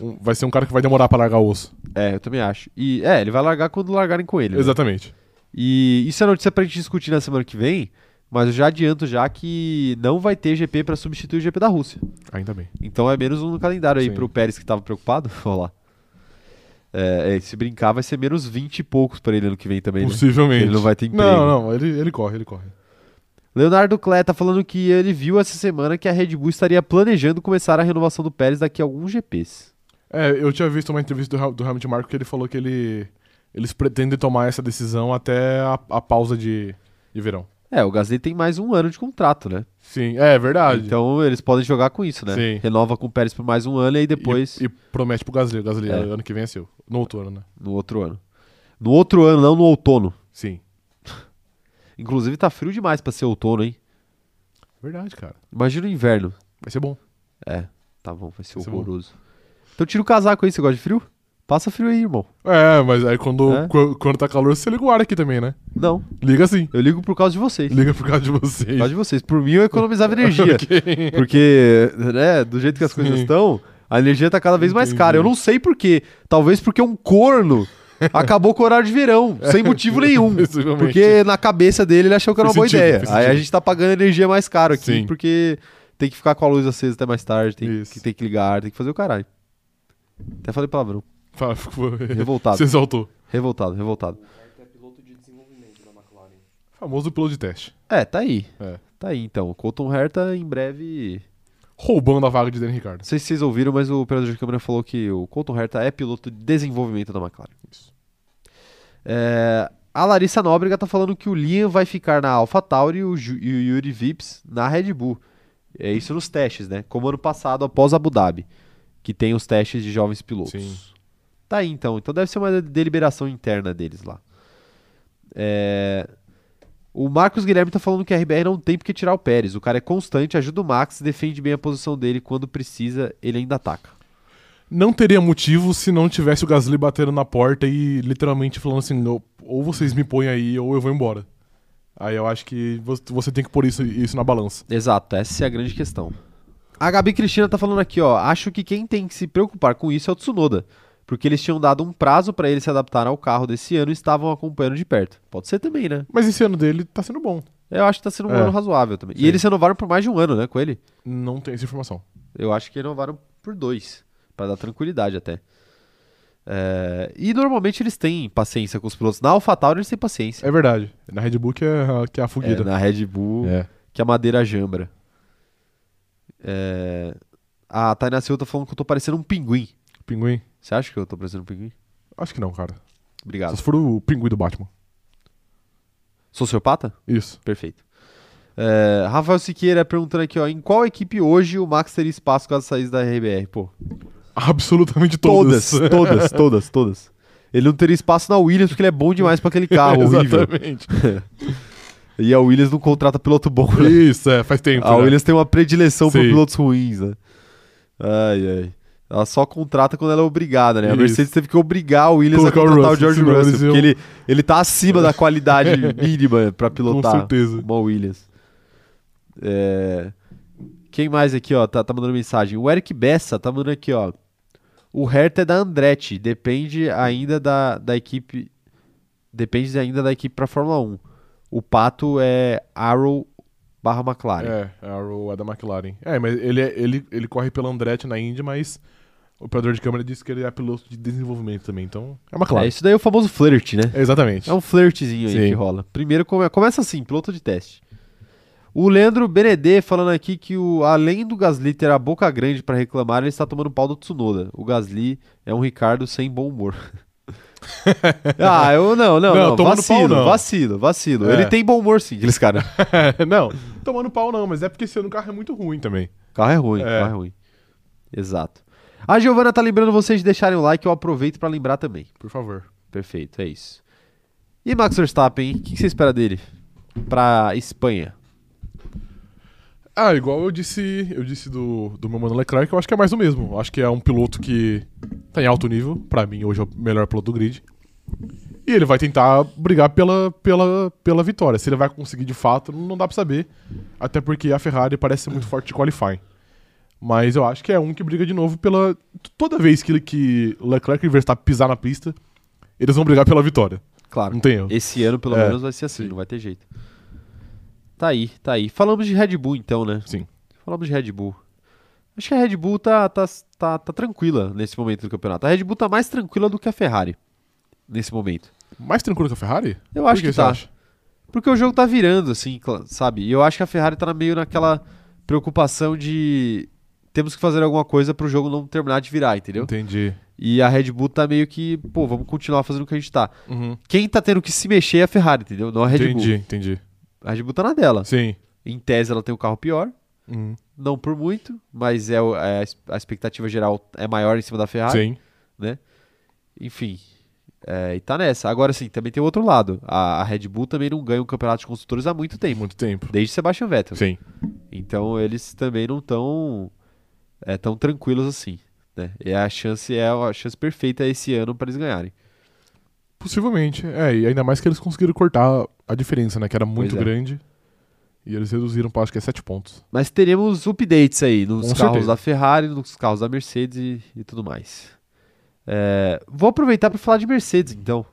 Speaker 2: um- vai ser um cara que vai demorar pra largar o osso.
Speaker 1: É, eu também acho. E é, ele vai largar quando largarem com ele. né?
Speaker 2: Exatamente.
Speaker 1: E isso é notícia pra gente discutir na semana que vem, mas eu já adianto já que não vai ter GP pra substituir o GP da Rússia.
Speaker 2: Ainda bem.
Speaker 1: Então é menos um no calendário aí
Speaker 2: Sim.
Speaker 1: pro Pérez que tava preocupado. Olha lá. É, é, se brincar, vai ser menos 20 e poucos pra ele ano que vem também. Né?
Speaker 2: Possivelmente.
Speaker 1: ele não vai ter emprego.
Speaker 2: Não, não. Ele, ele corre, ele corre.
Speaker 1: Leonardo Clé tá falando que ele viu essa semana que a Red Bull estaria planejando começar a renovação do Pérez daqui a alguns GPs. É,
Speaker 2: É, eu tinha visto uma entrevista do, Ham- do Hamilton Marco que ele falou que ele. Eles pretendem tomar essa decisão até a, a pausa de, de verão.
Speaker 1: É, o Gasly tem mais um ano de contrato, né?
Speaker 2: Sim, é verdade.
Speaker 1: Então eles podem jogar com isso, né?
Speaker 2: Sim.
Speaker 1: Renova com o Pérez por mais um ano e aí depois
Speaker 2: E, e promete pro Gasly. O Gasly,
Speaker 1: É.
Speaker 2: ano que vem é seu. No outono, né?
Speaker 1: no outro ano. No outro ano, não no outono.
Speaker 2: Sim.
Speaker 1: Inclusive tá frio demais pra ser outono, hein?
Speaker 2: Verdade, cara.
Speaker 1: Imagina o inverno.
Speaker 2: Vai ser bom.
Speaker 1: É, tá bom, vai ser
Speaker 2: Vai ser bom.
Speaker 1: horroroso. Então tira o casaco aí, você gosta de frio? Passa frio aí, irmão.
Speaker 2: É, mas aí quando,
Speaker 1: É?
Speaker 2: qu- quando tá calor, você liga o ar aqui também, né?
Speaker 1: Não,
Speaker 2: Liga sim.
Speaker 1: eu ligo por causa de vocês.
Speaker 2: Liga por causa de
Speaker 1: Por
Speaker 2: vocês.
Speaker 1: causa de vocês. Por mim eu economizava energia.
Speaker 2: Ok.
Speaker 1: Porque, né, do jeito que as coisas
Speaker 2: Sim.
Speaker 1: estão, a energia tá cada vez mais cara. Eu
Speaker 2: Entendi.
Speaker 1: não sei por quê. Talvez porque um corno acabou com o horário de verão, sem motivo nenhum.
Speaker 2: Possivelmente.
Speaker 1: Porque na cabeça dele ele achou que era uma
Speaker 2: Faz
Speaker 1: boa
Speaker 2: sentido,
Speaker 1: ideia.
Speaker 2: faz
Speaker 1: Aí a
Speaker 2: sentido.
Speaker 1: gente tá pagando energia mais caro aqui,
Speaker 2: Sim.
Speaker 1: porque tem que ficar com a luz acesa até mais tarde, tem
Speaker 2: Isso.
Speaker 1: que, tem que ligar, tem que fazer o caralho. Até falei palavrão.
Speaker 2: Fala, ficou-
Speaker 1: Revoltado.
Speaker 2: Se exaltou.
Speaker 1: Revoltado, revoltado.
Speaker 3: O Herta é piloto de desenvolvimento da McLaren.
Speaker 2: Famoso piloto de teste.
Speaker 1: É, tá aí.
Speaker 2: É.
Speaker 1: Tá aí então. O Colton Herta em breve.
Speaker 2: Roubando a vaga de Daniel Ricardo.
Speaker 1: Não sei se vocês ouviram, mas o operador de câmera falou que o Colton Herta é piloto de desenvolvimento da McLaren.
Speaker 2: Isso.
Speaker 1: É, a Larissa Nóbrega tá falando que o Liam vai ficar na AlphaTauri e o, Ju- e o Yuri Vips na Red Bull. É isso nos testes, né? Como ano passado, após Abu Dhabi, que tem os testes de jovens pilotos.
Speaker 2: Sim.
Speaker 1: Tá aí então. Então deve ser uma deliberação interna deles lá. É, O Marcos Guilherme tá falando que a RBR não tem porque tirar o Pérez. O cara é constante, ajuda o Max, defende bem a posição dele. Quando precisa, ele ainda ataca.
Speaker 2: Não teria motivo se não tivesse o Gasly batendo na porta e literalmente falando assim: "Não, ou vocês me põem aí ou eu vou embora. Aí eu acho que vo- você tem que pôr isso, isso na balança.
Speaker 1: Exato, essa é a grande questão. A Gabi Cristina tá falando aqui, ó. Acho que quem tem que se preocupar com isso é o Tsunoda. Porque eles tinham dado um prazo pra ele se adaptar ao carro desse ano e estavam acompanhando de perto. Pode ser também, né?
Speaker 2: Mas esse ano dele tá sendo bom.
Speaker 1: Eu acho que tá sendo um
Speaker 2: É.
Speaker 1: ano razoável também. E
Speaker 2: Sim.
Speaker 1: eles renovaram por mais de um ano, né, com ele?
Speaker 2: Não tem essa informação.
Speaker 1: Eu acho que renovaram por dois, Pra dar tranquilidade até. É, e normalmente eles têm paciência com os pilotos. Na AlphaTauri eles têm paciência.
Speaker 2: É verdade. Na Red Bull que é, a- que é a
Speaker 1: É,
Speaker 2: fugida.
Speaker 1: na Red Bull,
Speaker 2: É.
Speaker 1: que a madeira jambra. É, a Tainá Silva tá falando que eu tô parecendo um pinguim.
Speaker 2: Pinguim?
Speaker 1: Você acha que eu tô parecendo um pinguim?
Speaker 2: Acho que não, cara. Só
Speaker 1: Obrigado.
Speaker 2: se for o pinguim do Batman.
Speaker 1: Sociopata?
Speaker 2: Isso.
Speaker 1: Perfeito. É, Rafael Siqueira perguntando aqui, ó, em qual equipe hoje o Max teria espaço caso saísse da RBR? Pô,
Speaker 2: Absolutamente todas.
Speaker 1: Todas, todas, todas, todas. Ele não teria espaço na Williams porque ele é bom demais pra aquele carro horrível.
Speaker 2: Exatamente.
Speaker 1: E a Williams não contrata piloto bom. né?
Speaker 2: Isso, é, faz tempo.
Speaker 1: A
Speaker 2: já.
Speaker 1: Williams tem uma predileção por
Speaker 2: Sim.
Speaker 1: pilotos ruins, né? Ai, ai. Ela só contrata quando ela é obrigada, né? A
Speaker 2: Isso.
Speaker 1: Mercedes teve que obrigar a Williams a
Speaker 2: Colocar o
Speaker 1: contratar o,
Speaker 2: Russell,
Speaker 1: George
Speaker 2: senão eles
Speaker 1: Russell,
Speaker 2: iam-
Speaker 1: porque ele, ele tá acima da qualidade mínima pra pilotar.
Speaker 2: certeza.
Speaker 1: Uma Williams. É, Quem mais aqui, ó, tá, tá mandando mensagem? O Eric Bessa tá mandando aqui, ó. O Hertha é da Andretti, depende ainda da, da equipe. Depende ainda da equipe pra Fórmula 1. O Pato é Arrow barra McLaren.
Speaker 2: É, a Arrow é da McLaren. É, mas ele, é- ele, ele corre pela Andretti na Indy, mas o operador de câmera disse que ele é piloto de desenvolvimento também, então é uma
Speaker 1: É,
Speaker 2: McLaren.
Speaker 1: isso daí é o famoso flirt, né?
Speaker 2: É, exatamente.
Speaker 1: É um flirtzinho aí
Speaker 2: Sim.
Speaker 1: que rola. Primeiro come- começa assim, piloto de teste. O Leandro Benedê falando aqui que o, além do Gasly ter a boca grande pra reclamar, ele está tomando pau do Tsunoda. O Gasly é um Ricardo sem bom humor. ah, eu não, não,
Speaker 2: Não,
Speaker 1: não.
Speaker 2: tomando
Speaker 1: Vacilo,
Speaker 2: pau não.
Speaker 1: vacilo, vacilo.
Speaker 2: É.
Speaker 1: Ele tem bom humor sim, aqueles caras.
Speaker 2: não, tomando pau não, mas é porque esse ano o carro é muito ruim também.
Speaker 1: Carro é ruim,
Speaker 2: É.
Speaker 1: carro é ruim. Exato. A Giovana tá lembrando vocês de deixarem o like, eu aproveito pra lembrar também.
Speaker 2: Por favor.
Speaker 1: Perfeito, é isso. E Max Verstappen, hein? o que que você espera dele? Pra Espanha.
Speaker 2: Ah, igual eu disse, eu disse do, do meu mano Leclerc, eu acho que é mais o mesmo. Eu acho que é um piloto que tá em alto nível, pra mim hoje é o melhor piloto do grid. E ele vai tentar brigar pela, pela, pela vitória. Se ele vai conseguir de fato, não dá pra saber. Até porque a Ferrari parece ser muito forte de qualifying. Mas eu acho que é um que briga de novo pela. Toda vez que, ele- que Leclerc e Verstappen pisar na pista, eles vão brigar pela vitória.
Speaker 1: Claro. Então,
Speaker 2: Não tem erro.
Speaker 1: Esse ano, pelo
Speaker 2: Então, É.
Speaker 1: menos, vai ser assim, não vai ter jeito. Tá aí, tá aí. Falamos de Red Bull, então, né?
Speaker 2: Sim.
Speaker 1: Falamos de Red Bull. Acho que a Red Bull tá, tá, tá, tá tranquila nesse momento do campeonato. A Red Bull tá mais tranquila do que a Ferrari nesse momento.
Speaker 2: Mais tranquilo que a Ferrari?
Speaker 1: Eu acho
Speaker 2: Por
Speaker 1: que
Speaker 2: você
Speaker 1: tá.
Speaker 2: acha?
Speaker 1: Porque o jogo tá virando, assim, cla- sabe? E eu acho que a Ferrari tá meio naquela preocupação de temos que fazer alguma coisa pro jogo não terminar de virar, entendeu?
Speaker 2: Entendi.
Speaker 1: E a Red Bull tá meio que, pô, vamos continuar fazendo o que a gente tá.
Speaker 2: Uhum.
Speaker 1: Quem tá tendo que se mexer é a Ferrari, entendeu? Não a Red
Speaker 2: entendi,
Speaker 1: Bull.
Speaker 2: entendi.
Speaker 1: A Red Bull tá na dela.
Speaker 2: Sim.
Speaker 1: Em tese, ela tem um carro pior.
Speaker 2: Uhum.
Speaker 1: Não por muito, mas é, o- Tá? é a es- a expectativa geral é maior em cima da Ferrari.
Speaker 2: Sim.
Speaker 1: Enfim. É, e tá nessa. Agora sim, também tem o outro lado. A, a Red Bull também não ganha o campeonato de construtores há muito
Speaker 2: Tem
Speaker 1: tempo.
Speaker 2: muito tempo.
Speaker 1: Desde Sebastian Vettel.
Speaker 2: Sim.
Speaker 1: Então eles também não estão é, tão tranquilos assim. Né? E a chance é a chance perfeita esse ano para eles ganharem.
Speaker 2: Possivelmente. É, e ainda mais que eles conseguiram cortar a diferença, né? Que era muito
Speaker 1: Pois é.
Speaker 2: grande. E eles reduziram para acho que é 7 pontos.
Speaker 1: Mas teremos updates aí nos
Speaker 2: Com
Speaker 1: carros
Speaker 2: certeza.
Speaker 1: da Ferrari, nos carros da Mercedes e, e tudo mais. É, vou aproveitar para falar de Mercedes, então.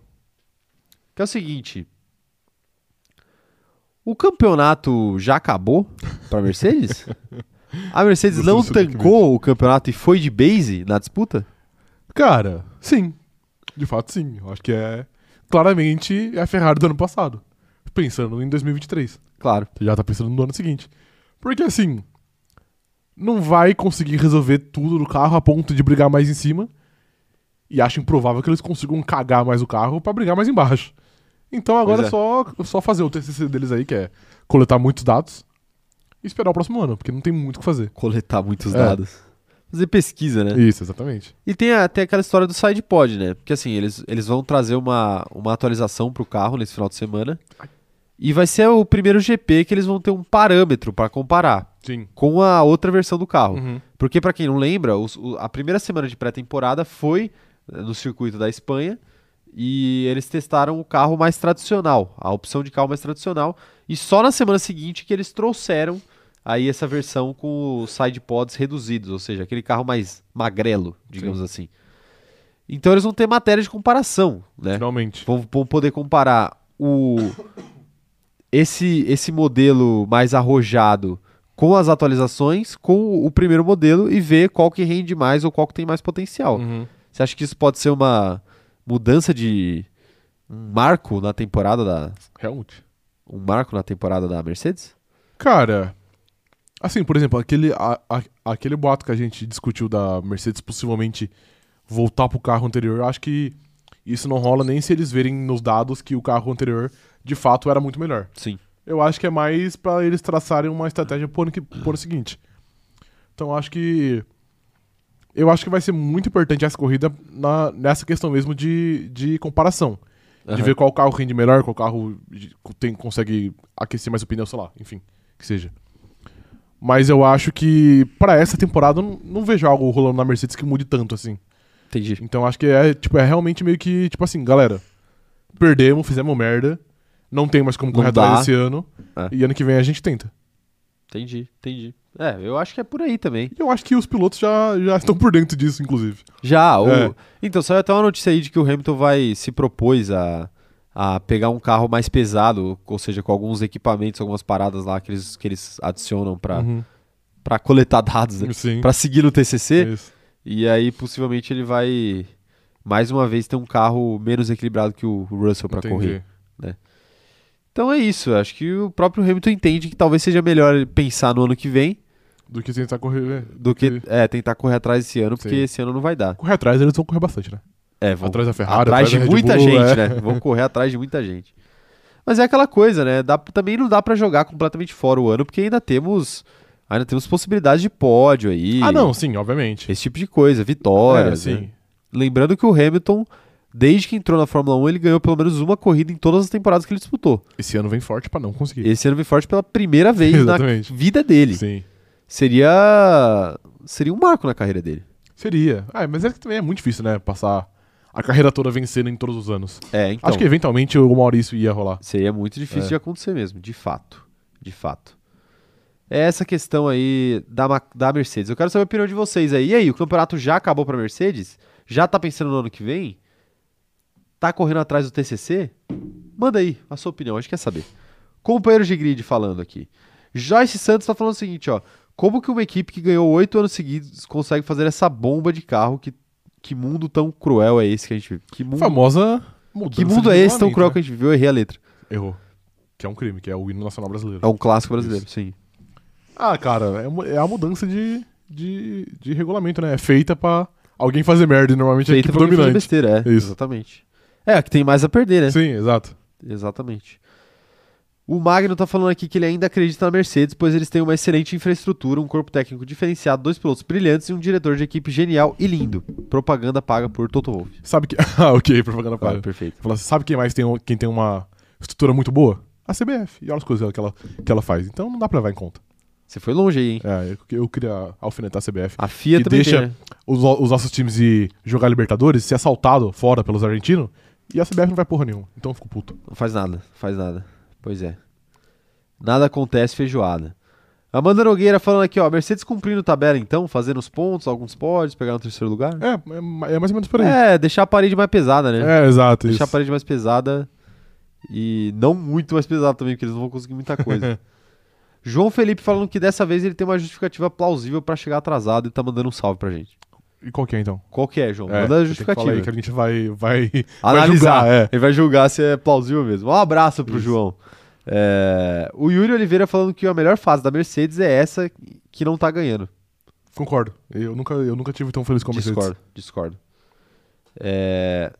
Speaker 1: Que é o seguinte: o campeonato já acabou para Mercedes? A Mercedes
Speaker 2: Gostei
Speaker 1: não
Speaker 2: do subjetivo.
Speaker 1: tancou o campeonato e foi de base na disputa?
Speaker 2: Cara, sim. De fato, sim. Eu acho que é claramente é a Ferrari do ano passado. Pensando em 2023.
Speaker 1: Claro.
Speaker 2: Você já tá pensando no ano seguinte. Porque assim, não vai conseguir resolver tudo do carro a ponto de brigar mais em cima. E acho improvável que eles consigam cagar mais o carro pra brigar mais embaixo. Então agora
Speaker 1: Pois
Speaker 2: é só, só fazer o TCC deles aí, que é coletar muitos dados e esperar o próximo ano, porque não tem muito o que fazer.
Speaker 1: Coletar muitos
Speaker 2: É.
Speaker 1: dados. Fazer pesquisa, né?
Speaker 2: Isso, exatamente.
Speaker 1: E tem até aquela história do side pod, né? Porque assim, eles, eles vão trazer uma, uma atualização pro carro nesse final de semana. E vai ser o primeiro GP que eles vão ter um parâmetro para comparar
Speaker 2: Sim.
Speaker 1: com a outra versão do carro.
Speaker 2: Uhum.
Speaker 1: Porque pra quem não lembra, os- o- a primeira semana de pré-temporada foi eh, no circuito da Espanha e eles testaram o carro mais tradicional, a opção de carro mais tradicional, e só na semana seguinte que eles trouxeram aí essa versão com os side pods reduzidos, ou seja, aquele carro mais magrelo, digamos assim. Então eles vão ter matéria de comparação,
Speaker 2: É.
Speaker 1: né?
Speaker 2: Finalmente.
Speaker 1: Vão, vão poder comparar o esse esse modelo mais arrojado com as atualizações, com o primeiro modelo e ver qual que rende mais ou qual que tem mais potencial.
Speaker 2: Uhum.
Speaker 1: Você acha que isso pode ser uma mudança de um marco na temporada da
Speaker 2: Realmente.
Speaker 1: um marco na temporada da Mercedes?
Speaker 2: Cara, assim, por exemplo, aquele, a- a- aquele boato que a gente discutiu da Mercedes possivelmente voltar pro carro anterior, eu acho que isso não rola nem se eles verem nos dados que o carro anterior de fato era muito melhor.
Speaker 1: Sim.
Speaker 2: Eu acho que é mais pra eles traçarem uma estratégia por ano, que, pro ano seguinte. Então eu acho que. Eu acho que vai ser muito importante essa corrida na- nessa questão mesmo de, de comparação. De
Speaker 1: Aham.
Speaker 2: ver qual carro rende melhor, qual carro de- tem, consegue aquecer mais o pneu, sei lá, enfim, que seja. Mas eu acho que pra essa temporada eu não, não vejo algo rolando na Mercedes que mude tanto assim.
Speaker 1: Entendi.
Speaker 2: Então acho que é, tipo, é realmente meio que, tipo assim, galera, perdemos, fizemos merda, não tem mais como
Speaker 1: Não
Speaker 2: correr
Speaker 1: dá.
Speaker 2: atrás esse ano,
Speaker 1: É.
Speaker 2: e ano que vem a gente tenta.
Speaker 1: Entendi, entendi. É, eu acho que é por aí também.
Speaker 2: E eu acho que os pilotos já, já estão por dentro disso, inclusive.
Speaker 1: Já, o-
Speaker 2: É.
Speaker 1: então saiu até uma notícia aí de que o Hamilton vai se propôs a, a pegar um carro mais pesado, ou seja, com alguns equipamentos, algumas paradas lá que eles, que eles adicionam pra
Speaker 2: Uhum.
Speaker 1: pra coletar dados, né?
Speaker 2: Sim. É.
Speaker 1: para seguir no TCC.
Speaker 2: Isso.
Speaker 1: E aí possivelmente ele vai mais uma vez ter um carro menos equilibrado que o Russell pra
Speaker 2: Entendi.
Speaker 1: correr. Então é isso, eu acho que o próprio Hamilton entende que talvez seja melhor ele pensar no ano que vem
Speaker 2: Do que tentar correr.
Speaker 1: do que é, tentar correr atrás esse ano, porque
Speaker 2: Sim.
Speaker 1: esse ano não vai dar.
Speaker 2: Correr atrás, eles vão correr bastante, né?
Speaker 1: É, vão
Speaker 2: Atrás da Ferrari,
Speaker 1: atrás
Speaker 2: atrás
Speaker 1: de
Speaker 2: da Red
Speaker 1: muita
Speaker 2: Bull,
Speaker 1: gente, né?
Speaker 2: é.
Speaker 1: Vão correr atrás de muita gente. Mas é aquela coisa, né? Dá- também não dá pra jogar completamente fora o ano, porque ainda temos ainda temos possibilidades de pódio aí.
Speaker 2: Ah, não, sim, obviamente.
Speaker 1: Esse tipo de coisa, vitórias,
Speaker 2: É,
Speaker 1: né?
Speaker 2: sim.
Speaker 1: Lembrando que o Hamilton, desde que entrou na Fórmula 1, ele ganhou pelo menos uma corrida em todas as temporadas que ele disputou.
Speaker 2: Esse ano vem forte pra não conseguir.
Speaker 1: Esse ano vem forte pela primeira vez na
Speaker 2: Exatamente.
Speaker 1: vida dele.
Speaker 2: Sim.
Speaker 1: Seria seria um marco na carreira dele.
Speaker 2: Seria. Ah, mas é que também é muito difícil, né? Passar a carreira toda vencendo em todos os anos.
Speaker 1: É, então.
Speaker 2: Acho que eventualmente o Maurício ia rolar.
Speaker 1: Seria muito difícil
Speaker 2: É.
Speaker 1: de acontecer mesmo, de fato. De fato. É essa questão aí da, Ma- da Mercedes. Eu quero saber a opinião de vocês aí. E aí, o campeonato já acabou pra Mercedes? Já tá pensando no ano que vem? Tá correndo atrás do TCC? Manda aí a sua opinião, a gente quer saber. Companheiros de grid falando aqui. Joyce Santos tá falando o seguinte, ó. Como que uma equipe que ganhou oito anos seguidos consegue fazer essa bomba de carro? Que, que mundo tão cruel é esse que a gente vive? Que mundo,
Speaker 2: Famosa mudança.
Speaker 1: que mundo
Speaker 2: de
Speaker 1: é esse tão
Speaker 2: regulamento,
Speaker 1: cruel
Speaker 2: né?
Speaker 1: que a gente vive? Eu errei a letra.
Speaker 2: Errou. Que é um crime, que é o hino nacional brasileiro.
Speaker 1: É um clássico brasileiro, sim.
Speaker 2: Ah, cara, é, mu- é a mudança de, de, de regulamento, né? É feita pra alguém fazer merda e normalmente é a
Speaker 1: Feito
Speaker 2: equipe
Speaker 1: pra quem fez
Speaker 2: dominante.
Speaker 1: besteira, é.
Speaker 2: Isso.
Speaker 1: Exatamente. É, a que tem mais a perder, né?
Speaker 2: Sim, exato.
Speaker 1: Exatamente. O Magno tá falando aqui que ele ainda acredita na Mercedes, pois eles têm uma excelente infraestrutura, um corpo técnico diferenciado, dois pilotos brilhantes e um diretor de equipe genial e lindo. Propaganda paga por Toto Wolff.
Speaker 2: Sabe que. Ah, ok, propaganda
Speaker 1: Ah,
Speaker 2: paga.
Speaker 1: perfeito.
Speaker 2: Fala, sabe quem mais tem, um- quem tem uma estrutura muito boa? A CBF. E olha as coisas que ela, que ela faz. Então não dá pra levar em conta.
Speaker 1: Você foi longe aí, hein?
Speaker 2: É, eu, eu queria alfinetar a CBF.
Speaker 1: A FIA
Speaker 2: E
Speaker 1: também
Speaker 2: deixa-
Speaker 1: tem, né?
Speaker 2: Os, no- os nossos times ir jogar Libertadores, ser assaltado fora pelos argentinos, e a CBF não vai porra nenhuma. Então eu fico puto.
Speaker 1: Não faz nada, faz nada. Pois é. Nada acontece feijoada. Amanda Nogueira falando aqui, ó, Mercedes cumprindo tabela então, fazendo os pontos, alguns pódios, pegar no terceiro lugar.
Speaker 2: É, é, ma- é mais ou menos por aí.
Speaker 1: É, deixar a parede mais pesada, né?
Speaker 2: É, exato.
Speaker 1: deixar a
Speaker 2: Isso.
Speaker 1: parede mais pesada e não muito mais pesada também, porque eles não vão conseguir muita coisa. João Felipe falando que dessa vez ele tem uma justificativa plausível pra chegar atrasado e tá mandando um salve pra gente.
Speaker 2: E qual que é então?
Speaker 1: Qual que é, João?
Speaker 2: É,
Speaker 1: Manda a
Speaker 2: você tem que
Speaker 1: justificativa.
Speaker 2: falar aí que a gente vai, vai, vai
Speaker 1: Analisar.
Speaker 2: julgar, é.
Speaker 1: Ele vai julgar se é plausível mesmo. Um abraço pro
Speaker 2: Isso.
Speaker 1: João. É, o Yuri Oliveira falando que a melhor fase da Mercedes é essa que não tá ganhando.
Speaker 2: Concordo. Eu nunca, eu nunca tive tão feliz com a Mercedes.
Speaker 1: Discordo, discordo. É,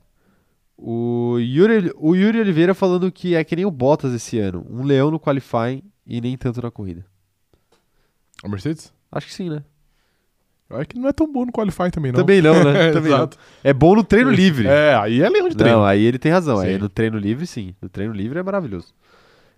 Speaker 1: o, Yuri, o Yuri Oliveira falando que é que nem o Bottas esse ano. Um leão no qualifying e nem tanto na corrida.
Speaker 2: A Mercedes?
Speaker 1: Acho que sim, né?
Speaker 2: É que não é tão bom no Qualify também, não.
Speaker 1: Também não, né? Também não.
Speaker 2: Exato.
Speaker 1: É bom no treino livre.
Speaker 2: É, aí é leão de treino.
Speaker 1: Não, aí ele tem razão. Aí
Speaker 2: Sim.
Speaker 1: no treino livre, sim. No treino livre é maravilhoso.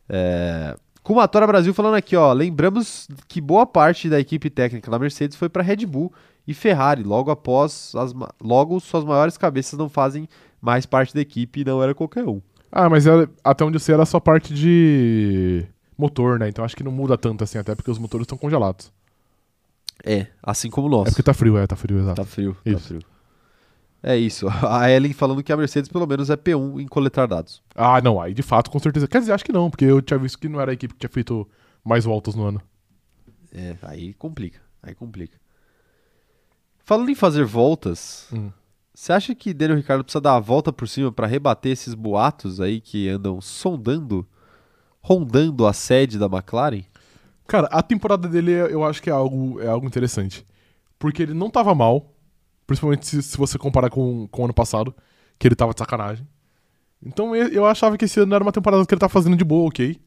Speaker 1: É... Kumatora Brasil falando aqui, ó. Lembramos que boa parte da equipe técnica da Mercedes foi para Red Bull e Ferrari. Logo após, as ma- logo suas maiores cabeças não fazem mais parte da equipe e não era qualquer um.
Speaker 2: Ah, mas era- até onde eu sei era só parte de motor, né? Então acho que não muda tanto assim, até porque os motores estão congelados.
Speaker 1: É, assim como nós.
Speaker 2: É porque tá frio, é, tá frio, exato.
Speaker 1: Tá frio, tá
Speaker 2: Isso.
Speaker 1: frio. É isso. A Ellen falando que a Mercedes pelo menos é P1 em coletar dados.
Speaker 2: Ah, não, aí de fato, com certeza. Quer dizer, acho que não, porque eu tinha visto que não era a equipe que tinha feito mais voltas no ano.
Speaker 1: É, aí complica. Aí complica. Falando em fazer voltas,
Speaker 2: Hum.
Speaker 1: Você acha que Daniel Ricardo precisa dar a volta por cima para rebater esses boatos aí que andam sondando, rondando a sede da McLaren?
Speaker 2: Cara, a temporada dele é- eu acho que é algo, é algo interessante. Porque ele não tava mal, principalmente se, se você comparar com, com o ano passado, que ele tava de sacanagem. Então eu, eu achava que esse ano era uma temporada que ele tava fazendo de boa, ok.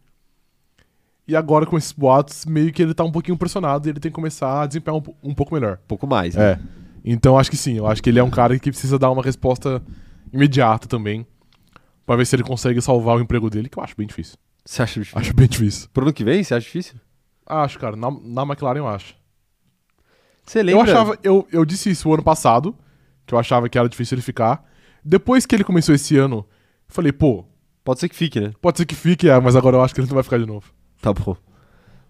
Speaker 2: E agora com esses boatos, meio que ele tá um pouquinho pressionado e ele tem que começar a desempenhar um, po- um pouco melhor.
Speaker 1: Um pouco mais, né?
Speaker 2: É. Então acho que sim, eu acho que ele é um cara que precisa dar uma resposta imediata também. Pra ver se ele consegue salvar o emprego dele, que eu acho bem difícil.
Speaker 1: Você acha difícil?
Speaker 2: Acho bem difícil.
Speaker 1: Pro ano que vem, você acha difícil?
Speaker 2: Acho, cara. Na, na McLaren eu acho.
Speaker 1: Você
Speaker 2: Eu
Speaker 1: lembra?
Speaker 2: achava, eu, eu disse isso o ano passado, que eu achava que era difícil ele ficar. Depois que ele começou esse ano, eu falei, pô,
Speaker 1: Pode ser que fique, né?
Speaker 2: pode ser que fique, é, mas agora eu acho que ele não vai ficar de novo.
Speaker 1: Tá bom.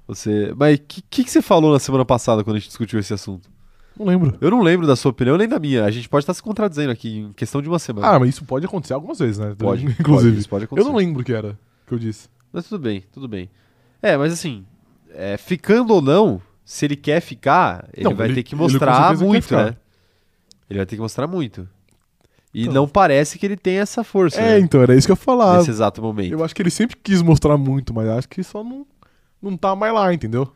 Speaker 1: Você, mas o que, que que você falou na semana passada quando a gente discutiu esse assunto?
Speaker 2: Não lembro.
Speaker 1: Eu não lembro da sua opinião nem da minha. A gente pode estar se contradizendo aqui em questão de uma semana.
Speaker 2: Ah, mas isso pode acontecer algumas vezes, né?
Speaker 1: pode, pode,
Speaker 2: Inclusive.
Speaker 1: isso pode
Speaker 2: eu
Speaker 1: acontecer.
Speaker 2: não lembro o que era que eu disse.
Speaker 1: Mas tudo bem, tudo bem. É, mas assim, é, ficando ou não, se ele quer ficar, ele
Speaker 2: Não,
Speaker 1: vai
Speaker 2: ele-
Speaker 1: ter que
Speaker 2: ele com
Speaker 1: mostrar
Speaker 2: certeza quer
Speaker 1: muito,
Speaker 2: ficar.
Speaker 1: né? Ele vai ter que mostrar muito. E
Speaker 2: Então.
Speaker 1: não parece que ele tem essa força
Speaker 2: É,
Speaker 1: né,
Speaker 2: então, era isso que eu falava.
Speaker 1: nesse exato momento.
Speaker 2: Eu acho que ele sempre quis mostrar muito, mas acho que só não, não tá mais lá, entendeu?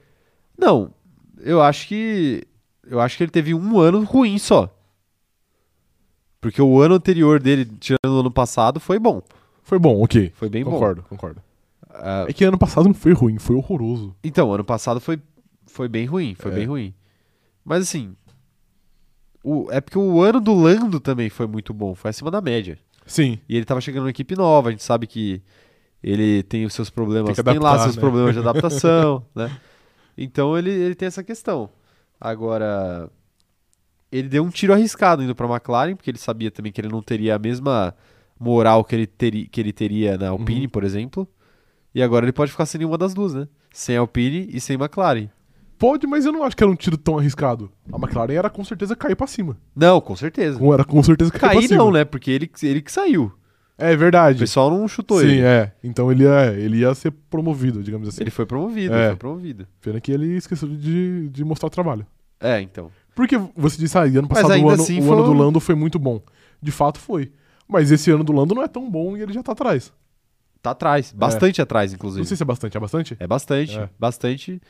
Speaker 1: Não, eu acho que. Eu acho que ele teve um ano ruim só. Porque o ano anterior dele, tirando o ano passado, foi bom.
Speaker 2: Foi bom, ok.
Speaker 1: Foi bem
Speaker 2: concordo, concordo.
Speaker 1: bom. Ah,
Speaker 2: É que ano passado não foi ruim, foi horroroso.
Speaker 1: Então, ano passado foi, foi bem ruim, foi
Speaker 2: É.
Speaker 1: bem ruim. Mas assim, o- é porque o ano do Lando também foi muito bom, foi acima da média.
Speaker 2: Sim.
Speaker 1: E ele tava chegando numa equipe nova, a gente sabe que ele tem os seus problemas,
Speaker 2: Tem
Speaker 1: tem,
Speaker 2: que
Speaker 1: lá
Speaker 2: adaptar,
Speaker 1: seus
Speaker 2: né?
Speaker 1: problemas de adaptação, né? Então ele, ele tem essa questão. Agora, ele deu um tiro arriscado indo pra McLaren, porque ele sabia também que ele não teria a mesma moral que ele, teri, que ele teria
Speaker 2: Uhum.
Speaker 1: na Alpine, por exemplo. E agora ele pode ficar sem nenhuma das duas, né? Sem Alpine e sem McLaren.
Speaker 2: Pode, mas eu não acho que era um tiro tão arriscado. A McLaren era com certeza cair pra cima.
Speaker 1: Não, com certeza.
Speaker 2: Com- Era com certeza que é
Speaker 1: Cair
Speaker 2: possível.
Speaker 1: não, né? Porque ele, ele que saiu.
Speaker 2: É
Speaker 1: O
Speaker 2: verdade.
Speaker 1: pessoal não chutou
Speaker 2: Sim,
Speaker 1: ele.
Speaker 2: é. Então ele ia, ele ia ser promovido, digamos assim.
Speaker 1: Ele foi promovido,
Speaker 2: É.
Speaker 1: ele foi promovido.
Speaker 2: Pena que ele esqueceu de, de mostrar o trabalho.
Speaker 1: É, então.
Speaker 2: Porque você disse, ah, ano
Speaker 1: Mas
Speaker 2: passado o,
Speaker 1: ainda
Speaker 2: ano,
Speaker 1: assim
Speaker 2: o
Speaker 1: foi
Speaker 2: ano do
Speaker 1: um-
Speaker 2: Lando foi muito bom. De fato foi. Mas esse ano do Lando não é tão bom e ele já tá atrás.
Speaker 1: Tá atrás. Bastante atrás,
Speaker 2: É. Não
Speaker 1: inclusive.
Speaker 2: sei se é bastante, é bastante?
Speaker 1: É bastante,
Speaker 2: É.
Speaker 1: bastante.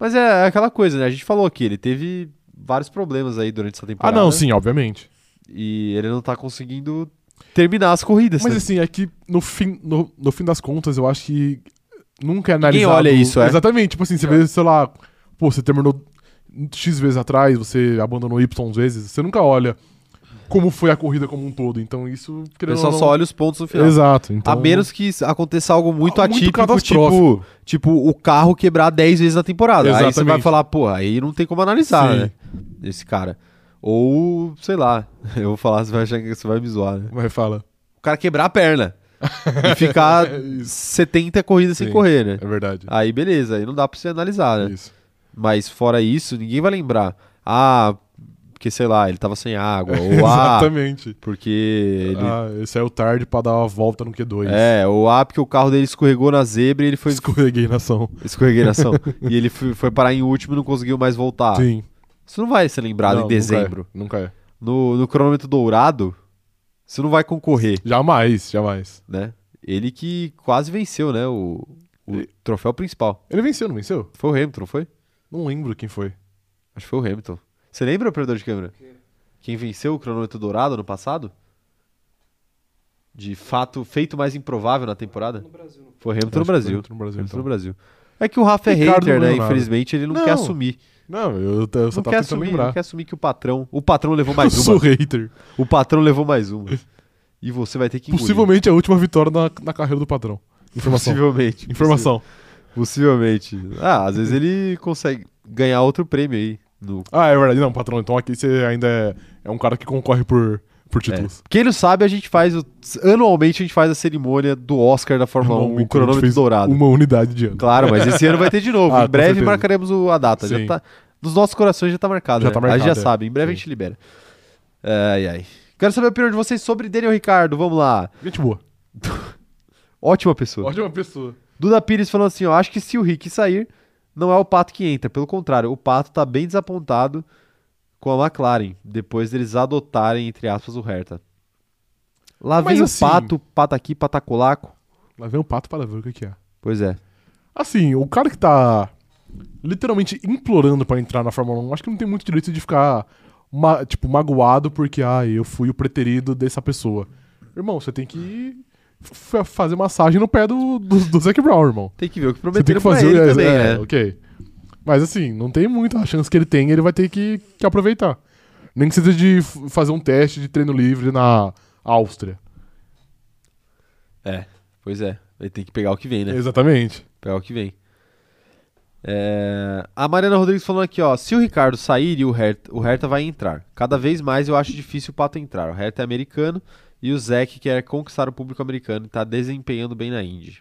Speaker 1: Mas é aquela coisa, né? A gente falou aqui, ele teve vários problemas aí durante essa
Speaker 2: Ah,
Speaker 1: temporada.
Speaker 2: não, sim, obviamente.
Speaker 1: E ele não tá conseguindo terminar as corridas.
Speaker 2: Mas
Speaker 1: né?
Speaker 2: assim, é que no fim, no, no fim das contas, eu acho que nunca é
Speaker 1: Ninguém
Speaker 2: analisado.
Speaker 1: olha isso, é?
Speaker 2: Exatamente, tipo assim, você vê, sei lá, pô, você terminou X vezes atrás, você abandonou Y vezes, você nunca olha como foi a corrida como um todo. Então isso,
Speaker 1: O
Speaker 2: querendo
Speaker 1: pessoal
Speaker 2: ou não-
Speaker 1: só olha os pontos no final.
Speaker 2: Exato. Então, Ah,
Speaker 1: A menos que s- aconteça algo muito
Speaker 2: Muito
Speaker 1: atípico, tipo,
Speaker 2: catastrófico.
Speaker 1: tipo o carro quebrar 10 vezes na temporada. Aí você vai
Speaker 2: Exatamente.
Speaker 1: falar, pô, aí não tem como analisar,
Speaker 2: Sim.
Speaker 1: né? Esse cara. Ou, sei lá, eu vou falar, você vai achar que você vai me zoar, né?
Speaker 2: Vai fala.
Speaker 1: O cara quebrar a perna e ficar
Speaker 2: É isso.
Speaker 1: 70 corridas sem
Speaker 2: Sim.
Speaker 1: correr, né?
Speaker 2: É verdade.
Speaker 1: Aí beleza, aí não dá pra você analisar, né?
Speaker 2: Isso.
Speaker 1: Mas fora isso, ninguém vai lembrar. Ah, porque sei lá, ele tava sem água. Ou ah,
Speaker 2: Exatamente.
Speaker 1: porque ele
Speaker 2: Ah, ele saiu tarde pra dar uma volta no Q2.
Speaker 1: É, ou A, porque o carro dele escorregou na zebra e ele foi.
Speaker 2: Escorreguei na ação.
Speaker 1: Escorreguei na ação. e ele foi, foi parar em último e não conseguiu mais voltar.
Speaker 2: Sim.
Speaker 1: Isso não vai ser lembrado em
Speaker 2: Não, nunca é,
Speaker 1: Ah, dezembro.
Speaker 2: Nunca é.
Speaker 1: No, no cronômetro dourado, você não vai concorrer,
Speaker 2: Jamais, jamais.
Speaker 1: né? Ele que quase venceu, né? O, o troféu principal.
Speaker 2: Ele venceu, não venceu?
Speaker 1: Foi o Hamilton, não foi?
Speaker 2: Não lembro quem foi.
Speaker 1: Acho que foi o Hamilton. Você lembra, operador de câmera?
Speaker 3: quê?
Speaker 1: Quem venceu o cronômetro dourado no passado? De fato, feito mais improvável na temporada?
Speaker 3: No Brasil, não
Speaker 1: Foi Hamilton
Speaker 2: Acho
Speaker 1: no Brasil.
Speaker 2: que foi no Brasil,
Speaker 1: Hamilton
Speaker 2: então.
Speaker 1: no Brasil. É que o Rafa é
Speaker 2: Ricardo
Speaker 1: hater,
Speaker 2: não
Speaker 1: né?
Speaker 2: lembra nada.
Speaker 1: Infelizmente, ele não,
Speaker 2: Não.
Speaker 1: quer assumir.
Speaker 2: Não, eu, t- eu só
Speaker 1: Não
Speaker 2: tava
Speaker 1: quer
Speaker 2: tentando
Speaker 1: assumir, não
Speaker 2: lembrar.
Speaker 1: quer assumir que o patrão. O patrão levou
Speaker 2: Eu
Speaker 1: mais
Speaker 2: sou
Speaker 1: uma.
Speaker 2: hater.
Speaker 1: O patrão levou mais uma. E você vai ter que engolir.
Speaker 2: Possivelmente a última vitória na, na carreira do patrão. Informação.
Speaker 1: Possivelmente.
Speaker 2: Informação.
Speaker 1: Possivelmente. Ah, às vezes ele consegue ganhar outro prêmio aí. No...
Speaker 2: Ah, é verdade. Não, patrão. Então aqui você ainda é, é um cara que concorre por,
Speaker 1: É.
Speaker 2: por títulos.
Speaker 1: Quem não sabe, a gente faz. o- Anualmente a gente faz a cerimônia do Oscar da Fórmula 1,
Speaker 2: Normalmente
Speaker 1: o
Speaker 2: a gente
Speaker 1: cronômetro
Speaker 2: fez
Speaker 1: dourado.
Speaker 2: Uma unidade de ano.
Speaker 1: Claro, mas esse ano vai ter de novo.
Speaker 2: Ah,
Speaker 1: em
Speaker 2: com
Speaker 1: breve
Speaker 2: certeza.
Speaker 1: marcaremos o- a data. Já
Speaker 2: Sim.
Speaker 1: tá, nos nossos corações já tá marcado.
Speaker 2: Já
Speaker 1: né?
Speaker 2: tá
Speaker 1: A gente já
Speaker 2: marcado, é.
Speaker 1: sabe. Em breve a
Speaker 2: Sim.
Speaker 1: gente libera. Ai, ai. Quero saber a opinião de vocês sobre Daniel Ricardo. Vamos lá.
Speaker 2: Gente boa.
Speaker 1: Ótima pessoa.
Speaker 2: Ótima pessoa.
Speaker 1: Duda Pires falando assim: ó, acho que se o Rick sair, não é o Pato que entra. Pelo contrário, o Pato tá bem desapontado com a McLaren, depois deles adotarem, entre aspas, o Hertha. Lá
Speaker 2: Mas
Speaker 1: vem
Speaker 2: assim-
Speaker 1: o Pato, Pato aqui, Patacolaco.
Speaker 2: Lá vem o pato para ver o que que é.
Speaker 1: Pois é.
Speaker 2: Assim, o cara que tá literalmente implorando pra entrar na Fórmula 1, acho que não tem muito direito de ficar, ma- tipo, magoado porque, ah, eu fui o preterido dessa pessoa. Irmão, você tem que fa- fazer massagem no pé do, do, do Zac Brown, irmão.
Speaker 1: Tem que ver o que
Speaker 2: Você tem
Speaker 1: prometeram
Speaker 2: que
Speaker 1: pra
Speaker 2: fazer
Speaker 1: ele
Speaker 2: é,
Speaker 1: também,
Speaker 2: é,
Speaker 1: né?
Speaker 2: ok. Mas assim, não tem muita chance que ele tem, ele vai ter que, que aproveitar. Nem que seja de f- fazer um teste de treino livre na Áustria.
Speaker 1: É, pois é. Ele tem que pegar o que vem, né?
Speaker 2: Exatamente.
Speaker 1: Pegar o que vem. É, A Mariana Rodrigues falando aqui, ó. Se o Ricardo sair, o Hertha, o Hertha vai entrar. Cada vez mais eu acho difícil o Pato entrar. O Hertha é americano e o Zeke quer conquistar o público americano e tá desempenhando bem na Indy.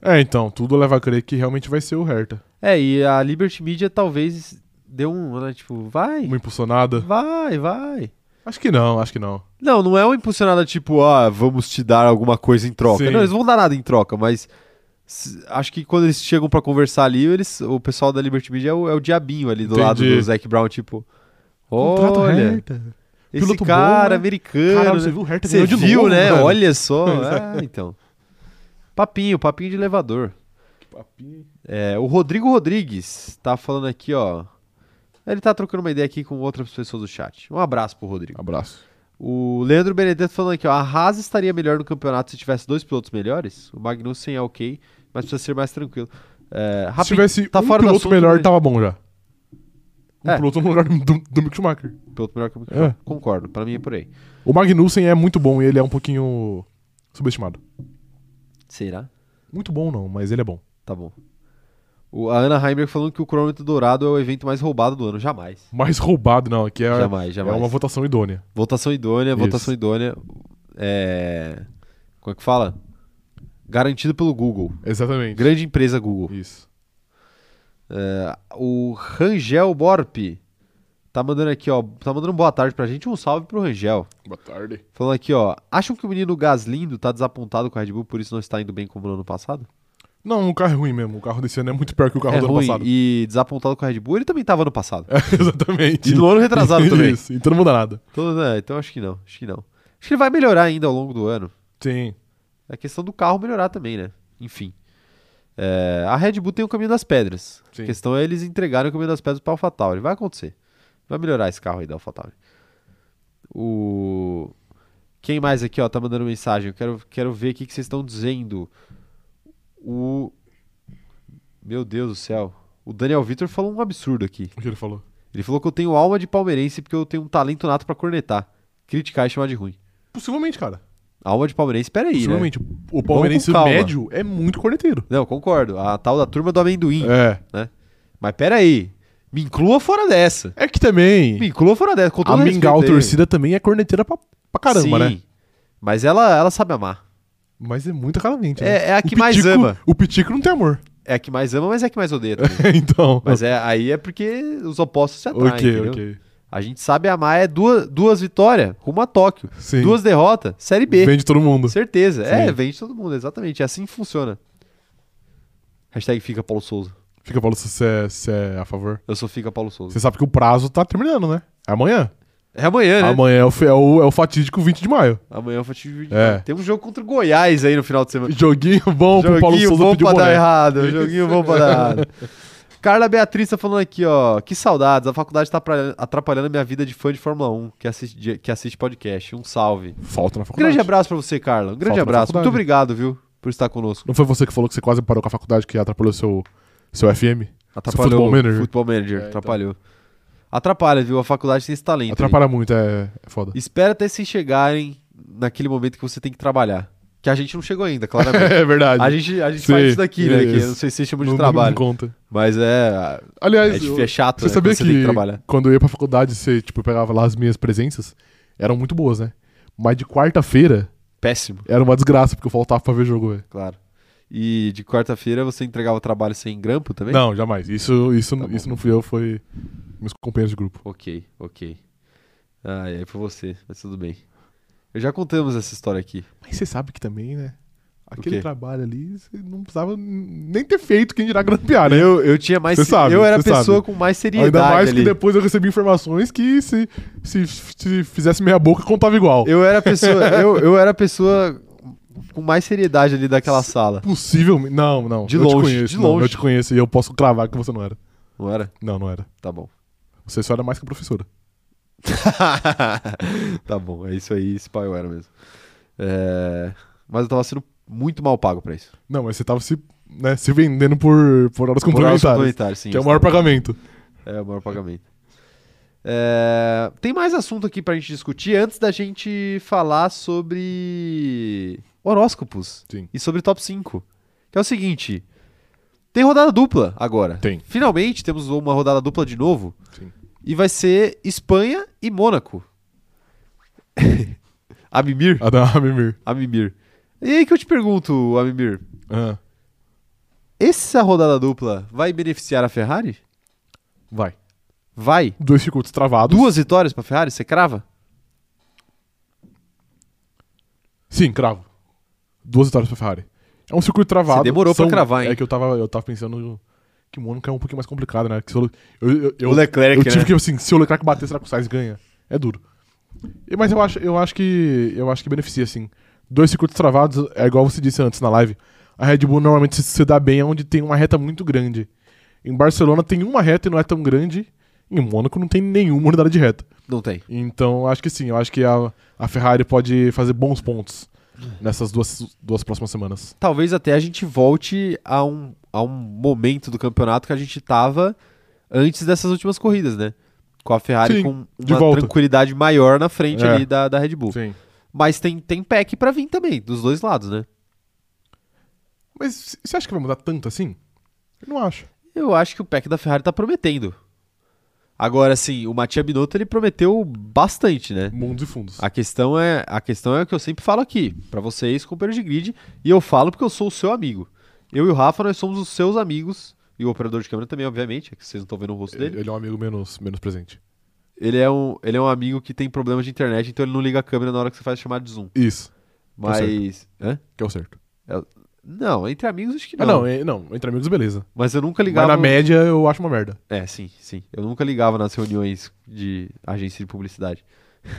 Speaker 2: É, então, tudo leva a crer que realmente vai ser o Hertha.
Speaker 1: É, e a Liberty Media talvez deu um, né, tipo, vai,
Speaker 2: Uma impulsionada.
Speaker 1: vai, vai.
Speaker 2: Acho que não, acho que não.
Speaker 1: Não, não é uma impulsionada tipo, ah, vamos te dar alguma coisa em troca.
Speaker 2: Sim.
Speaker 1: Não, eles não vão dar nada em troca, mas s- acho que quando eles chegam pra conversar ali, eles, o pessoal da Liberty Media é o, é o diabinho ali do
Speaker 2: Entendi.
Speaker 1: lado do Zac Brown, tipo,
Speaker 2: Contrata o
Speaker 1: olha,
Speaker 2: Hertha.
Speaker 1: esse
Speaker 2: piloto bom,
Speaker 1: cara
Speaker 2: né?
Speaker 1: americano,
Speaker 2: Caralho,
Speaker 1: né?
Speaker 2: você viu o Hertha
Speaker 1: você
Speaker 2: ganhou de
Speaker 1: viu,
Speaker 2: novo,
Speaker 1: né?
Speaker 2: velho.
Speaker 1: Olha só, ah, então. Papinho, papinho de elevador. É, o Rodrigo Rodrigues tá falando aqui, ó. Ele tá trocando uma ideia aqui com outras pessoas do chat. Um abraço pro Rodrigo.
Speaker 2: Abraço.
Speaker 1: O Leandro Benedetto falando aqui, ó, a Haas estaria melhor no campeonato se tivesse dois pilotos melhores? O Magnussen é ok, mas precisa ser mais tranquilo. É,
Speaker 2: Se
Speaker 1: rapid-
Speaker 2: tivesse
Speaker 1: tá
Speaker 2: um
Speaker 1: fora do
Speaker 2: piloto
Speaker 1: assunto,
Speaker 2: melhor,
Speaker 1: mas-
Speaker 2: tava bom já. Um
Speaker 1: É.
Speaker 2: piloto no lugar do, do Mick Schumacher.
Speaker 1: Piloto melhor que o
Speaker 2: É.
Speaker 1: Concordo, pra mim é por aí.
Speaker 2: O Magnussen é muito bom e ele é um pouquinho subestimado.
Speaker 1: Será?
Speaker 2: Muito bom não, mas ele é bom.
Speaker 1: Tá bom. O, a Ana Heimberg falando que o cronômetro dourado é o evento mais roubado do ano. Jamais.
Speaker 2: Mais roubado não, aqui é,
Speaker 1: jamais,
Speaker 2: é
Speaker 1: jamais.
Speaker 2: uma votação idônea.
Speaker 1: Votação idônea,
Speaker 2: Isso.
Speaker 1: votação idônea. É... Como é que fala? Garantido pelo Google.
Speaker 2: Exatamente.
Speaker 1: Grande empresa Google.
Speaker 2: Isso.
Speaker 1: É, O Rangel Borpe tá mandando aqui, ó. Tá mandando um boa tarde pra gente. Um salve pro Rangel.
Speaker 2: Boa tarde.
Speaker 1: Falando aqui, ó. Acham que o menino Gaslindo tá desapontado com a Red Bull, por isso não está indo bem como no ano passado?
Speaker 2: Não, o carro é ruim mesmo. O carro desse ano é muito pior que o carro
Speaker 1: é
Speaker 2: do ano
Speaker 1: ruim.
Speaker 2: passado. É.
Speaker 1: E desapontado com a Red Bull, ele também tava ano passado.
Speaker 2: Exatamente.
Speaker 1: E no ano retrasado também.
Speaker 2: Isso, então não muda nada.
Speaker 1: Então, né, então acho que não. Acho que não. Acho que ele vai melhorar ainda ao longo do ano.
Speaker 2: Sim.
Speaker 1: É questão do carro melhorar também, né? Enfim. É, a Red Bull tem o caminho das pedras.
Speaker 2: Sim.
Speaker 1: A questão é eles entregarem o caminho das pedras para AlphaTauri. Vai acontecer. Vai melhorar esse carro aí da AlphaTauri. O quem mais aqui, ó, tá mandando mensagem. Eu quero, quero ver o que que vocês estão dizendo. O Meu Deus do céu. O Daniel Vitor falou um absurdo aqui.
Speaker 2: O que ele falou?
Speaker 1: Ele falou que eu tenho alma de palmeirense porque eu tenho um talento nato pra cornetar, criticar e chamar de ruim.
Speaker 2: Possivelmente, cara.
Speaker 1: Alma de palmeirense, peraí, né?
Speaker 2: Possivelmente. O palmeirense
Speaker 1: com calma.
Speaker 2: médio é muito corneteiro.
Speaker 1: Não, concordo. A tal da turma do amendoim. né?
Speaker 2: É.
Speaker 1: Mas peraí. Me inclua fora dessa.
Speaker 2: É que também.
Speaker 1: Me inclua fora dessa. Com
Speaker 2: A
Speaker 1: todo
Speaker 2: Mingau
Speaker 1: respeito aí.
Speaker 2: torcida também é corneteira pra, pra caramba,
Speaker 1: Sim,
Speaker 2: né?
Speaker 1: Mas ela, ela sabe amar.
Speaker 2: Mas é muito claramente. né?
Speaker 1: É, é a que
Speaker 2: O
Speaker 1: mais
Speaker 2: Pitico-
Speaker 1: ama.
Speaker 2: O Pitico não tem amor.
Speaker 1: É a que mais ama, mas é a que mais odeia também.
Speaker 2: então.
Speaker 1: mas é, aí é porque os opostos se atraem,
Speaker 2: ok,
Speaker 1: entendeu?
Speaker 2: ok.
Speaker 1: A gente sabe amar é duas, duas vitórias rumo a Tóquio.
Speaker 2: Sim.
Speaker 1: Duas derrotas, Série B.
Speaker 2: Vende todo mundo.
Speaker 1: Certeza. É,
Speaker 2: Sim.
Speaker 1: vende todo mundo, exatamente. É assim que funciona. Hashtag fica Paulo Souza.
Speaker 2: Fica falando se você é, se você é a favor.
Speaker 1: Eu sou fica Paulo Souza.
Speaker 2: Você sabe que o prazo tá terminando, né? É amanhã.
Speaker 1: É amanhã, né?
Speaker 2: Amanhã é o, fe- é o- é o fatídico 20 de maio.
Speaker 1: Amanhã eu vou te...
Speaker 2: É.
Speaker 1: Tem um jogo contra o Goiás aí no final de semana.
Speaker 2: Joguinho bom pro Paulo
Speaker 1: Joguinho
Speaker 2: Souza
Speaker 1: bom
Speaker 2: pedir o
Speaker 1: pra dar
Speaker 2: boné.
Speaker 1: errado. Joguinho bom pra dar errado. Carla Beatriz tá falando aqui, ó. Que saudades. A faculdade tá apra- atrapalhando minha vida de fã de Fórmula 1 que assiste, de- que assiste podcast. Um salve.
Speaker 2: Falta na
Speaker 1: Um
Speaker 2: faculdade.
Speaker 1: grande abraço pra você, Carla. Um grande
Speaker 2: Falta na
Speaker 1: abraço.
Speaker 2: faculdade.
Speaker 1: Muito obrigado, viu, por estar conosco.
Speaker 2: Não foi você que falou que você quase parou com a faculdade que atrapalhou seu, seu FM?
Speaker 1: Atrapalhou.
Speaker 2: é Futebol Manager.
Speaker 1: Futebol Manager,
Speaker 2: É, então.
Speaker 1: atrapalhou. Atrapalha, viu? A faculdade tem esse talento. aí.
Speaker 2: Atrapalha muito, é, é foda.
Speaker 1: Espera até se chegarem naquele momento que você tem que trabalhar. Que a gente não chegou ainda, claramente.
Speaker 2: É verdade.
Speaker 1: a gente, a gente
Speaker 2: Sim,
Speaker 1: faz isso daqui, né?
Speaker 2: isso.
Speaker 1: Que eu não sei se chama de
Speaker 2: Não- não
Speaker 1: trabalho.
Speaker 2: conta.
Speaker 1: Mas é.
Speaker 2: Aliás,
Speaker 1: É, difícil,
Speaker 2: eu-
Speaker 1: é chato,
Speaker 2: Você
Speaker 1: né?
Speaker 2: sabia
Speaker 1: quando
Speaker 2: que,
Speaker 1: tem que trabalhar.
Speaker 2: quando eu ia pra faculdade, você, tipo, pegava lá as minhas presenças, eram muito boas, né? Mas de quarta-feira
Speaker 1: Péssimo,
Speaker 2: era uma desgraça, porque eu faltava pra ver jogo, velho.
Speaker 1: claro. E de quarta-feira você entregava o trabalho sem grampo também?
Speaker 2: Não, jamais. Isso, isso,
Speaker 1: Tá bom.
Speaker 2: isso não fui eu, foi meus companheiros de grupo.
Speaker 1: Ok, ok. Ah, e aí foi você, mas tudo bem. Eu já contamos essa história aqui.
Speaker 2: Mas você sabe que também, né?
Speaker 1: quê?
Speaker 2: Aquele trabalho ali, você não precisava nem ter feito quem dirá grampear, né?
Speaker 1: Eu, eu tinha mais.
Speaker 2: Cê sabe,
Speaker 1: eu era a
Speaker 2: cê sabe.
Speaker 1: pessoa com mais seriedade.
Speaker 2: Ainda mais
Speaker 1: ali.
Speaker 2: que depois eu recebi informações que se, se, se fizesse meia boca, contava igual.
Speaker 1: Eu era a pessoa, eu, eu era a pessoa com mais seriedade ali daquela sala.
Speaker 2: Possivelmente. Não, não.
Speaker 1: De
Speaker 2: eu
Speaker 1: longe,
Speaker 2: te conheço,
Speaker 1: de
Speaker 2: não,
Speaker 1: longe.
Speaker 2: eu te conheço e eu posso cravar que você não era.
Speaker 1: Não era?
Speaker 2: Não, não era.
Speaker 1: Tá bom.
Speaker 2: Você só era mais que professora.
Speaker 1: tá bom, é isso aí, esse pai eu era mesmo. É, Mas eu tava sendo muito mal pago pra isso.
Speaker 2: Não, mas você tava se, né, se vendendo por, por horas complementares.
Speaker 1: Por horas complementares, sim.
Speaker 2: que é o maior pagamento.
Speaker 1: É o maior pagamento. É, Tem mais assunto aqui pra gente discutir antes da gente falar sobre horóscopos
Speaker 2: Sim.
Speaker 1: e sobre top 5. Que é o seguinte: tem rodada dupla agora.
Speaker 2: Tem.
Speaker 1: Finalmente temos uma rodada dupla de novo.
Speaker 2: Sim.
Speaker 1: E vai ser Espanha e Mônaco. Amimir?
Speaker 2: A da Mimir.
Speaker 1: Amimir. E aí que eu te pergunto, Amimir:
Speaker 2: Ah,
Speaker 1: essa rodada dupla vai beneficiar a Ferrari?
Speaker 2: vai.
Speaker 1: Vai.
Speaker 2: Dois ficou destravados.
Speaker 1: Duas vitórias pra Ferrari? Você crava?
Speaker 2: Sim, cravo. Duas vitórias pra Ferrari. É um circuito travado.
Speaker 1: Você demorou pra
Speaker 2: São-
Speaker 1: cravar, hein?
Speaker 2: É que eu tava, eu tava pensando que o Mônaco é um pouquinho mais complicado, né? Que se eu, eu, eu, eu,
Speaker 1: O Leclerc,
Speaker 2: eu tive
Speaker 1: né?
Speaker 2: que, assim, se o Leclerc bater, será que o Sainz ganha? É duro. E- Mas eu acho, eu acho que. Eu acho que beneficia, assim. Dois circuitos travados, é igual você disse antes na live. A Red Bull normalmente se, se dá bem onde tem uma reta muito grande. Em Barcelona tem uma reta e não é tão grande. Em Mônaco não tem nenhuma unidade de reta.
Speaker 1: Não tem.
Speaker 2: Então, acho que sim. Eu acho que a, a Ferrari pode fazer bons pontos nessas duas, duas próximas semanas.
Speaker 1: Talvez até a gente volte a um, a um momento do campeonato que a gente tava antes dessas últimas corridas, né? Com a Ferrari
Speaker 2: Sim,
Speaker 1: com
Speaker 2: de
Speaker 1: uma
Speaker 2: volta.
Speaker 1: tranquilidade maior na frente
Speaker 2: É.
Speaker 1: ali da, da Red Bull.
Speaker 2: Sim.
Speaker 1: Mas tem, tem pack pra vir também, dos dois lados, né?
Speaker 2: Mas c- você acha que vai mudar tanto assim? Eu não acho.
Speaker 1: Eu acho que o pack da Ferrari tá prometendo. Agora, assim, o Mattia Binotto ele prometeu bastante, né?
Speaker 2: Mundos e fundos.
Speaker 1: A questão é a questão é o que eu sempre falo aqui pra vocês, companheiros de grid, e eu falo porque eu sou o seu amigo. Eu e o Rafa nós somos os seus amigos e o operador de câmera também, obviamente, é que vocês não estão vendo o rosto dele.
Speaker 2: Ele é um amigo menos, menos presente.
Speaker 1: Ele é um ele é um amigo que tem problema de internet, então ele não liga a câmera na hora que você faz chamada de Zoom.
Speaker 2: Isso,
Speaker 1: Mas Hã?
Speaker 2: que é o certo.
Speaker 1: não, entre amigos acho que
Speaker 2: Ah,
Speaker 1: não.
Speaker 2: não, é- não, entre amigos, beleza.
Speaker 1: Mas eu nunca ligava. um-
Speaker 2: Mas na média eu acho uma merda.
Speaker 1: É, sim, sim. Eu nunca ligava nas reuniões de agência de publicidade.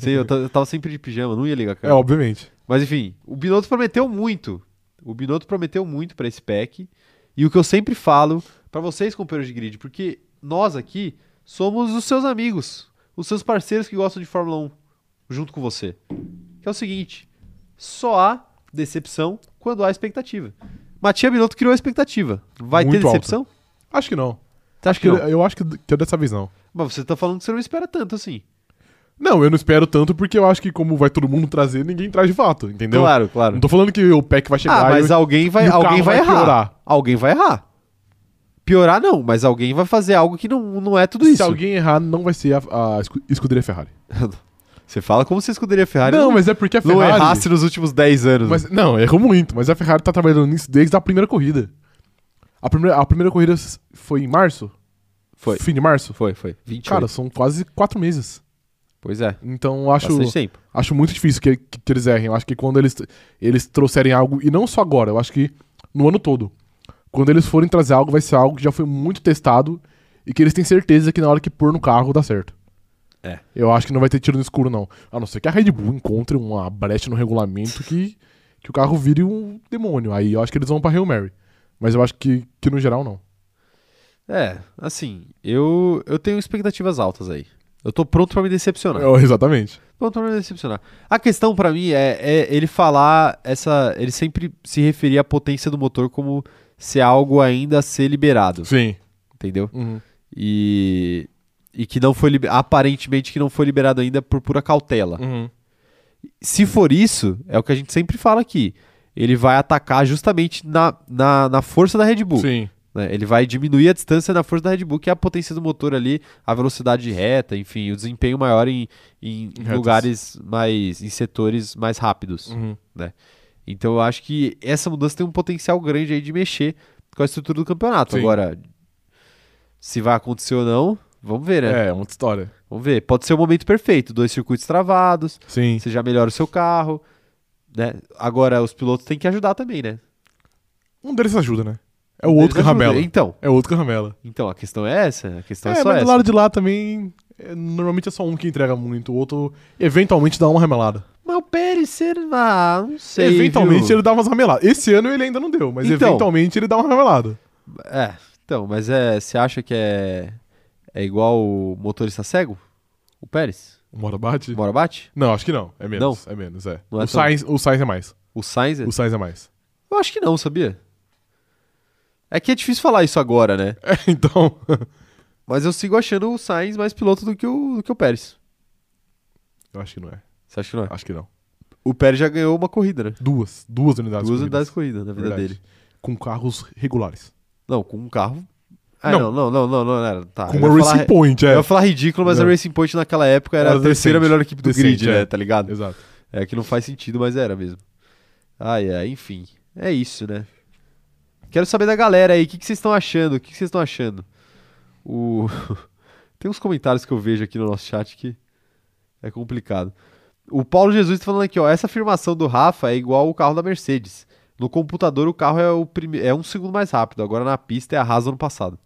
Speaker 1: sim, eu, ta- eu tava sempre de pijama, não ia ligar a
Speaker 2: É,
Speaker 1: câmera.
Speaker 2: obviamente.
Speaker 1: Mas enfim, o Binotto prometeu muito. O Binotto prometeu muito pra esse pack. E o que eu sempre falo pra vocês, companheiros de grid, porque nós aqui somos os seus amigos, os seus parceiros que gostam de Fórmula 1, junto com você. Que é o seguinte: só há decepção quando há expectativa. Matia Binotto criou a expectativa. Vai
Speaker 2: Muito
Speaker 1: ter decepção?
Speaker 2: Acho que não.
Speaker 1: Você acha que não?
Speaker 2: Eu acho que, que é dessa vez não.
Speaker 1: Mas você tá falando que você não espera tanto assim.
Speaker 2: Não, eu não espero tanto porque eu acho que como vai todo mundo trazer, ninguém traz de fato, entendeu?
Speaker 1: Claro, claro.
Speaker 2: Não tô falando que o PEC vai chegar
Speaker 1: Ah, mas
Speaker 2: e...
Speaker 1: alguém vai,
Speaker 2: e Tipo, o
Speaker 1: alguém
Speaker 2: carro
Speaker 1: vai,
Speaker 2: vai
Speaker 1: errar.
Speaker 2: piorar.
Speaker 1: Alguém vai errar. Piorar não, mas alguém vai fazer algo que não, não é tudo
Speaker 2: se
Speaker 1: isso.
Speaker 2: alguém errar, não vai ser a, a escu- escuderia Ferrari.
Speaker 1: Você fala como se a escuderia Ferrari
Speaker 2: não,
Speaker 1: não,
Speaker 2: mas é porque a
Speaker 1: não
Speaker 2: Ferrari...
Speaker 1: errasse nos últimos 10 anos.
Speaker 2: Mas, não, errou muito, mas a Ferrari tá trabalhando nisso desde a primeira corrida. A primeira, a primeira corrida s- foi em março?
Speaker 1: Foi.
Speaker 2: Fim de março?
Speaker 1: Foi, foi. 28.
Speaker 2: Cara, são quase quatro meses.
Speaker 1: pois é.
Speaker 2: Então acho,
Speaker 1: Bastante tempo.
Speaker 2: acho muito difícil que, que, que eles errem. Eu acho que quando eles, eles trouxerem algo, e não só agora, eu acho que no ano todo. Quando eles forem trazer algo, vai ser algo que já foi muito testado e que eles têm certeza que na hora que pôr no carro dá certo.
Speaker 1: É.
Speaker 2: Eu acho que não vai ter tiro no escuro, não. A não ser que a Red Bull encontre uma brecha no regulamento que, que o carro vire um demônio. Aí eu acho que eles vão pra Hail Mary. Mas eu acho que, que no geral, não.
Speaker 1: É, assim, eu, eu tenho expectativas altas aí. Eu tô pronto pra me decepcionar.
Speaker 2: É, exatamente.
Speaker 1: Pronto pra me decepcionar. A questão pra mim é, é ele falar essa. Ele sempre se referia à potência do motor como se algo ainda a ser liberado.
Speaker 2: Sim.
Speaker 1: Entendeu?
Speaker 2: Uhum.
Speaker 1: E. E que não foi liber- aparentemente que não foi liberado ainda por pura cautela.
Speaker 2: Uhum.
Speaker 1: Se for isso, é o que a gente sempre fala aqui. Ele vai atacar justamente na, na, na força da Red Bull.
Speaker 2: Sim.
Speaker 1: né? Ele vai diminuir a distância na força da Red Bull, que é a potência do motor ali, a velocidade de reta, enfim, o desempenho maior em, em
Speaker 2: Em retas. Hum.
Speaker 1: lugares mais. em setores mais rápidos.
Speaker 2: Uhum.
Speaker 1: Então eu acho que essa mudança tem um potencial grande aí de mexer com a estrutura do campeonato.
Speaker 2: Sim.
Speaker 1: Agora, se vai acontecer ou não, vamos ver, né?
Speaker 2: É, é uma outra história.
Speaker 1: Vamos ver. Pode ser o momento perfeito, dois circuitos travados,
Speaker 2: Sim.
Speaker 1: você já melhora o seu carro, né? Agora os pilotos têm que ajudar também, né?
Speaker 2: Um deles ajuda, né? É o
Speaker 1: Eles
Speaker 2: outro que
Speaker 1: ajudam.
Speaker 2: ramela.
Speaker 1: Então,
Speaker 2: É o outro que ramela.
Speaker 1: então a questão é essa, a questão é,
Speaker 2: é,
Speaker 1: só
Speaker 2: mas
Speaker 1: essa.
Speaker 2: do lado de lá também, é, normalmente é só um que entrega muito. O outro, eventualmente, dá uma ramelada.
Speaker 1: Mas o Pérez, ser... ah, não sei.
Speaker 2: eventualmente,
Speaker 1: viu?
Speaker 2: ele dá umas rameladas. Esse ano ele ainda não deu, mas
Speaker 1: Então.
Speaker 2: eventualmente ele dá uma ramelada.
Speaker 1: É, então, mas é, você acha que é é igual o motorista cego? O Pérez?
Speaker 2: Uma hora bate?
Speaker 1: Bora bate?
Speaker 2: Não, acho que não. É menos. É menos, é.
Speaker 1: Não é
Speaker 2: o,
Speaker 1: tão-
Speaker 2: Sainz, o Sainz é mais.
Speaker 1: O Sainz é
Speaker 2: O Sainz é mais.
Speaker 1: Eu acho que não, sabia? É que é difícil falar isso agora, né?
Speaker 2: É, então.
Speaker 1: Mas eu sigo achando o Sainz mais piloto do que o, do que o Pérez.
Speaker 2: eu acho que não é.
Speaker 1: Você acha que não é?
Speaker 2: Acho que não.
Speaker 1: O Pérez já ganhou uma corrida, né?
Speaker 2: Duas. Duas unidades.
Speaker 1: Duas
Speaker 2: corridas.
Speaker 1: unidades corridas na vida
Speaker 2: Verdade.
Speaker 1: dele.
Speaker 2: Com carros regulares.
Speaker 1: Não, com um carro. Ah, não,
Speaker 2: Não.
Speaker 1: não, não, não, não, não, Tá.
Speaker 2: Com
Speaker 1: eu ia
Speaker 2: uma
Speaker 1: falar-
Speaker 2: Racing Point,
Speaker 1: Eu
Speaker 2: é.
Speaker 1: ia falar ridículo, mas a
Speaker 2: Não.
Speaker 1: Racing Point naquela época era,
Speaker 2: Era
Speaker 1: a terceira
Speaker 2: decente.
Speaker 1: melhor equipe do
Speaker 2: Decente,
Speaker 1: grid, né?
Speaker 2: é.
Speaker 1: Tá ligado?
Speaker 2: Exato.
Speaker 1: É que não faz sentido, mas era mesmo. Ai, ai, enfim. É isso, né? Quero saber da galera aí, o que, que vocês estão achando? O que, que vocês estão achando? O... Tem uns comentários que eu vejo aqui no nosso chat que é complicado. O Paulo Jesus tá falando aqui, ó. Essa afirmação do Rafa é igual o carro da Mercedes. No computador o carro é, o prime... é um segundo mais rápido, agora na pista é a Haas ano passado.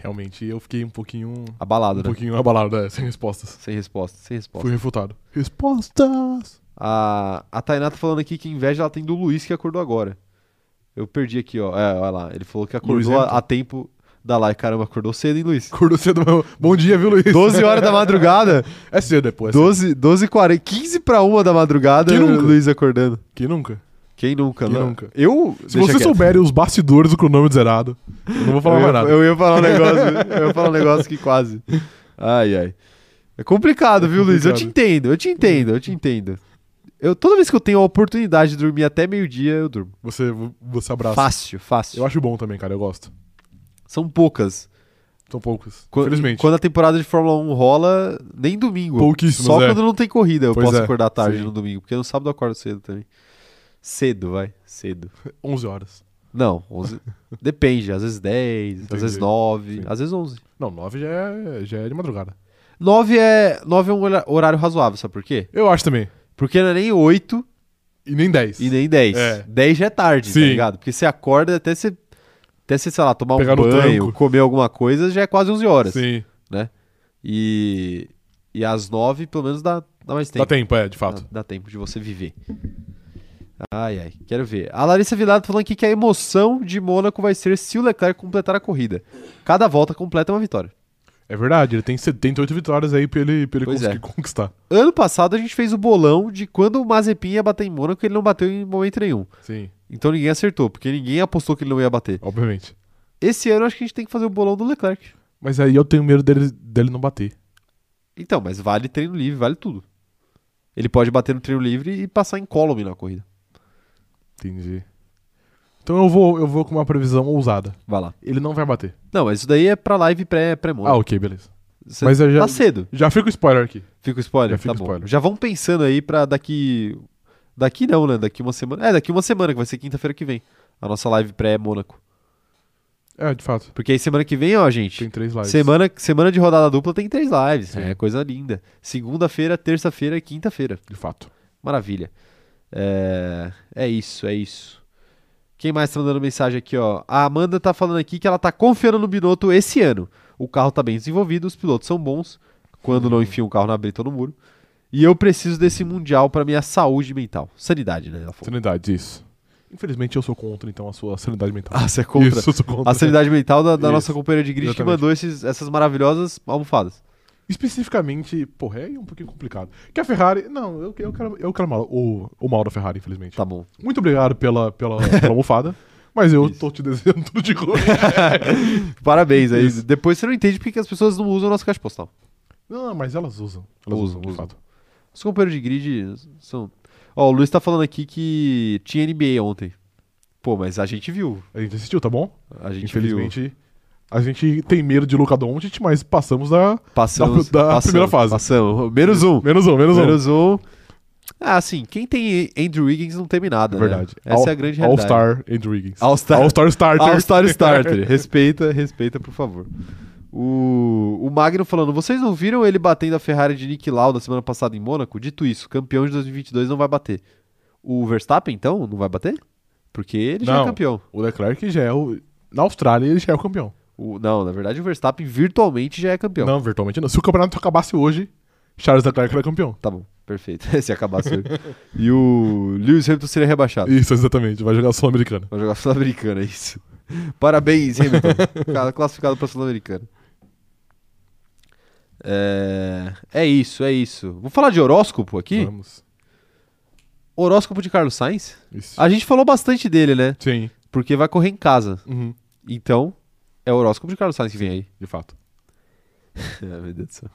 Speaker 2: Realmente, eu fiquei um pouquinho.
Speaker 1: Abalado,
Speaker 2: Um
Speaker 1: né?
Speaker 2: pouquinho abalado, é, sem respostas.
Speaker 1: Sem resposta, sem resposta.
Speaker 2: Fui refutado. Respostas!
Speaker 1: A, a Tainá tá falando aqui que inveja ela tem do Luiz que acordou agora. Eu perdi aqui, ó. É, olha lá. Ele falou que
Speaker 2: Luiz
Speaker 1: acordou
Speaker 2: Hamilton.
Speaker 1: a, a tempo da live. Caramba, acordou cedo, hein, Luiz?
Speaker 2: Acordou cedo, meu. Bom dia, viu, Luiz?
Speaker 1: 12 horas da madrugada.
Speaker 2: É cedo, é, pô. É cedo.
Speaker 1: 12, 12 40, 15 pra 1 da madrugada,
Speaker 2: Quem nunca?
Speaker 1: o Luiz acordando.
Speaker 2: Que nunca.
Speaker 1: Quem nunca,
Speaker 2: Quem
Speaker 1: né?
Speaker 2: nunca?
Speaker 1: Eu.
Speaker 2: Se vocês souberem os bastidores do cronômetro zerado, eu não vou falar
Speaker 1: eu,
Speaker 2: mais
Speaker 1: ia,
Speaker 2: nada.
Speaker 1: eu ia falar um negócio. eu ia falar um negócio que quase. Ai, ai. É complicado, viu, Luiz? Eu te entendo, eu te entendo, eu te entendo. Eu, toda vez que eu tenho a oportunidade de dormir até meio-dia, eu durmo.
Speaker 2: Você, você abraça.
Speaker 1: Fácil, fácil.
Speaker 2: Eu acho bom também, cara, eu gosto.
Speaker 1: São poucas.
Speaker 2: São poucos.
Speaker 1: Qu-
Speaker 2: Infelizmente.
Speaker 1: Quando a temporada de Fórmula 1 rola, nem domingo.
Speaker 2: Pouquíssimas,
Speaker 1: Só
Speaker 2: é.
Speaker 1: quando não tem corrida eu
Speaker 2: Pois
Speaker 1: posso
Speaker 2: é,
Speaker 1: acordar tarde
Speaker 2: sim.
Speaker 1: no domingo, porque no sábado eu acordo cedo também. Cedo, vai. Cedo.
Speaker 2: 11 horas.
Speaker 1: Não, 11. Depende, às vezes 10, às
Speaker 2: Entendi.
Speaker 1: vezes 9,
Speaker 2: Sim.
Speaker 1: às vezes 11.
Speaker 2: Não, 9 já é, já é de madrugada.
Speaker 1: 9 é, 9 é um hora- horário razoável, sabe por quê?
Speaker 2: Eu acho também.
Speaker 1: Porque não é nem 8
Speaker 2: E nem 10.
Speaker 1: e nem 10.
Speaker 2: É.
Speaker 1: 10 já é tarde, tá
Speaker 2: Sim.
Speaker 1: ligado? Porque você acorda até você, até você sei lá, tomar
Speaker 2: Pegar
Speaker 1: um
Speaker 2: no
Speaker 1: banho,
Speaker 2: tranco.
Speaker 1: comer alguma coisa, já é quase 11 horas.
Speaker 2: Sim.
Speaker 1: E, e às 9, pelo menos, dá, dá mais tempo.
Speaker 2: Dá tempo, é, de fato.
Speaker 1: Dá, dá tempo de você viver. Ai, ai, quero ver. A Larissa Vilado falando aqui que a emoção de Mônaco vai ser se o Leclerc completar a corrida. Cada volta completa é uma vitória.
Speaker 2: É verdade, ele tem 78 vitórias aí pra ele, pra ele
Speaker 1: Pois
Speaker 2: conseguir
Speaker 1: é.
Speaker 2: conquistar.
Speaker 1: Ano passado a gente fez o bolão de quando o Mazepin ia bater em Mônaco, ele não bateu em momento nenhum.
Speaker 2: Sim,
Speaker 1: Então ninguém acertou, porque ninguém apostou que ele não ia bater.
Speaker 2: obviamente.
Speaker 1: Esse ano acho que a gente tem que fazer o bolão do Leclerc.
Speaker 2: Mas aí eu tenho medo dele, dele não bater.
Speaker 1: Então, mas vale treino livre, vale tudo. Ele pode bater no treino livre e passar em column na corrida.
Speaker 2: Entendi. Então eu vou, eu vou com uma previsão ousada.
Speaker 1: Vai lá.
Speaker 2: Ele não vai bater.
Speaker 1: Não, mas isso daí é pra live pré-
Speaker 2: Ah,
Speaker 1: pré-mônaco.
Speaker 2: ok, beleza.
Speaker 1: Você
Speaker 2: mas eu já-
Speaker 1: Tá cedo.
Speaker 2: Já fica o spoiler aqui.
Speaker 1: Fica o spoiler,
Speaker 2: Já fica
Speaker 1: tá
Speaker 2: o
Speaker 1: bom.
Speaker 2: spoiler.
Speaker 1: Já vão pensando aí pra daqui. Daqui não, né? Daqui uma semana. É, daqui uma semana, que vai ser quinta-feira que vem. A nossa live pré-Mônaco.
Speaker 2: É, de fato.
Speaker 1: Porque aí semana que vem, ó, gente.
Speaker 2: Tem três lives.
Speaker 1: Semana, semana de rodada dupla tem três lives.
Speaker 2: Sim.
Speaker 1: É coisa linda. Segunda-feira, terça-feira e quinta-feira.
Speaker 2: De fato.
Speaker 1: Maravilha. É, é isso, é isso. Quem mais tá mandando mensagem aqui, ó? A Amanda tá falando aqui que ela tá confiando no Binotto esse ano. O carro tá bem desenvolvido, os pilotos são bons, quando não enfiam o carro na brita ou no muro. E eu preciso desse Mundial pra minha saúde mental. Sanidade, né? Ela falou.
Speaker 2: Sanidade, isso. Infelizmente eu sou contra, então, a sua sanidade mental.
Speaker 1: Ah, você é contra.
Speaker 2: Isso, eu sou contra.
Speaker 1: A sanidade mental da, da
Speaker 2: Isso,
Speaker 1: nossa companheira de grid que
Speaker 2: exatamente.
Speaker 1: mandou esses- essas maravilhosas almofadas.
Speaker 2: Especificamente, porra, é um pouquinho complicado. Que a Ferrari. Não, eu, eu quero, eu quero mal, o, o mal da Ferrari, infelizmente.
Speaker 1: Tá bom.
Speaker 2: Muito obrigado pela, pela, pela almofada, mas eu
Speaker 1: Isso.
Speaker 2: tô te desejando tudo de ruim.
Speaker 1: Parabéns. é Aí,
Speaker 2: Isso.
Speaker 1: depois você não entende porque que as pessoas não usam a nossa caixa postal.
Speaker 2: não, não, mas elas usam. Elas
Speaker 1: Usam,
Speaker 2: usam, de
Speaker 1: usam.
Speaker 2: fato.
Speaker 1: Os companheiros de grid são. Ó, o Luiz tá falando aqui que tinha NBA ontem. Pô, mas a gente viu.
Speaker 2: A gente assistiu, tá bom?
Speaker 1: A gente
Speaker 2: Infelizmente, a gente tem medo de Luca Doncic, mas passamos da.
Speaker 1: viu. Passamos
Speaker 2: da
Speaker 1: passamos,
Speaker 2: primeira fase.
Speaker 1: Passamos. Menos um.
Speaker 2: Menos um, menos,
Speaker 1: Menos um. Ah, assim, quem tem Andrew Wiggins não teme nada.
Speaker 2: um.
Speaker 1: né?
Speaker 2: Verdade.
Speaker 1: Essa
Speaker 2: All-
Speaker 1: é a grande realidade.
Speaker 2: All-Star Andrew Wiggins.
Speaker 1: All-Star.
Speaker 2: All-Star Starter.
Speaker 1: All-Star Starter. Respeita, respeita, por favor. O, o Magno falando, vocês não viram ele batendo a Ferrari de Nick Lauda semana passada em Mônaco? Dito isso, campeão de 2022 não vai bater. O Verstappen, então, não vai bater? Porque ele já é
Speaker 2: Não.
Speaker 1: campeão.
Speaker 2: O Leclerc já é o. Na Austrália ele já é o campeão.
Speaker 1: O- não, na verdade o Verstappen virtualmente já é campeão.
Speaker 2: Não, virtualmente não. Se o campeonato acabasse hoje, Charles Leclerc era campeão.
Speaker 1: Tá bom, perfeito. Se acabasse hoje. E o Lewis Hamilton seria rebaixado.
Speaker 2: Isso, exatamente. Vai jogar Sul-Americana.
Speaker 1: Vai jogar Sul-Americana, é isso. Parabéns, Hamilton. Cara classificado pra Sul-Americana. É... é isso, é isso. Vou falar de horóscopo aqui.
Speaker 2: Vamos.
Speaker 1: Horóscopo de Carlos Sainz.
Speaker 2: Isso.
Speaker 1: A gente falou bastante dele, né?
Speaker 2: Sim.
Speaker 1: Porque vai correr em casa.
Speaker 2: Uhum.
Speaker 1: Então, é o horóscopo de Carlos Sainz que vem aí.
Speaker 2: De fato.
Speaker 1: Ah, meu Deus do céu.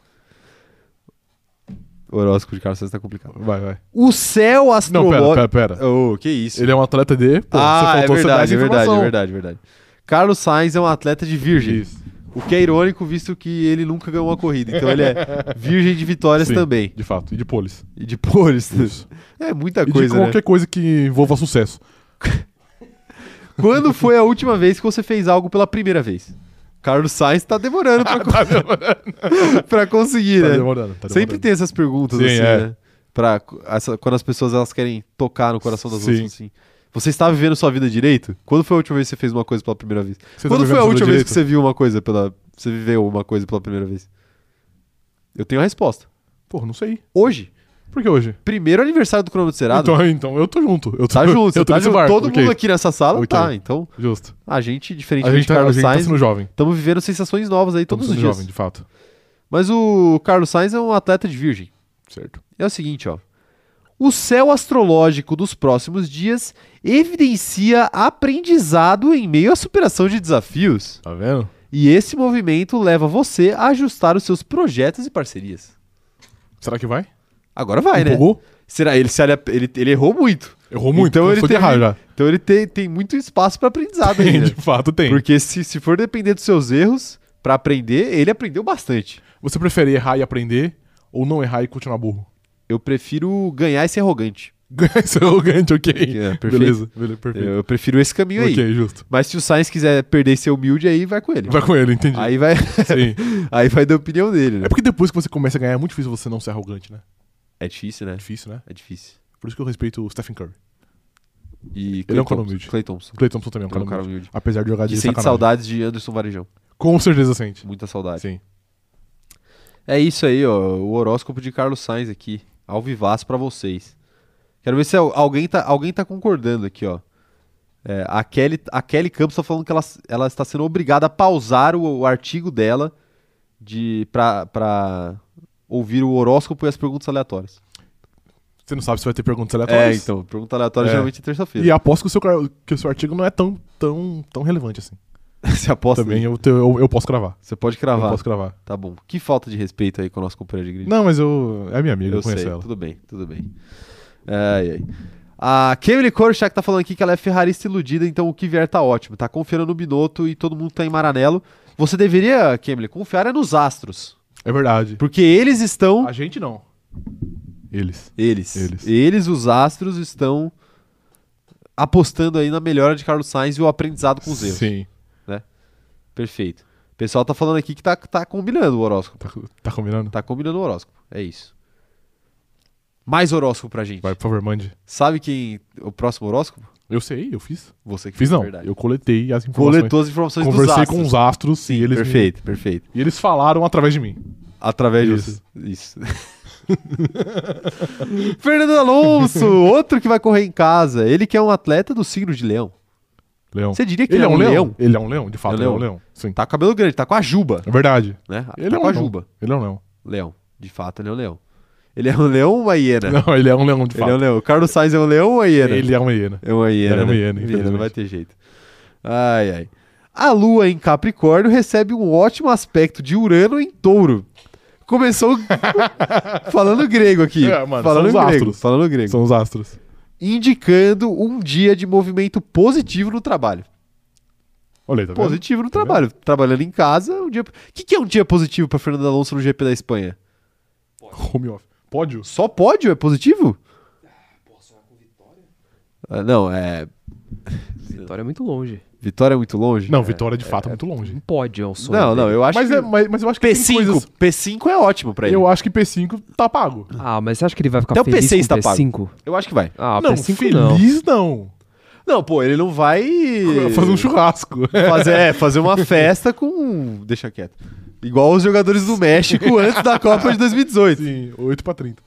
Speaker 1: O horóscopo de Carlos Sainz tá complicado.
Speaker 2: Vai, vai.
Speaker 1: O céu
Speaker 2: Não,
Speaker 1: astrológico.
Speaker 2: pera, pera, pera.
Speaker 1: Oh, que isso.
Speaker 2: Ele é um atleta de. Pô,
Speaker 1: ah,
Speaker 2: você faltou
Speaker 1: é
Speaker 2: você dar
Speaker 1: verdade,
Speaker 2: essa
Speaker 1: é verdade,
Speaker 2: informação.
Speaker 1: é verdade, é verdade. Carlos Sainz é um atleta de virgem,
Speaker 2: Isso.
Speaker 1: o que é irônico visto que ele nunca ganhou uma corrida. Então ele é virgem de vitórias
Speaker 2: Sim,
Speaker 1: também
Speaker 2: De fato. E de polis.
Speaker 1: e de poles.
Speaker 2: Isso.
Speaker 1: É muita
Speaker 2: E
Speaker 1: coisa,
Speaker 2: de
Speaker 1: né?
Speaker 2: qualquer coisa que envolva sucesso.
Speaker 1: Quando foi a última vez que você fez algo pela primeira vez? Carlos Sainz tá demorando pra,
Speaker 2: tá demorando.
Speaker 1: pra conseguir,
Speaker 2: Tá
Speaker 1: né?
Speaker 2: demorando. Tá
Speaker 1: Sempre
Speaker 2: demorando.
Speaker 1: tem essas perguntas
Speaker 2: Sim,
Speaker 1: assim,
Speaker 2: é.
Speaker 1: né? Pra, essa- quando as pessoas elas querem tocar no coração das
Speaker 2: Sim.
Speaker 1: outras assim. Você está vivendo sua vida direito? Quando foi a última vez que você fez uma coisa pela primeira vez?
Speaker 2: Você tá
Speaker 1: Quando foi
Speaker 2: vivendo
Speaker 1: a
Speaker 2: sobre
Speaker 1: última vez
Speaker 2: direito?
Speaker 1: que você viu uma coisa pela. Você viveu uma coisa pela primeira vez? Eu tenho a resposta.
Speaker 2: Pô, não sei.
Speaker 1: Hoje.
Speaker 2: Por que hoje?
Speaker 1: Primeiro aniversário do cronômetro zerado.
Speaker 2: Então, então, eu tô junto. Eu tô,
Speaker 1: tá junto,
Speaker 2: eu
Speaker 1: você
Speaker 2: tô
Speaker 1: tá
Speaker 2: nesse
Speaker 1: junto.
Speaker 2: barco,
Speaker 1: Todo
Speaker 2: ok.
Speaker 1: mundo aqui nessa sala
Speaker 2: Ok.
Speaker 1: tá. Então,
Speaker 2: Justo.
Speaker 1: a gente,
Speaker 2: A
Speaker 1: diferentemente
Speaker 2: gente,
Speaker 1: de
Speaker 2: tá, a
Speaker 1: Carlos
Speaker 2: gente tá
Speaker 1: Sainz,
Speaker 2: sendo jovem.
Speaker 1: estamos vivendo sensações novas aí
Speaker 2: Estamos
Speaker 1: todos os
Speaker 2: sendo
Speaker 1: dias.
Speaker 2: jovem, de fato.
Speaker 1: Mas o Carlos Sainz é um atleta de virgem.
Speaker 2: Certo.
Speaker 1: é o seguinte, ó. O céu astrológico dos próximos dias evidencia aprendizado em meio à superação de desafios.
Speaker 2: Tá vendo?
Speaker 1: E esse movimento leva você a ajustar os seus projetos e parcerias.
Speaker 2: Será que vai?
Speaker 1: Agora vai, né?
Speaker 2: Empolgou?
Speaker 1: Será? Ele, se olha- ele, ele errou muito.
Speaker 2: Errou muito.
Speaker 1: Então ele
Speaker 2: foi de
Speaker 1: teve-
Speaker 2: errado já.
Speaker 1: Então ele tem, tem muito espaço para aprendizado
Speaker 2: Tem,
Speaker 1: ainda.
Speaker 2: de fato tem.
Speaker 1: Porque se, se for depender dos seus erros para aprender, ele aprendeu bastante.
Speaker 2: Você prefere errar e aprender ou não errar e continuar burro?
Speaker 1: Eu prefiro ganhar e ser arrogante.
Speaker 2: Ganhar e ser arrogante, ok.
Speaker 1: É, perfeito.
Speaker 2: beleza, beleza, perfeito.
Speaker 1: Eu prefiro esse caminho aí.
Speaker 2: ok, justo.
Speaker 1: Mas se o Sainz quiser perder e ser humilde, aí vai com ele.
Speaker 2: Vai com ele, entendi.
Speaker 1: Aí vai,
Speaker 2: Sim.
Speaker 1: aí vai da opinião dele, né?
Speaker 2: É porque depois que você começa a ganhar, é muito difícil você não ser arrogante, né?
Speaker 1: É difícil, né?
Speaker 2: É difícil, né?
Speaker 1: É difícil.
Speaker 2: Por isso que eu respeito o Stephen Curry.
Speaker 1: E
Speaker 2: Ele é um
Speaker 1: Clay
Speaker 2: cara
Speaker 1: Thompson-
Speaker 2: humilde.
Speaker 1: Clay Thompson.
Speaker 2: O Clay Thompson também é
Speaker 1: Ele
Speaker 2: um
Speaker 1: é
Speaker 2: cara,
Speaker 1: um cara
Speaker 2: humilde.
Speaker 1: humilde.
Speaker 2: Apesar de jogar de
Speaker 1: Que sente
Speaker 2: sacanagem.
Speaker 1: saudades de Anderson Varejão.
Speaker 2: Com certeza sente.
Speaker 1: Muita saudade.
Speaker 2: Sim.
Speaker 1: É isso aí, ó. O horóscopo de Carlos Sainz aqui. Ao vivaço pra vocês. Quero ver se al- alguém tá, alguém tá concordando aqui, ó. É, a, Kelly, a Kelly Campos tá falando que ela, ela está sendo obrigada a pausar o, o artigo dela de pra, pra ouvir o horóscopo e as perguntas aleatórias.
Speaker 2: Você não sabe se vai ter perguntas
Speaker 1: É,
Speaker 2: aleatórias.
Speaker 1: então, pergunta aleatória
Speaker 2: É.
Speaker 1: geralmente é
Speaker 2: E
Speaker 1: terça-feira.
Speaker 2: aposto que o seu, car- que o seu artigo não é tão, tão, tão relevante assim.
Speaker 1: Você aposta.
Speaker 2: Também eu, te- eu, eu posso cravar.
Speaker 1: Você pode
Speaker 2: Eu
Speaker 1: cravar.
Speaker 2: posso cravar.
Speaker 1: Tá bom. Que falta de respeito aí com a nossa companheira de grid.
Speaker 2: Não, mas eu. É minha amiga, eu,
Speaker 1: eu
Speaker 2: conheço
Speaker 1: sei,
Speaker 2: ela.
Speaker 1: tudo bem, tudo bem. Ai, ai. A Kemily Korchak tá falando aqui que ela é ferrarista iludida, então o que vier tá ótimo. Tá confiando no Binotto e todo mundo tá em Maranello. Você deveria, Kemily, confiar é nos astros.
Speaker 2: É verdade.
Speaker 1: Porque eles estão.
Speaker 2: A gente não. Eles.
Speaker 1: Eles.
Speaker 2: Eles.
Speaker 1: Eles, os astros, estão apostando aí na melhora de Carlos Sainz e o aprendizado com os erros.
Speaker 2: Sim.
Speaker 1: Perfeito. O pessoal tá falando aqui que tá, tá combinando o horóscopo.
Speaker 2: Tá, tá combinando?
Speaker 1: Tá combinando o horóscopo. É isso. Mais horóscopo pra gente.
Speaker 2: Vai, por favor, mande.
Speaker 1: Sabe quem. O próximo horóscopo?
Speaker 2: Eu sei, eu fiz.
Speaker 1: Você que
Speaker 2: Fiz
Speaker 1: fez,
Speaker 2: não.
Speaker 1: na verdade.
Speaker 2: Eu coletei as informações.
Speaker 1: Coletou as informações dos
Speaker 2: Conversei
Speaker 1: astros.
Speaker 2: com os astros e eles. me-
Speaker 1: Perfeito, perfeito.
Speaker 2: e eles falaram através de mim.
Speaker 1: Através
Speaker 2: Isso.
Speaker 1: disso. Isso. Fernando Alonso, outro que vai correr em casa. Ele que é um atleta do signo de leão.
Speaker 2: Leão.
Speaker 1: Você diria que
Speaker 2: Ele é um leão?
Speaker 1: leão?
Speaker 2: Ele é um leão, de fato.
Speaker 1: É um
Speaker 2: Ele é um
Speaker 1: leão.
Speaker 2: leão. Sim.
Speaker 1: Tá com cabelo grande, tá com a juba,
Speaker 2: É verdade.
Speaker 1: né?
Speaker 2: Ele
Speaker 1: tá
Speaker 2: é um
Speaker 1: com a
Speaker 2: leão.
Speaker 1: juba.
Speaker 2: Ele é um leão.
Speaker 1: Leão. De fato, ele é um leão. Ele é um leão ou uma hiena?
Speaker 2: Não, ele é um leão, de
Speaker 1: ele é um
Speaker 2: fato.
Speaker 1: leão. O Carlos Sainz é um leão ou uma hiena?
Speaker 2: Ele é uma hiena.
Speaker 1: É uma hiena.
Speaker 2: Era uma
Speaker 1: né?
Speaker 2: hiena, infelizmente.
Speaker 1: Não vai ter jeito. Ai, ai. A lua em Capricórnio recebe um ótimo aspecto de Urano em Touro. Começou falando grego aqui.
Speaker 2: É, mano,
Speaker 1: falando
Speaker 2: são os
Speaker 1: grego,
Speaker 2: astros.
Speaker 1: falando grego.
Speaker 2: São os astros.
Speaker 1: Indicando um dia de movimento positivo no trabalho.
Speaker 2: Olha aí, tá vendo?
Speaker 1: positivo no trabalho. Trabalhando em casa, um dia. O que, que é um dia positivo para Fernando Alonso no GP da Espanha?
Speaker 2: Home office. Pódio?
Speaker 1: Só pódio é positivo?
Speaker 3: Ah, Posso sonhar com vitória?
Speaker 1: Ah, não, é.
Speaker 4: Vitória é muito longe.
Speaker 1: Vitória é muito longe.
Speaker 2: Não, vitória de fato é muito longe.
Speaker 4: Um pódio é um sonho.
Speaker 1: Não, não,
Speaker 4: dele.
Speaker 1: eu acho
Speaker 2: Mas,
Speaker 1: que.
Speaker 2: é, mas, mas eu acho que
Speaker 1: P5,
Speaker 2: tem coisas...
Speaker 1: P5 é ótimo pra ele.
Speaker 2: Eu acho que P5 tá pago.
Speaker 4: Ah, mas você acha que ele vai ficar
Speaker 1: Até o
Speaker 4: feliz
Speaker 1: P6
Speaker 4: com
Speaker 1: tá
Speaker 4: o P5?
Speaker 1: Eu acho que vai.
Speaker 4: Ah,
Speaker 2: não,
Speaker 4: P5 não.
Speaker 2: feliz não.
Speaker 1: Não, pô, ele não vai.
Speaker 2: Fazer um churrasco.
Speaker 1: fazer, é, fazer uma festa com. um- Deixa quieto. Igual os jogadores do México antes da Copa de 2018.
Speaker 2: Sim, 8 pra 30.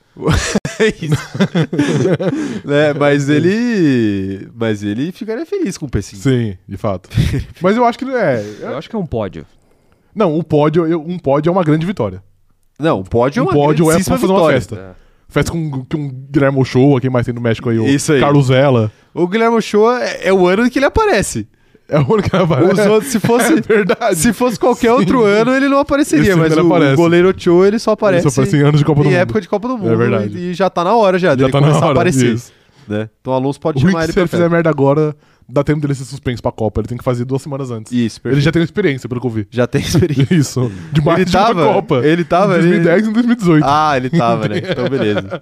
Speaker 1: É isso. né? Mas ele. Mas ele ficaria feliz com o P5.
Speaker 2: Sim, de fato. mas eu acho que é.
Speaker 4: Eu acho que é um pódio.
Speaker 2: Não, um pódio, eu- um pódio é uma grande vitória.
Speaker 1: Não, um pódio é
Speaker 2: um
Speaker 1: uma
Speaker 2: pódio é pra
Speaker 1: grandíssima
Speaker 2: fazer uma
Speaker 1: vitória.
Speaker 2: festa. Festa com, com um Guilherme Ochoa, quem mais tem no México aí? O
Speaker 1: Isso aí.
Speaker 2: Carlos Vela.
Speaker 1: O Guilherme Ochoa é, é o ano que ele aparece.
Speaker 2: É o único que vai.
Speaker 1: Os outros, se fosse.
Speaker 2: É Verdade.
Speaker 1: Se fosse qualquer outro
Speaker 2: Sim.
Speaker 1: ano, ele não apareceria,
Speaker 2: Esse
Speaker 1: mas
Speaker 2: ele
Speaker 1: o,
Speaker 2: aparece.
Speaker 1: o goleiro Ochoa, ele só aparece,
Speaker 2: Isso aparece em anos de Copa do
Speaker 1: em
Speaker 2: Mundo. É
Speaker 1: época de Copa do Mundo.
Speaker 2: verdade.
Speaker 1: E, e já tá na hora já dele
Speaker 2: Já tá na
Speaker 1: começar a
Speaker 2: hora.
Speaker 1: aparecer.
Speaker 2: isso.
Speaker 1: né? Então o Alonso
Speaker 2: O
Speaker 1: pode chamar
Speaker 2: Rick,
Speaker 1: ele
Speaker 2: se
Speaker 1: pra
Speaker 2: ele fizer
Speaker 1: fizer...
Speaker 2: merda agora, dá tempo dele ser suspenso pra Copa. Ele tem que fazer duas semanas antes.
Speaker 1: Isso,
Speaker 2: ele
Speaker 1: perfeito.
Speaker 2: já tem experiência, pelo que eu vi.
Speaker 1: já tem experiência.
Speaker 2: Isso. De
Speaker 1: ele
Speaker 2: marketing
Speaker 1: tava,
Speaker 2: pra Copa.
Speaker 1: ele tava
Speaker 2: Em
Speaker 1: ali-
Speaker 2: 2010 e em 2018.
Speaker 1: Ah, ele tava, né? Então beleza.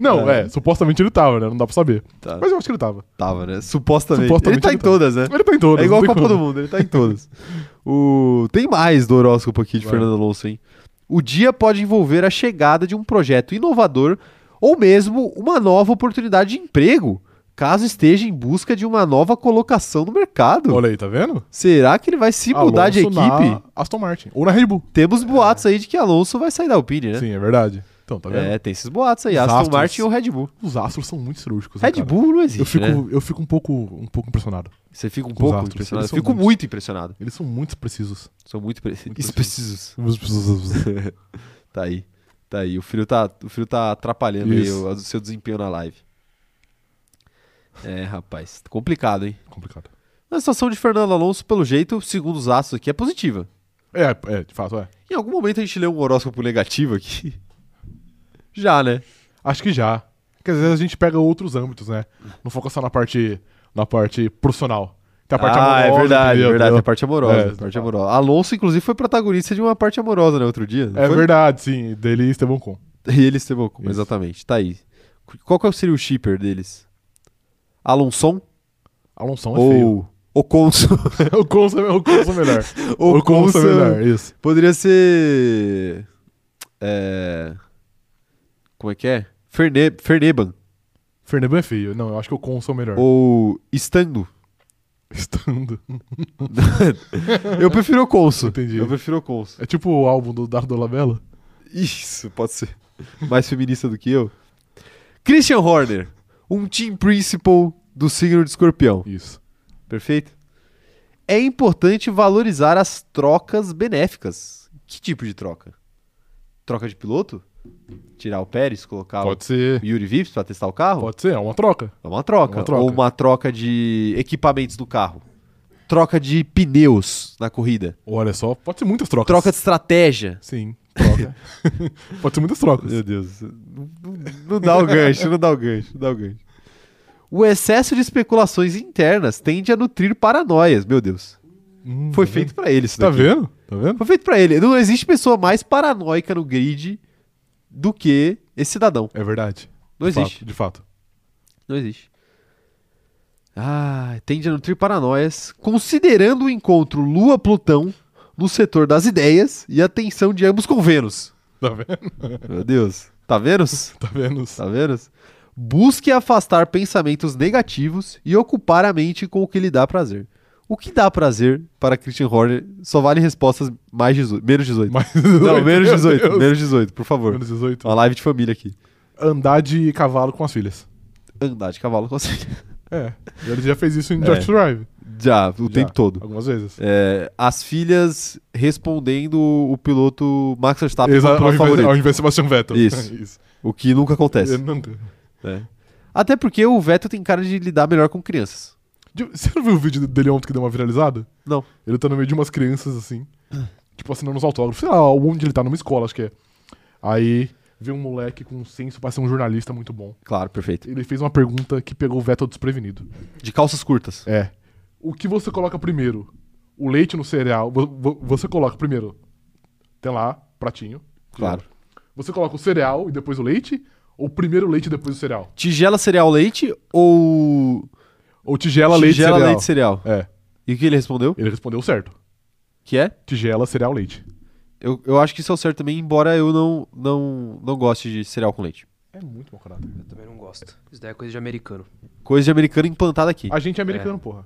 Speaker 2: não, é. supostamente ele tava, né? Não dá pra saber.
Speaker 1: Tá.
Speaker 2: Mas eu acho que ele tava.
Speaker 1: Tava, né? Supostamente.
Speaker 2: Supostamente
Speaker 1: Ele tá
Speaker 2: ele
Speaker 1: em
Speaker 2: tava.
Speaker 1: todas, né?
Speaker 2: Ele tá em todas.
Speaker 1: É igual a
Speaker 2: não tem
Speaker 1: Copa do
Speaker 2: como.
Speaker 1: Mundo, ele tá em todas. O... Tem mais do horóscopo aqui de
Speaker 2: Vai.
Speaker 1: Fernando Alonso, hein? O dia pode envolver a chegada de um projeto inovador ou mesmo uma nova oportunidade de emprego, caso esteja em busca de uma nova colocação no mercado.
Speaker 2: Olha aí, tá vendo?
Speaker 1: Será que ele vai se mudar de equipe?
Speaker 2: Alonso Na Aston Martin. Ou na Red Bull.
Speaker 1: Temos boatos aí de que Alonso vai sair da Alpine, né?
Speaker 2: Sim, é verdade. Então, tá vendo?
Speaker 1: É, tem esses boatos aí.
Speaker 2: Os
Speaker 1: Aston
Speaker 2: astros.
Speaker 1: Martin ou Red Bull.
Speaker 2: Os astros são muito cirúrgicos. né,
Speaker 1: Red
Speaker 2: cara?
Speaker 1: Bull não existe,
Speaker 2: Eu fico,
Speaker 1: né?
Speaker 2: eu fico um pouco, um pouco impressionado.
Speaker 1: Você fica um
Speaker 2: com os
Speaker 1: pouco
Speaker 2: astros,
Speaker 1: impressionado.
Speaker 2: eles
Speaker 1: Eu
Speaker 2: são
Speaker 1: fico muito,
Speaker 2: muitos.
Speaker 1: impressionado.
Speaker 2: Eles são muito precisos.
Speaker 1: Sou muito, pre...
Speaker 2: precisos.
Speaker 1: precisos. Tá aí. Tá aí. O filho tá, o filho tá atrapalhando aí
Speaker 2: Isso.
Speaker 1: o, o seu desempenho na live. É, rapaz. Tá complicado, hein?
Speaker 2: Complicado.
Speaker 1: A situação de Fernando Alonso, pelo jeito, segundo os astros aqui, é positiva.
Speaker 2: É, é, de fato, é.
Speaker 1: Em algum momento a gente lê um horóscopo negativo aqui. Já, né?
Speaker 2: Acho que já. Porque às vezes a gente pega outros âmbitos, né? Não foca só na parte, na parte profissional. Tem a parte
Speaker 1: ah,
Speaker 2: amorosa,
Speaker 1: é verdade,
Speaker 2: entendeu?
Speaker 1: é verdade.
Speaker 2: Entendeu?
Speaker 1: Tem a parte amorosa,
Speaker 2: É,
Speaker 1: a parte amorosa. Alonso, inclusive, foi protagonista de uma parte amorosa, né, outro dia. não
Speaker 2: É
Speaker 1: foi?
Speaker 2: verdade, sim. Dele e Esteban Con.
Speaker 1: E ele se evocou,
Speaker 2: Isso.
Speaker 1: exatamente. Tá aí. Qu- Qual que seria o shipper deles? Alonson
Speaker 2: Alonso é feio.
Speaker 1: ou Oconso?
Speaker 2: o Conso é o Conso é melhor. o Conso é melhor, isso.
Speaker 1: Poderia ser... É... Como é que é? Ferne... Ferneban
Speaker 2: Fernando é feio. Não, eu acho que o Conso é o melhor.
Speaker 1: ou Stando.
Speaker 2: Estando.
Speaker 1: Eu prefiro Oconso.
Speaker 2: Entendi.
Speaker 1: Eu prefiro Oconso.
Speaker 2: É tipo o álbum do Dardo Labella.
Speaker 1: Isso, pode ser. Mais feminista do que eu. Christian Horner, um team principal do signo de escorpião.
Speaker 2: Isso.
Speaker 1: Perfeito? É importante valorizar as trocas benéficas Que tipo de troca? Troca de piloto? Tirar o Pérez, colocar
Speaker 2: Pode ser.
Speaker 1: o Yuri Vips pra testar o carro?
Speaker 2: Pode ser, é uma troca.
Speaker 1: É uma troca.
Speaker 2: É uma troca.
Speaker 1: Ou uma troca de equipamentos do carro. Troca de pneus na corrida.
Speaker 2: Olha só, pode ser muitas trocas.
Speaker 1: Troca de estratégia.
Speaker 2: Sim, troca. pode ser muitas trocas.
Speaker 1: Meu Deus. Não, não dá o gancho, não dá o gancho, não dá o gancho. O excesso de especulações internas tende a nutrir paranoias. Meu Deus.
Speaker 2: Hum,
Speaker 1: Foi
Speaker 2: tá
Speaker 1: feito pra ele isso
Speaker 2: vendo? Tá
Speaker 1: daqui.
Speaker 2: vendo? Tá vendo?
Speaker 1: Foi feito pra ele. Não existe pessoa mais paranoica no grid do que esse cidadão.
Speaker 2: É verdade.
Speaker 1: Não
Speaker 2: De fato,
Speaker 1: existe.
Speaker 2: de fato.
Speaker 1: Não existe. Ah, tende a nutrir paranoias, considerando o encontro Lua-Plutão no setor das ideias e a tensão de ambos com Vênus.
Speaker 2: Tá vendo?
Speaker 1: Meu Deus. Tá Vênus?
Speaker 2: Tá vendo?
Speaker 1: Tá Vênus? Busque afastar pensamentos negativos e ocupar a mente com o que lhe dá prazer. O que dá prazer para Christian Horner só vale respostas mais 18, menos 18.
Speaker 2: Mas-
Speaker 1: Não, menos
Speaker 2: Meu
Speaker 1: 18,
Speaker 2: Deus.
Speaker 1: menos 18, por favor.
Speaker 2: Menos 18.
Speaker 1: Uma live de família aqui.
Speaker 2: Andar de cavalo com as filhas.
Speaker 1: Andar de cavalo com você.
Speaker 2: É. Ele já fez isso em
Speaker 1: É.
Speaker 2: George Drive.
Speaker 1: Já, o
Speaker 2: Já,
Speaker 1: tempo todo.
Speaker 2: Algumas vezes.
Speaker 1: É, as filhas respondendo o piloto Max Verstappen
Speaker 2: Exa-
Speaker 1: como
Speaker 2: ao,
Speaker 1: piloto
Speaker 2: invés, ao É.
Speaker 1: favorito.
Speaker 2: invés de Sebastian Vettel.
Speaker 1: Isso. É.
Speaker 2: isso.
Speaker 1: O que nunca acontece.
Speaker 2: Eu nunca-
Speaker 1: né? Até porque o Vettel tem cara de lidar melhor com crianças.
Speaker 2: De- Você não viu o vídeo dele ontem que deu uma viralizada?
Speaker 1: Não.
Speaker 2: Ele tá no meio de umas crianças assim,
Speaker 1: Ah.
Speaker 2: tipo assinando os autógrafos. Sei lá onde ele tá, numa escola, acho que é. Aí vê um moleque com um senso pra ser um jornalista muito bom.
Speaker 1: Claro, perfeito.
Speaker 2: Ele fez uma pergunta que pegou o Vettel desprevenido.
Speaker 1: De calças curtas.
Speaker 2: É. O que você coloca primeiro? O leite no cereal. Vo- vo- Você coloca primeiro. Tem lá, pratinho.
Speaker 1: Claro.
Speaker 2: Você coloca o cereal e depois o leite? Ou primeiro o leite e depois o cereal?
Speaker 1: Tigela cereal leite ou
Speaker 2: Ou tigela, leite
Speaker 1: tigela
Speaker 2: cereal?
Speaker 1: leite cereal?
Speaker 2: É.
Speaker 1: E o que ele respondeu?
Speaker 2: Ele respondeu certo.
Speaker 1: Que é?
Speaker 2: Tigela, cereal, leite.
Speaker 1: Eu, eu acho que isso é o certo também, embora eu não, não, não goste de cereal com leite.
Speaker 2: É muito mau caráter.
Speaker 4: Eu também não gosto. Isso daí é coisa de americano.
Speaker 1: Coisa de americano implantada aqui.
Speaker 2: A gente é americano, porra.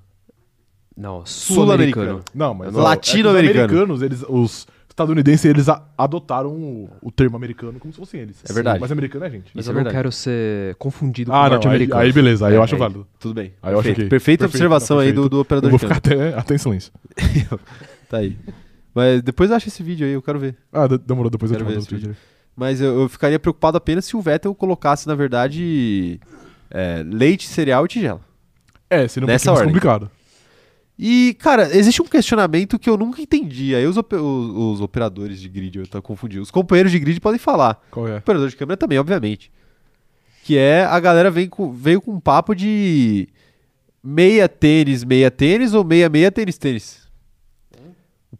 Speaker 4: Não, sul-americano.
Speaker 1: Sul-americano.
Speaker 2: Não, mas.
Speaker 1: Não, latino-americano.
Speaker 2: Os americanos, eles, os estadunidenses, eles a- adotaram o, o termo americano como se fossem eles.
Speaker 1: É verdade.
Speaker 2: Mas americano é a gente.
Speaker 4: Mas
Speaker 1: Isso
Speaker 4: eu
Speaker 1: é
Speaker 4: não
Speaker 1: verdade.
Speaker 4: quero ser confundido com
Speaker 2: Ah, não. Aí,
Speaker 4: norte-americano.
Speaker 2: aí beleza, aí eu
Speaker 4: É,
Speaker 2: acho
Speaker 4: aí-
Speaker 2: válido.
Speaker 1: Tudo bem.
Speaker 2: Ah, eu acho
Speaker 1: Perfeito. Perfeita
Speaker 2: que- perfeito, tá
Speaker 1: observação aí do,
Speaker 2: perfeito.
Speaker 1: do
Speaker 2: Eu
Speaker 1: operador
Speaker 2: vou
Speaker 1: de
Speaker 2: ficar
Speaker 1: câmera.
Speaker 2: até. Atenção nisso.
Speaker 1: Tá aí. Mas depois eu acho esse vídeo aí, eu quero ver.
Speaker 2: Ah, de- demorou, depois eu te
Speaker 1: Quero
Speaker 2: mando
Speaker 1: ver
Speaker 2: no
Speaker 1: esse vídeo.
Speaker 2: Twitter.
Speaker 1: Mas eu, eu ficaria preocupado apenas se o Vettel colocasse, na verdade, é, leite, cereal e tigela.
Speaker 2: É, seria um
Speaker 1: Nessa
Speaker 2: pouquinho mais
Speaker 1: ordem.
Speaker 2: complicado.
Speaker 1: E, cara, existe um questionamento que eu nunca entendi. Aí os, op- o- os operadores de grid, eu tô confundindo. Os companheiros de grid podem falar.
Speaker 2: Qual é?
Speaker 1: O operador de câmera também, obviamente. Que é a galera vem com- veio com um papo de meia tênis, meia tênis ou meia meia tênis tênis.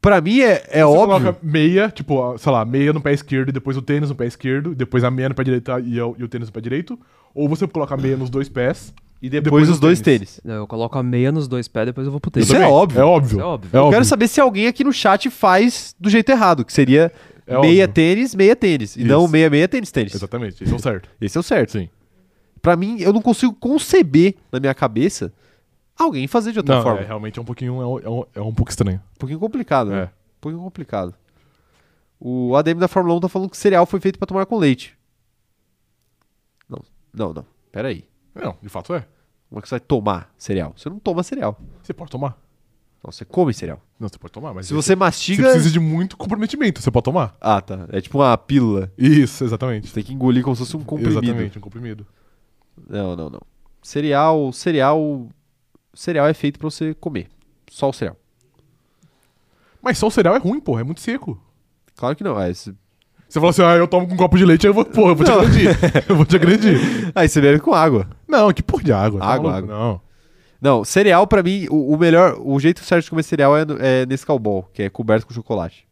Speaker 1: Pra mim é, é
Speaker 2: Você
Speaker 1: óbvio.
Speaker 2: coloca meia, tipo, a- sei lá, meia no pé esquerdo e depois o tênis no pé esquerdo, e depois a meia no pé direito e, o- e o tênis no pé direito. Ou você coloca a meia nos dois pés.
Speaker 1: E depois,
Speaker 2: depois
Speaker 1: os
Speaker 2: o
Speaker 1: dois
Speaker 2: tênis.
Speaker 1: tênis.
Speaker 4: Não, eu coloco a meia nos dois pés, depois eu vou pro tênis.
Speaker 1: Isso é
Speaker 2: Também.
Speaker 1: óbvio.
Speaker 2: É óbvio.
Speaker 4: Isso é óbvio.
Speaker 2: É
Speaker 4: Eu
Speaker 1: Eu
Speaker 2: óbvio.
Speaker 1: quero saber se alguém aqui no chat faz do jeito errado, que seria
Speaker 2: É
Speaker 1: meia
Speaker 2: óbvio.
Speaker 1: tênis, meia tênis. E
Speaker 2: Isso.
Speaker 1: não meia meia tênis tênis.
Speaker 2: Exatamente, isso é o certo.
Speaker 1: Esse é o certo.
Speaker 2: Sim.
Speaker 1: Pra mim, eu não consigo conceber na minha cabeça alguém fazer de outra
Speaker 2: Não,
Speaker 1: forma.
Speaker 2: é, realmente é um pouquinho, é um, é um, é um pouco estranho.
Speaker 1: Um pouquinho complicado, né?
Speaker 2: É.
Speaker 1: Um pouquinho complicado. O ADM da Fórmula 1 tá falando que cereal foi feito pra tomar com leite. Não, não, não. Pera aí.
Speaker 2: Não, de fato é.
Speaker 1: Como é que você vai tomar cereal? Você não toma cereal.
Speaker 2: Você pode tomar.
Speaker 1: Não, você come cereal.
Speaker 2: Não, você pode tomar, mas
Speaker 1: Se você
Speaker 2: você
Speaker 1: mastiga.
Speaker 2: precisa de muito comprometimento, você pode tomar.
Speaker 1: Ah, tá. É tipo uma pílula.
Speaker 2: Isso, exatamente.
Speaker 1: Você tem que engolir como se fosse um comprimido.
Speaker 2: Exatamente, um comprimido.
Speaker 1: Não, não, não. Cereal, cereal, cereal é feito pra você comer. Só o cereal.
Speaker 2: Mas só o cereal é ruim, porra, é muito seco.
Speaker 1: Claro que não. Aí você,
Speaker 2: Você fala assim, ah, eu tomo com um copo de leite, aí eu vou, porra, eu vou te
Speaker 1: Não.
Speaker 2: agredir. eu vou te agredir.
Speaker 1: aí você bebe com água.
Speaker 2: Não, que porra de água. tá
Speaker 1: Água,
Speaker 2: maluco?
Speaker 1: água.
Speaker 2: Não.
Speaker 1: Não, cereal pra mim, o, o melhor, o jeito certo de comer cereal é, no- é nesse calbol, que é coberto com chocolate.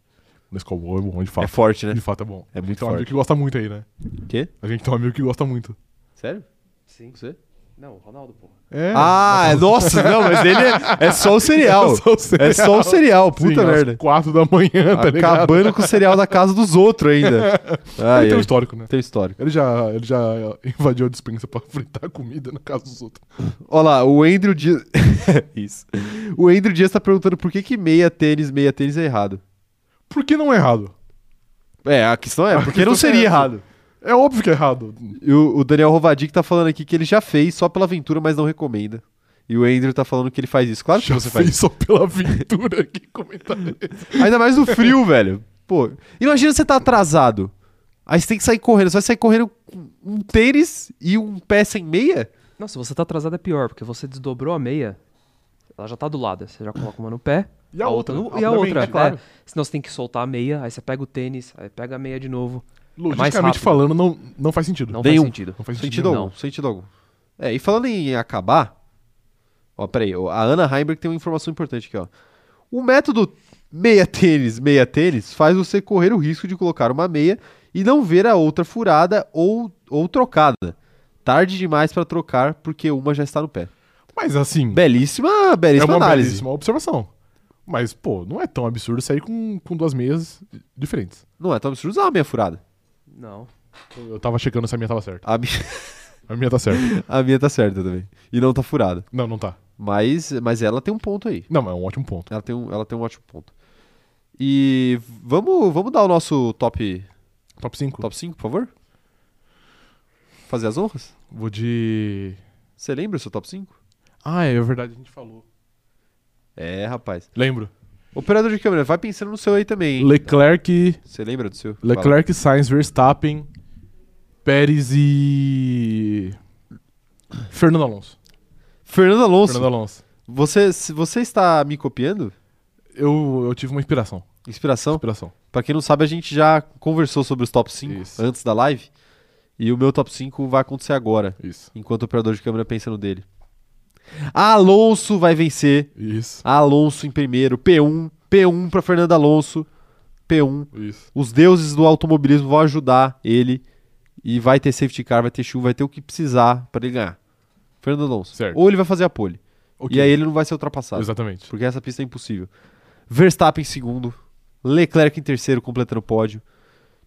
Speaker 2: Nescau Bowl é bom, de fato.
Speaker 1: É forte, né?
Speaker 2: De fato é bom.
Speaker 1: É
Speaker 2: A gente
Speaker 1: muito
Speaker 2: tem um
Speaker 1: forte.
Speaker 2: amigo que gosta muito aí, né?
Speaker 1: Quê?
Speaker 2: A gente tem um amigo que gosta muito.
Speaker 1: Sério?
Speaker 3: Sim.
Speaker 1: Você?
Speaker 3: Não, Ronaldo, porra.
Speaker 2: É.
Speaker 1: Ah, é- nossa, não, mas ele é, é só o cereal.
Speaker 2: É só o cereal.
Speaker 1: É só o cereal, puta
Speaker 2: Sim,
Speaker 1: merda. Ah,
Speaker 2: Às quatro da manhã, tá ligado?
Speaker 1: Acabando com o cereal da casa dos outros ainda.
Speaker 2: Ele
Speaker 1: Ai,
Speaker 2: tem um
Speaker 1: ai,
Speaker 2: histórico, né?
Speaker 1: tem história.
Speaker 2: Ele já, ele já invadiu a dispensa pra fritar comida na casa dos outros.
Speaker 1: Olha lá, o Andrew Dias. Isso. O Andrew Dias tá perguntando por que, que meia tênis, meia tênis é errado.
Speaker 2: Por que não é errado?
Speaker 1: É, a questão é,
Speaker 2: A
Speaker 1: porque não
Speaker 2: questão é
Speaker 1: seria
Speaker 2: essa.
Speaker 1: errado.
Speaker 2: É óbvio que é errado.
Speaker 1: E o, o Daniel Rovadic tá falando aqui que ele já fez só pela aventura, mas não recomenda. E o Andrew tá falando que ele faz isso. Claro que
Speaker 2: Já
Speaker 1: você
Speaker 2: fez só pela aventura aqui comentar.
Speaker 1: faz. Ainda mais no frio, velho. Pô, imagina você tá atrasado. Aí você tem que sair correndo. Você vai sair correndo com um tênis e um pé sem meia?
Speaker 4: Não, se você tá atrasado é pior, porque você desdobrou a meia, ela já tá do lado. Você já coloca uma no pé,
Speaker 2: E a outra,
Speaker 4: no- e a
Speaker 2: obviamente,
Speaker 4: outra,
Speaker 2: é claro.
Speaker 4: é. Senão você tem que soltar a meia, aí você pega o tênis, aí pega a meia de novo. É mais
Speaker 2: Logisticamente
Speaker 4: rápido.
Speaker 2: falando, não, não faz sentido.
Speaker 4: Não
Speaker 2: Não,
Speaker 1: Nenhum.
Speaker 4: faz sentido.
Speaker 2: faz sentido.
Speaker 1: Sentido
Speaker 4: não.
Speaker 1: algum, sentido algum. É, e falando em acabar. Ó, peraí, ó, a Ana Heimberg tem uma informação importante aqui, ó. O método meia tênis, meia tênis faz você correr o risco de colocar uma meia e não ver a outra furada ou, ou trocada. Tarde demais pra trocar porque uma já está no pé.
Speaker 2: Mas assim,
Speaker 1: Belíssima,
Speaker 2: é
Speaker 1: belíssima
Speaker 2: uma
Speaker 1: análise.
Speaker 2: belíssima observação. Mas, pô, não é tão absurdo sair com, com duas meias diferentes.
Speaker 1: Não é tão absurdo usar uma meia furada.
Speaker 4: Não.
Speaker 2: Eu tava checando se a minha tava certa.
Speaker 1: A, mi-
Speaker 2: A minha tá certa.
Speaker 1: a minha tá certa também. E não tá furada.
Speaker 2: não, não tá.
Speaker 1: Mas, mas ela tem um ponto aí.
Speaker 2: Não, mas é um ótimo ponto.
Speaker 1: Ela tem um, ela tem um ótimo ponto. E vamos, vamos dar o nosso top,
Speaker 2: Top 5.
Speaker 1: top 5, por favor? Fazer as honras?
Speaker 2: Vou de.
Speaker 1: Você lembra o seu top 5?
Speaker 2: Ah, é verdade, a gente falou.
Speaker 1: É, rapaz.
Speaker 2: Lembro.
Speaker 1: Operador de câmera, vai pensando no seu aí também, hein?
Speaker 2: Leclerc,
Speaker 1: Você lembra do seu? Fala.
Speaker 2: Leclerc, Sainz, Verstappen, Pérez e. Fernando Alonso.
Speaker 1: Fernando Alonso,
Speaker 2: Fernando Alonso.
Speaker 1: Você, se você está me copiando?
Speaker 2: Eu, eu tive uma inspiração.
Speaker 1: Inspiração?
Speaker 2: Inspiração.
Speaker 1: Pra quem não sabe, a gente já conversou sobre os top 5
Speaker 2: Isso.
Speaker 1: antes da live. E o meu top 5 vai acontecer agora,
Speaker 2: Isso.
Speaker 1: enquanto o operador de câmera pensa no dele. Alonso vai vencer
Speaker 2: Isso.
Speaker 1: Alonso em primeiro, P1, P1 para Fernando Alonso, P1.
Speaker 2: Isso.
Speaker 1: Os deuses do automobilismo vão ajudar ele e vai ter safety car, vai ter chuva, vai ter o que precisar para ele ganhar. Fernando Alonso.
Speaker 2: Certo.
Speaker 1: Ou ele vai fazer a pole.
Speaker 2: Ok.
Speaker 1: E aí ele não vai ser ultrapassado,
Speaker 2: Exatamente.
Speaker 1: porque essa pista é impossível. Verstappen em segundo, Leclerc em terceiro, completando o pódio.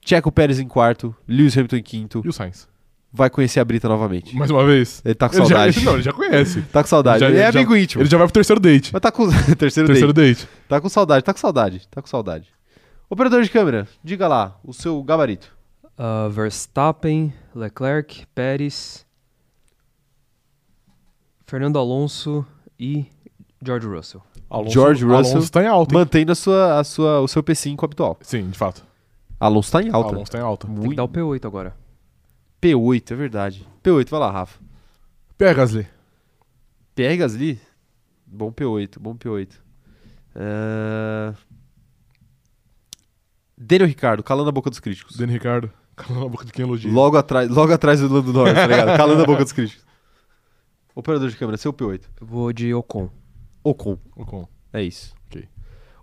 Speaker 1: Checo Pérez em quarto, Lewis Hamilton em quinto.
Speaker 2: E o Sainz?
Speaker 1: Vai conhecer a Brita novamente.
Speaker 2: Mais uma vez.
Speaker 1: Ele tá com
Speaker 2: Ele já-
Speaker 1: saudade.
Speaker 2: ele- não, ele já conhece.
Speaker 1: Tá com saudade.
Speaker 2: Já-
Speaker 1: ele é
Speaker 2: já-
Speaker 1: amigo íntimo.
Speaker 2: Ele já vai pro terceiro date.
Speaker 1: Mas tá com terceiro, date.
Speaker 2: terceiro date.
Speaker 1: Tá com saudade, tá com saudade, tá com saudade. Operador de câmera, diga lá o seu gabarito.
Speaker 4: Ah, Verstappen, Leclerc, Pérez, Fernando Alonso e George Russell.
Speaker 2: Alonso,
Speaker 1: George Russell
Speaker 2: Alonso tá em alta. hein?
Speaker 1: Mantendo a sua, a sua, o seu P5 habitual.
Speaker 2: Sim, de fato.
Speaker 1: Alonso tá em alta.
Speaker 2: Alonso tá em alta.
Speaker 4: Tem que
Speaker 1: Muito.
Speaker 4: dar o P8 agora.
Speaker 1: P8, é verdade. P8, vai lá, Rafa.
Speaker 2: Pierre Gasly.
Speaker 1: Pierre Gasly? Bom P8, bom P8. Ah, Daniel Ricardo, calando a boca dos críticos.
Speaker 2: Dani Ricardo. Calma na boca de quem elogia.
Speaker 1: Logo atrás, logo atrás do Lando Norris, tá ligado? Calando a boca dos críticos. Operador de câmera, seu P8.
Speaker 4: Eu vou de Ocon.
Speaker 1: Ocon.
Speaker 2: Ocon.
Speaker 1: É isso.
Speaker 2: Ok.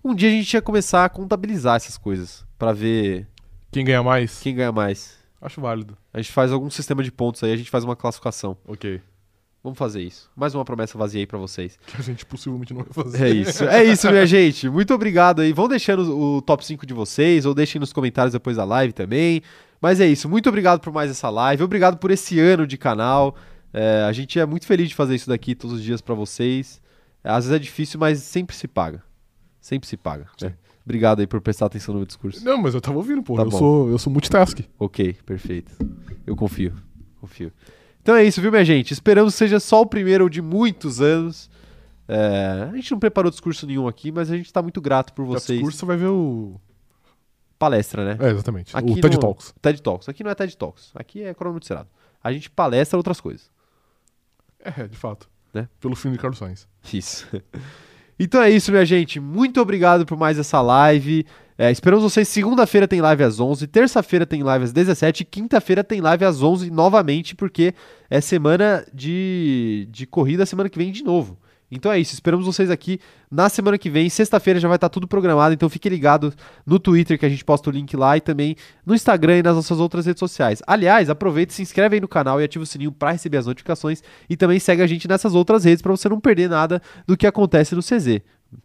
Speaker 1: Um dia a gente ia começar a contabilizar essas coisas pra ver
Speaker 2: Quem ganha mais?
Speaker 1: quem ganha mais.
Speaker 2: Acho válido.
Speaker 1: A gente faz algum sistema de pontos aí, a gente faz uma classificação.
Speaker 2: Ok.
Speaker 1: Vamos fazer isso. Mais uma promessa vazia aí pra vocês.
Speaker 2: Que a gente possivelmente não vai fazer.
Speaker 1: É isso. É isso, minha gente. Muito obrigado aí. Vão deixando o top 5 de vocês ou deixem nos comentários depois da live também. Mas é isso. Muito obrigado por mais essa live. Obrigado por esse ano de canal. É, a gente é muito feliz de fazer isso daqui todos os dias pra vocês. Às vezes é difícil, mas sempre se paga. Sempre se paga. né? Obrigado aí por prestar atenção no meu discurso.
Speaker 2: Não, mas eu tava ouvindo, pô.
Speaker 1: Tá
Speaker 2: eu,
Speaker 1: bom.
Speaker 2: sou, eu sou multitask.
Speaker 1: Ok, perfeito. Eu confio. Confio. Então é isso, viu, minha gente? Esperamos que seja só o primeiro de muitos anos. É, a gente não preparou discurso nenhum aqui, mas a gente tá muito grato por
Speaker 2: Vocês...
Speaker 1: vocês.
Speaker 2: Discurso, você vai ver o...
Speaker 1: Palestra, né?
Speaker 2: É, exatamente.
Speaker 1: Aqui
Speaker 2: o TED
Speaker 1: no-
Speaker 2: Talks.
Speaker 1: TED Talks. Aqui não é TED Talks. Aqui é cronometrado. A gente palestra outras coisas.
Speaker 2: É, de fato.
Speaker 1: Né?
Speaker 2: Pelo filme de Carlos Sainz.
Speaker 1: Isso. Então é isso, minha gente. Muito obrigado por mais essa live. É, esperamos vocês. Segunda-feira tem live às 11, terça-feira tem live às 17, e quinta-feira tem live às 11 novamente, porque é semana de, de corrida, semana que vem de novo. Então é isso, esperamos vocês aqui na semana que vem. Sexta-feira já vai estar tudo programado, então fique ligado no Twitter que a gente posta o link lá e também no Instagram e nas nossas outras redes sociais. Aliás, aproveita, se inscreve aí no canal e ativa o sininho para receber as notificações e também segue a gente nessas outras redes para você não perder nada do que acontece no CZ.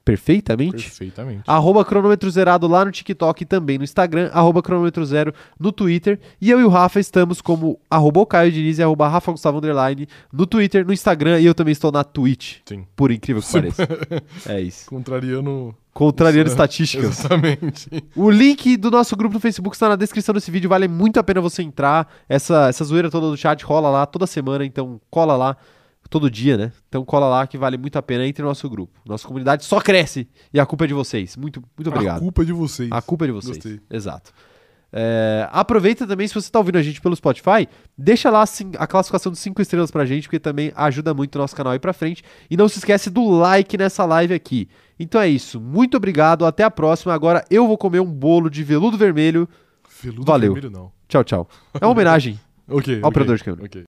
Speaker 1: Perfeitamente?
Speaker 2: Perfeitamente.
Speaker 1: Arroba cronômetro zerado lá no TikTok e também no Instagram, arroba cronômetro zero no Twitter. E eu e o Rafa estamos como arroba o Caio Diniz e arroba Rafa Gustavo Underline no Twitter, no Instagram e eu também estou na Twitch,
Speaker 2: Sim.
Speaker 1: por incrível que pareça. É isso.
Speaker 2: Contrariando...
Speaker 1: Contrariando
Speaker 2: Isso é-
Speaker 1: estatísticas.
Speaker 2: Exatamente.
Speaker 1: O link do nosso grupo no Facebook está na descrição desse vídeo, vale muito a pena você entrar. Essa, essa zoeira toda do chat rola lá toda semana, então cola lá. todo dia, né? Então cola lá que vale muito a pena entre no nosso grupo. Nossa comunidade só cresce e a culpa é de vocês. Muito, muito
Speaker 2: A
Speaker 1: obrigado.
Speaker 2: culpa é de vocês.
Speaker 1: A culpa é de vocês.
Speaker 2: Gostei.
Speaker 1: Exato. É, aproveita também, se você tá ouvindo a gente pelo Spotify, deixa lá assim, a classificação de 5 estrelas pra gente, porque também ajuda muito o nosso canal aí pra frente. E não se esquece do like nessa live aqui. Então é isso. Muito obrigado. Até a próxima. Agora eu vou comer um bolo de veludo vermelho.
Speaker 2: Veludo
Speaker 1: Valeu.
Speaker 2: vermelho, não.
Speaker 1: Tchau, tchau. É uma homenagem.
Speaker 2: Ok. ok,
Speaker 1: Operador de câmera.
Speaker 2: Ok.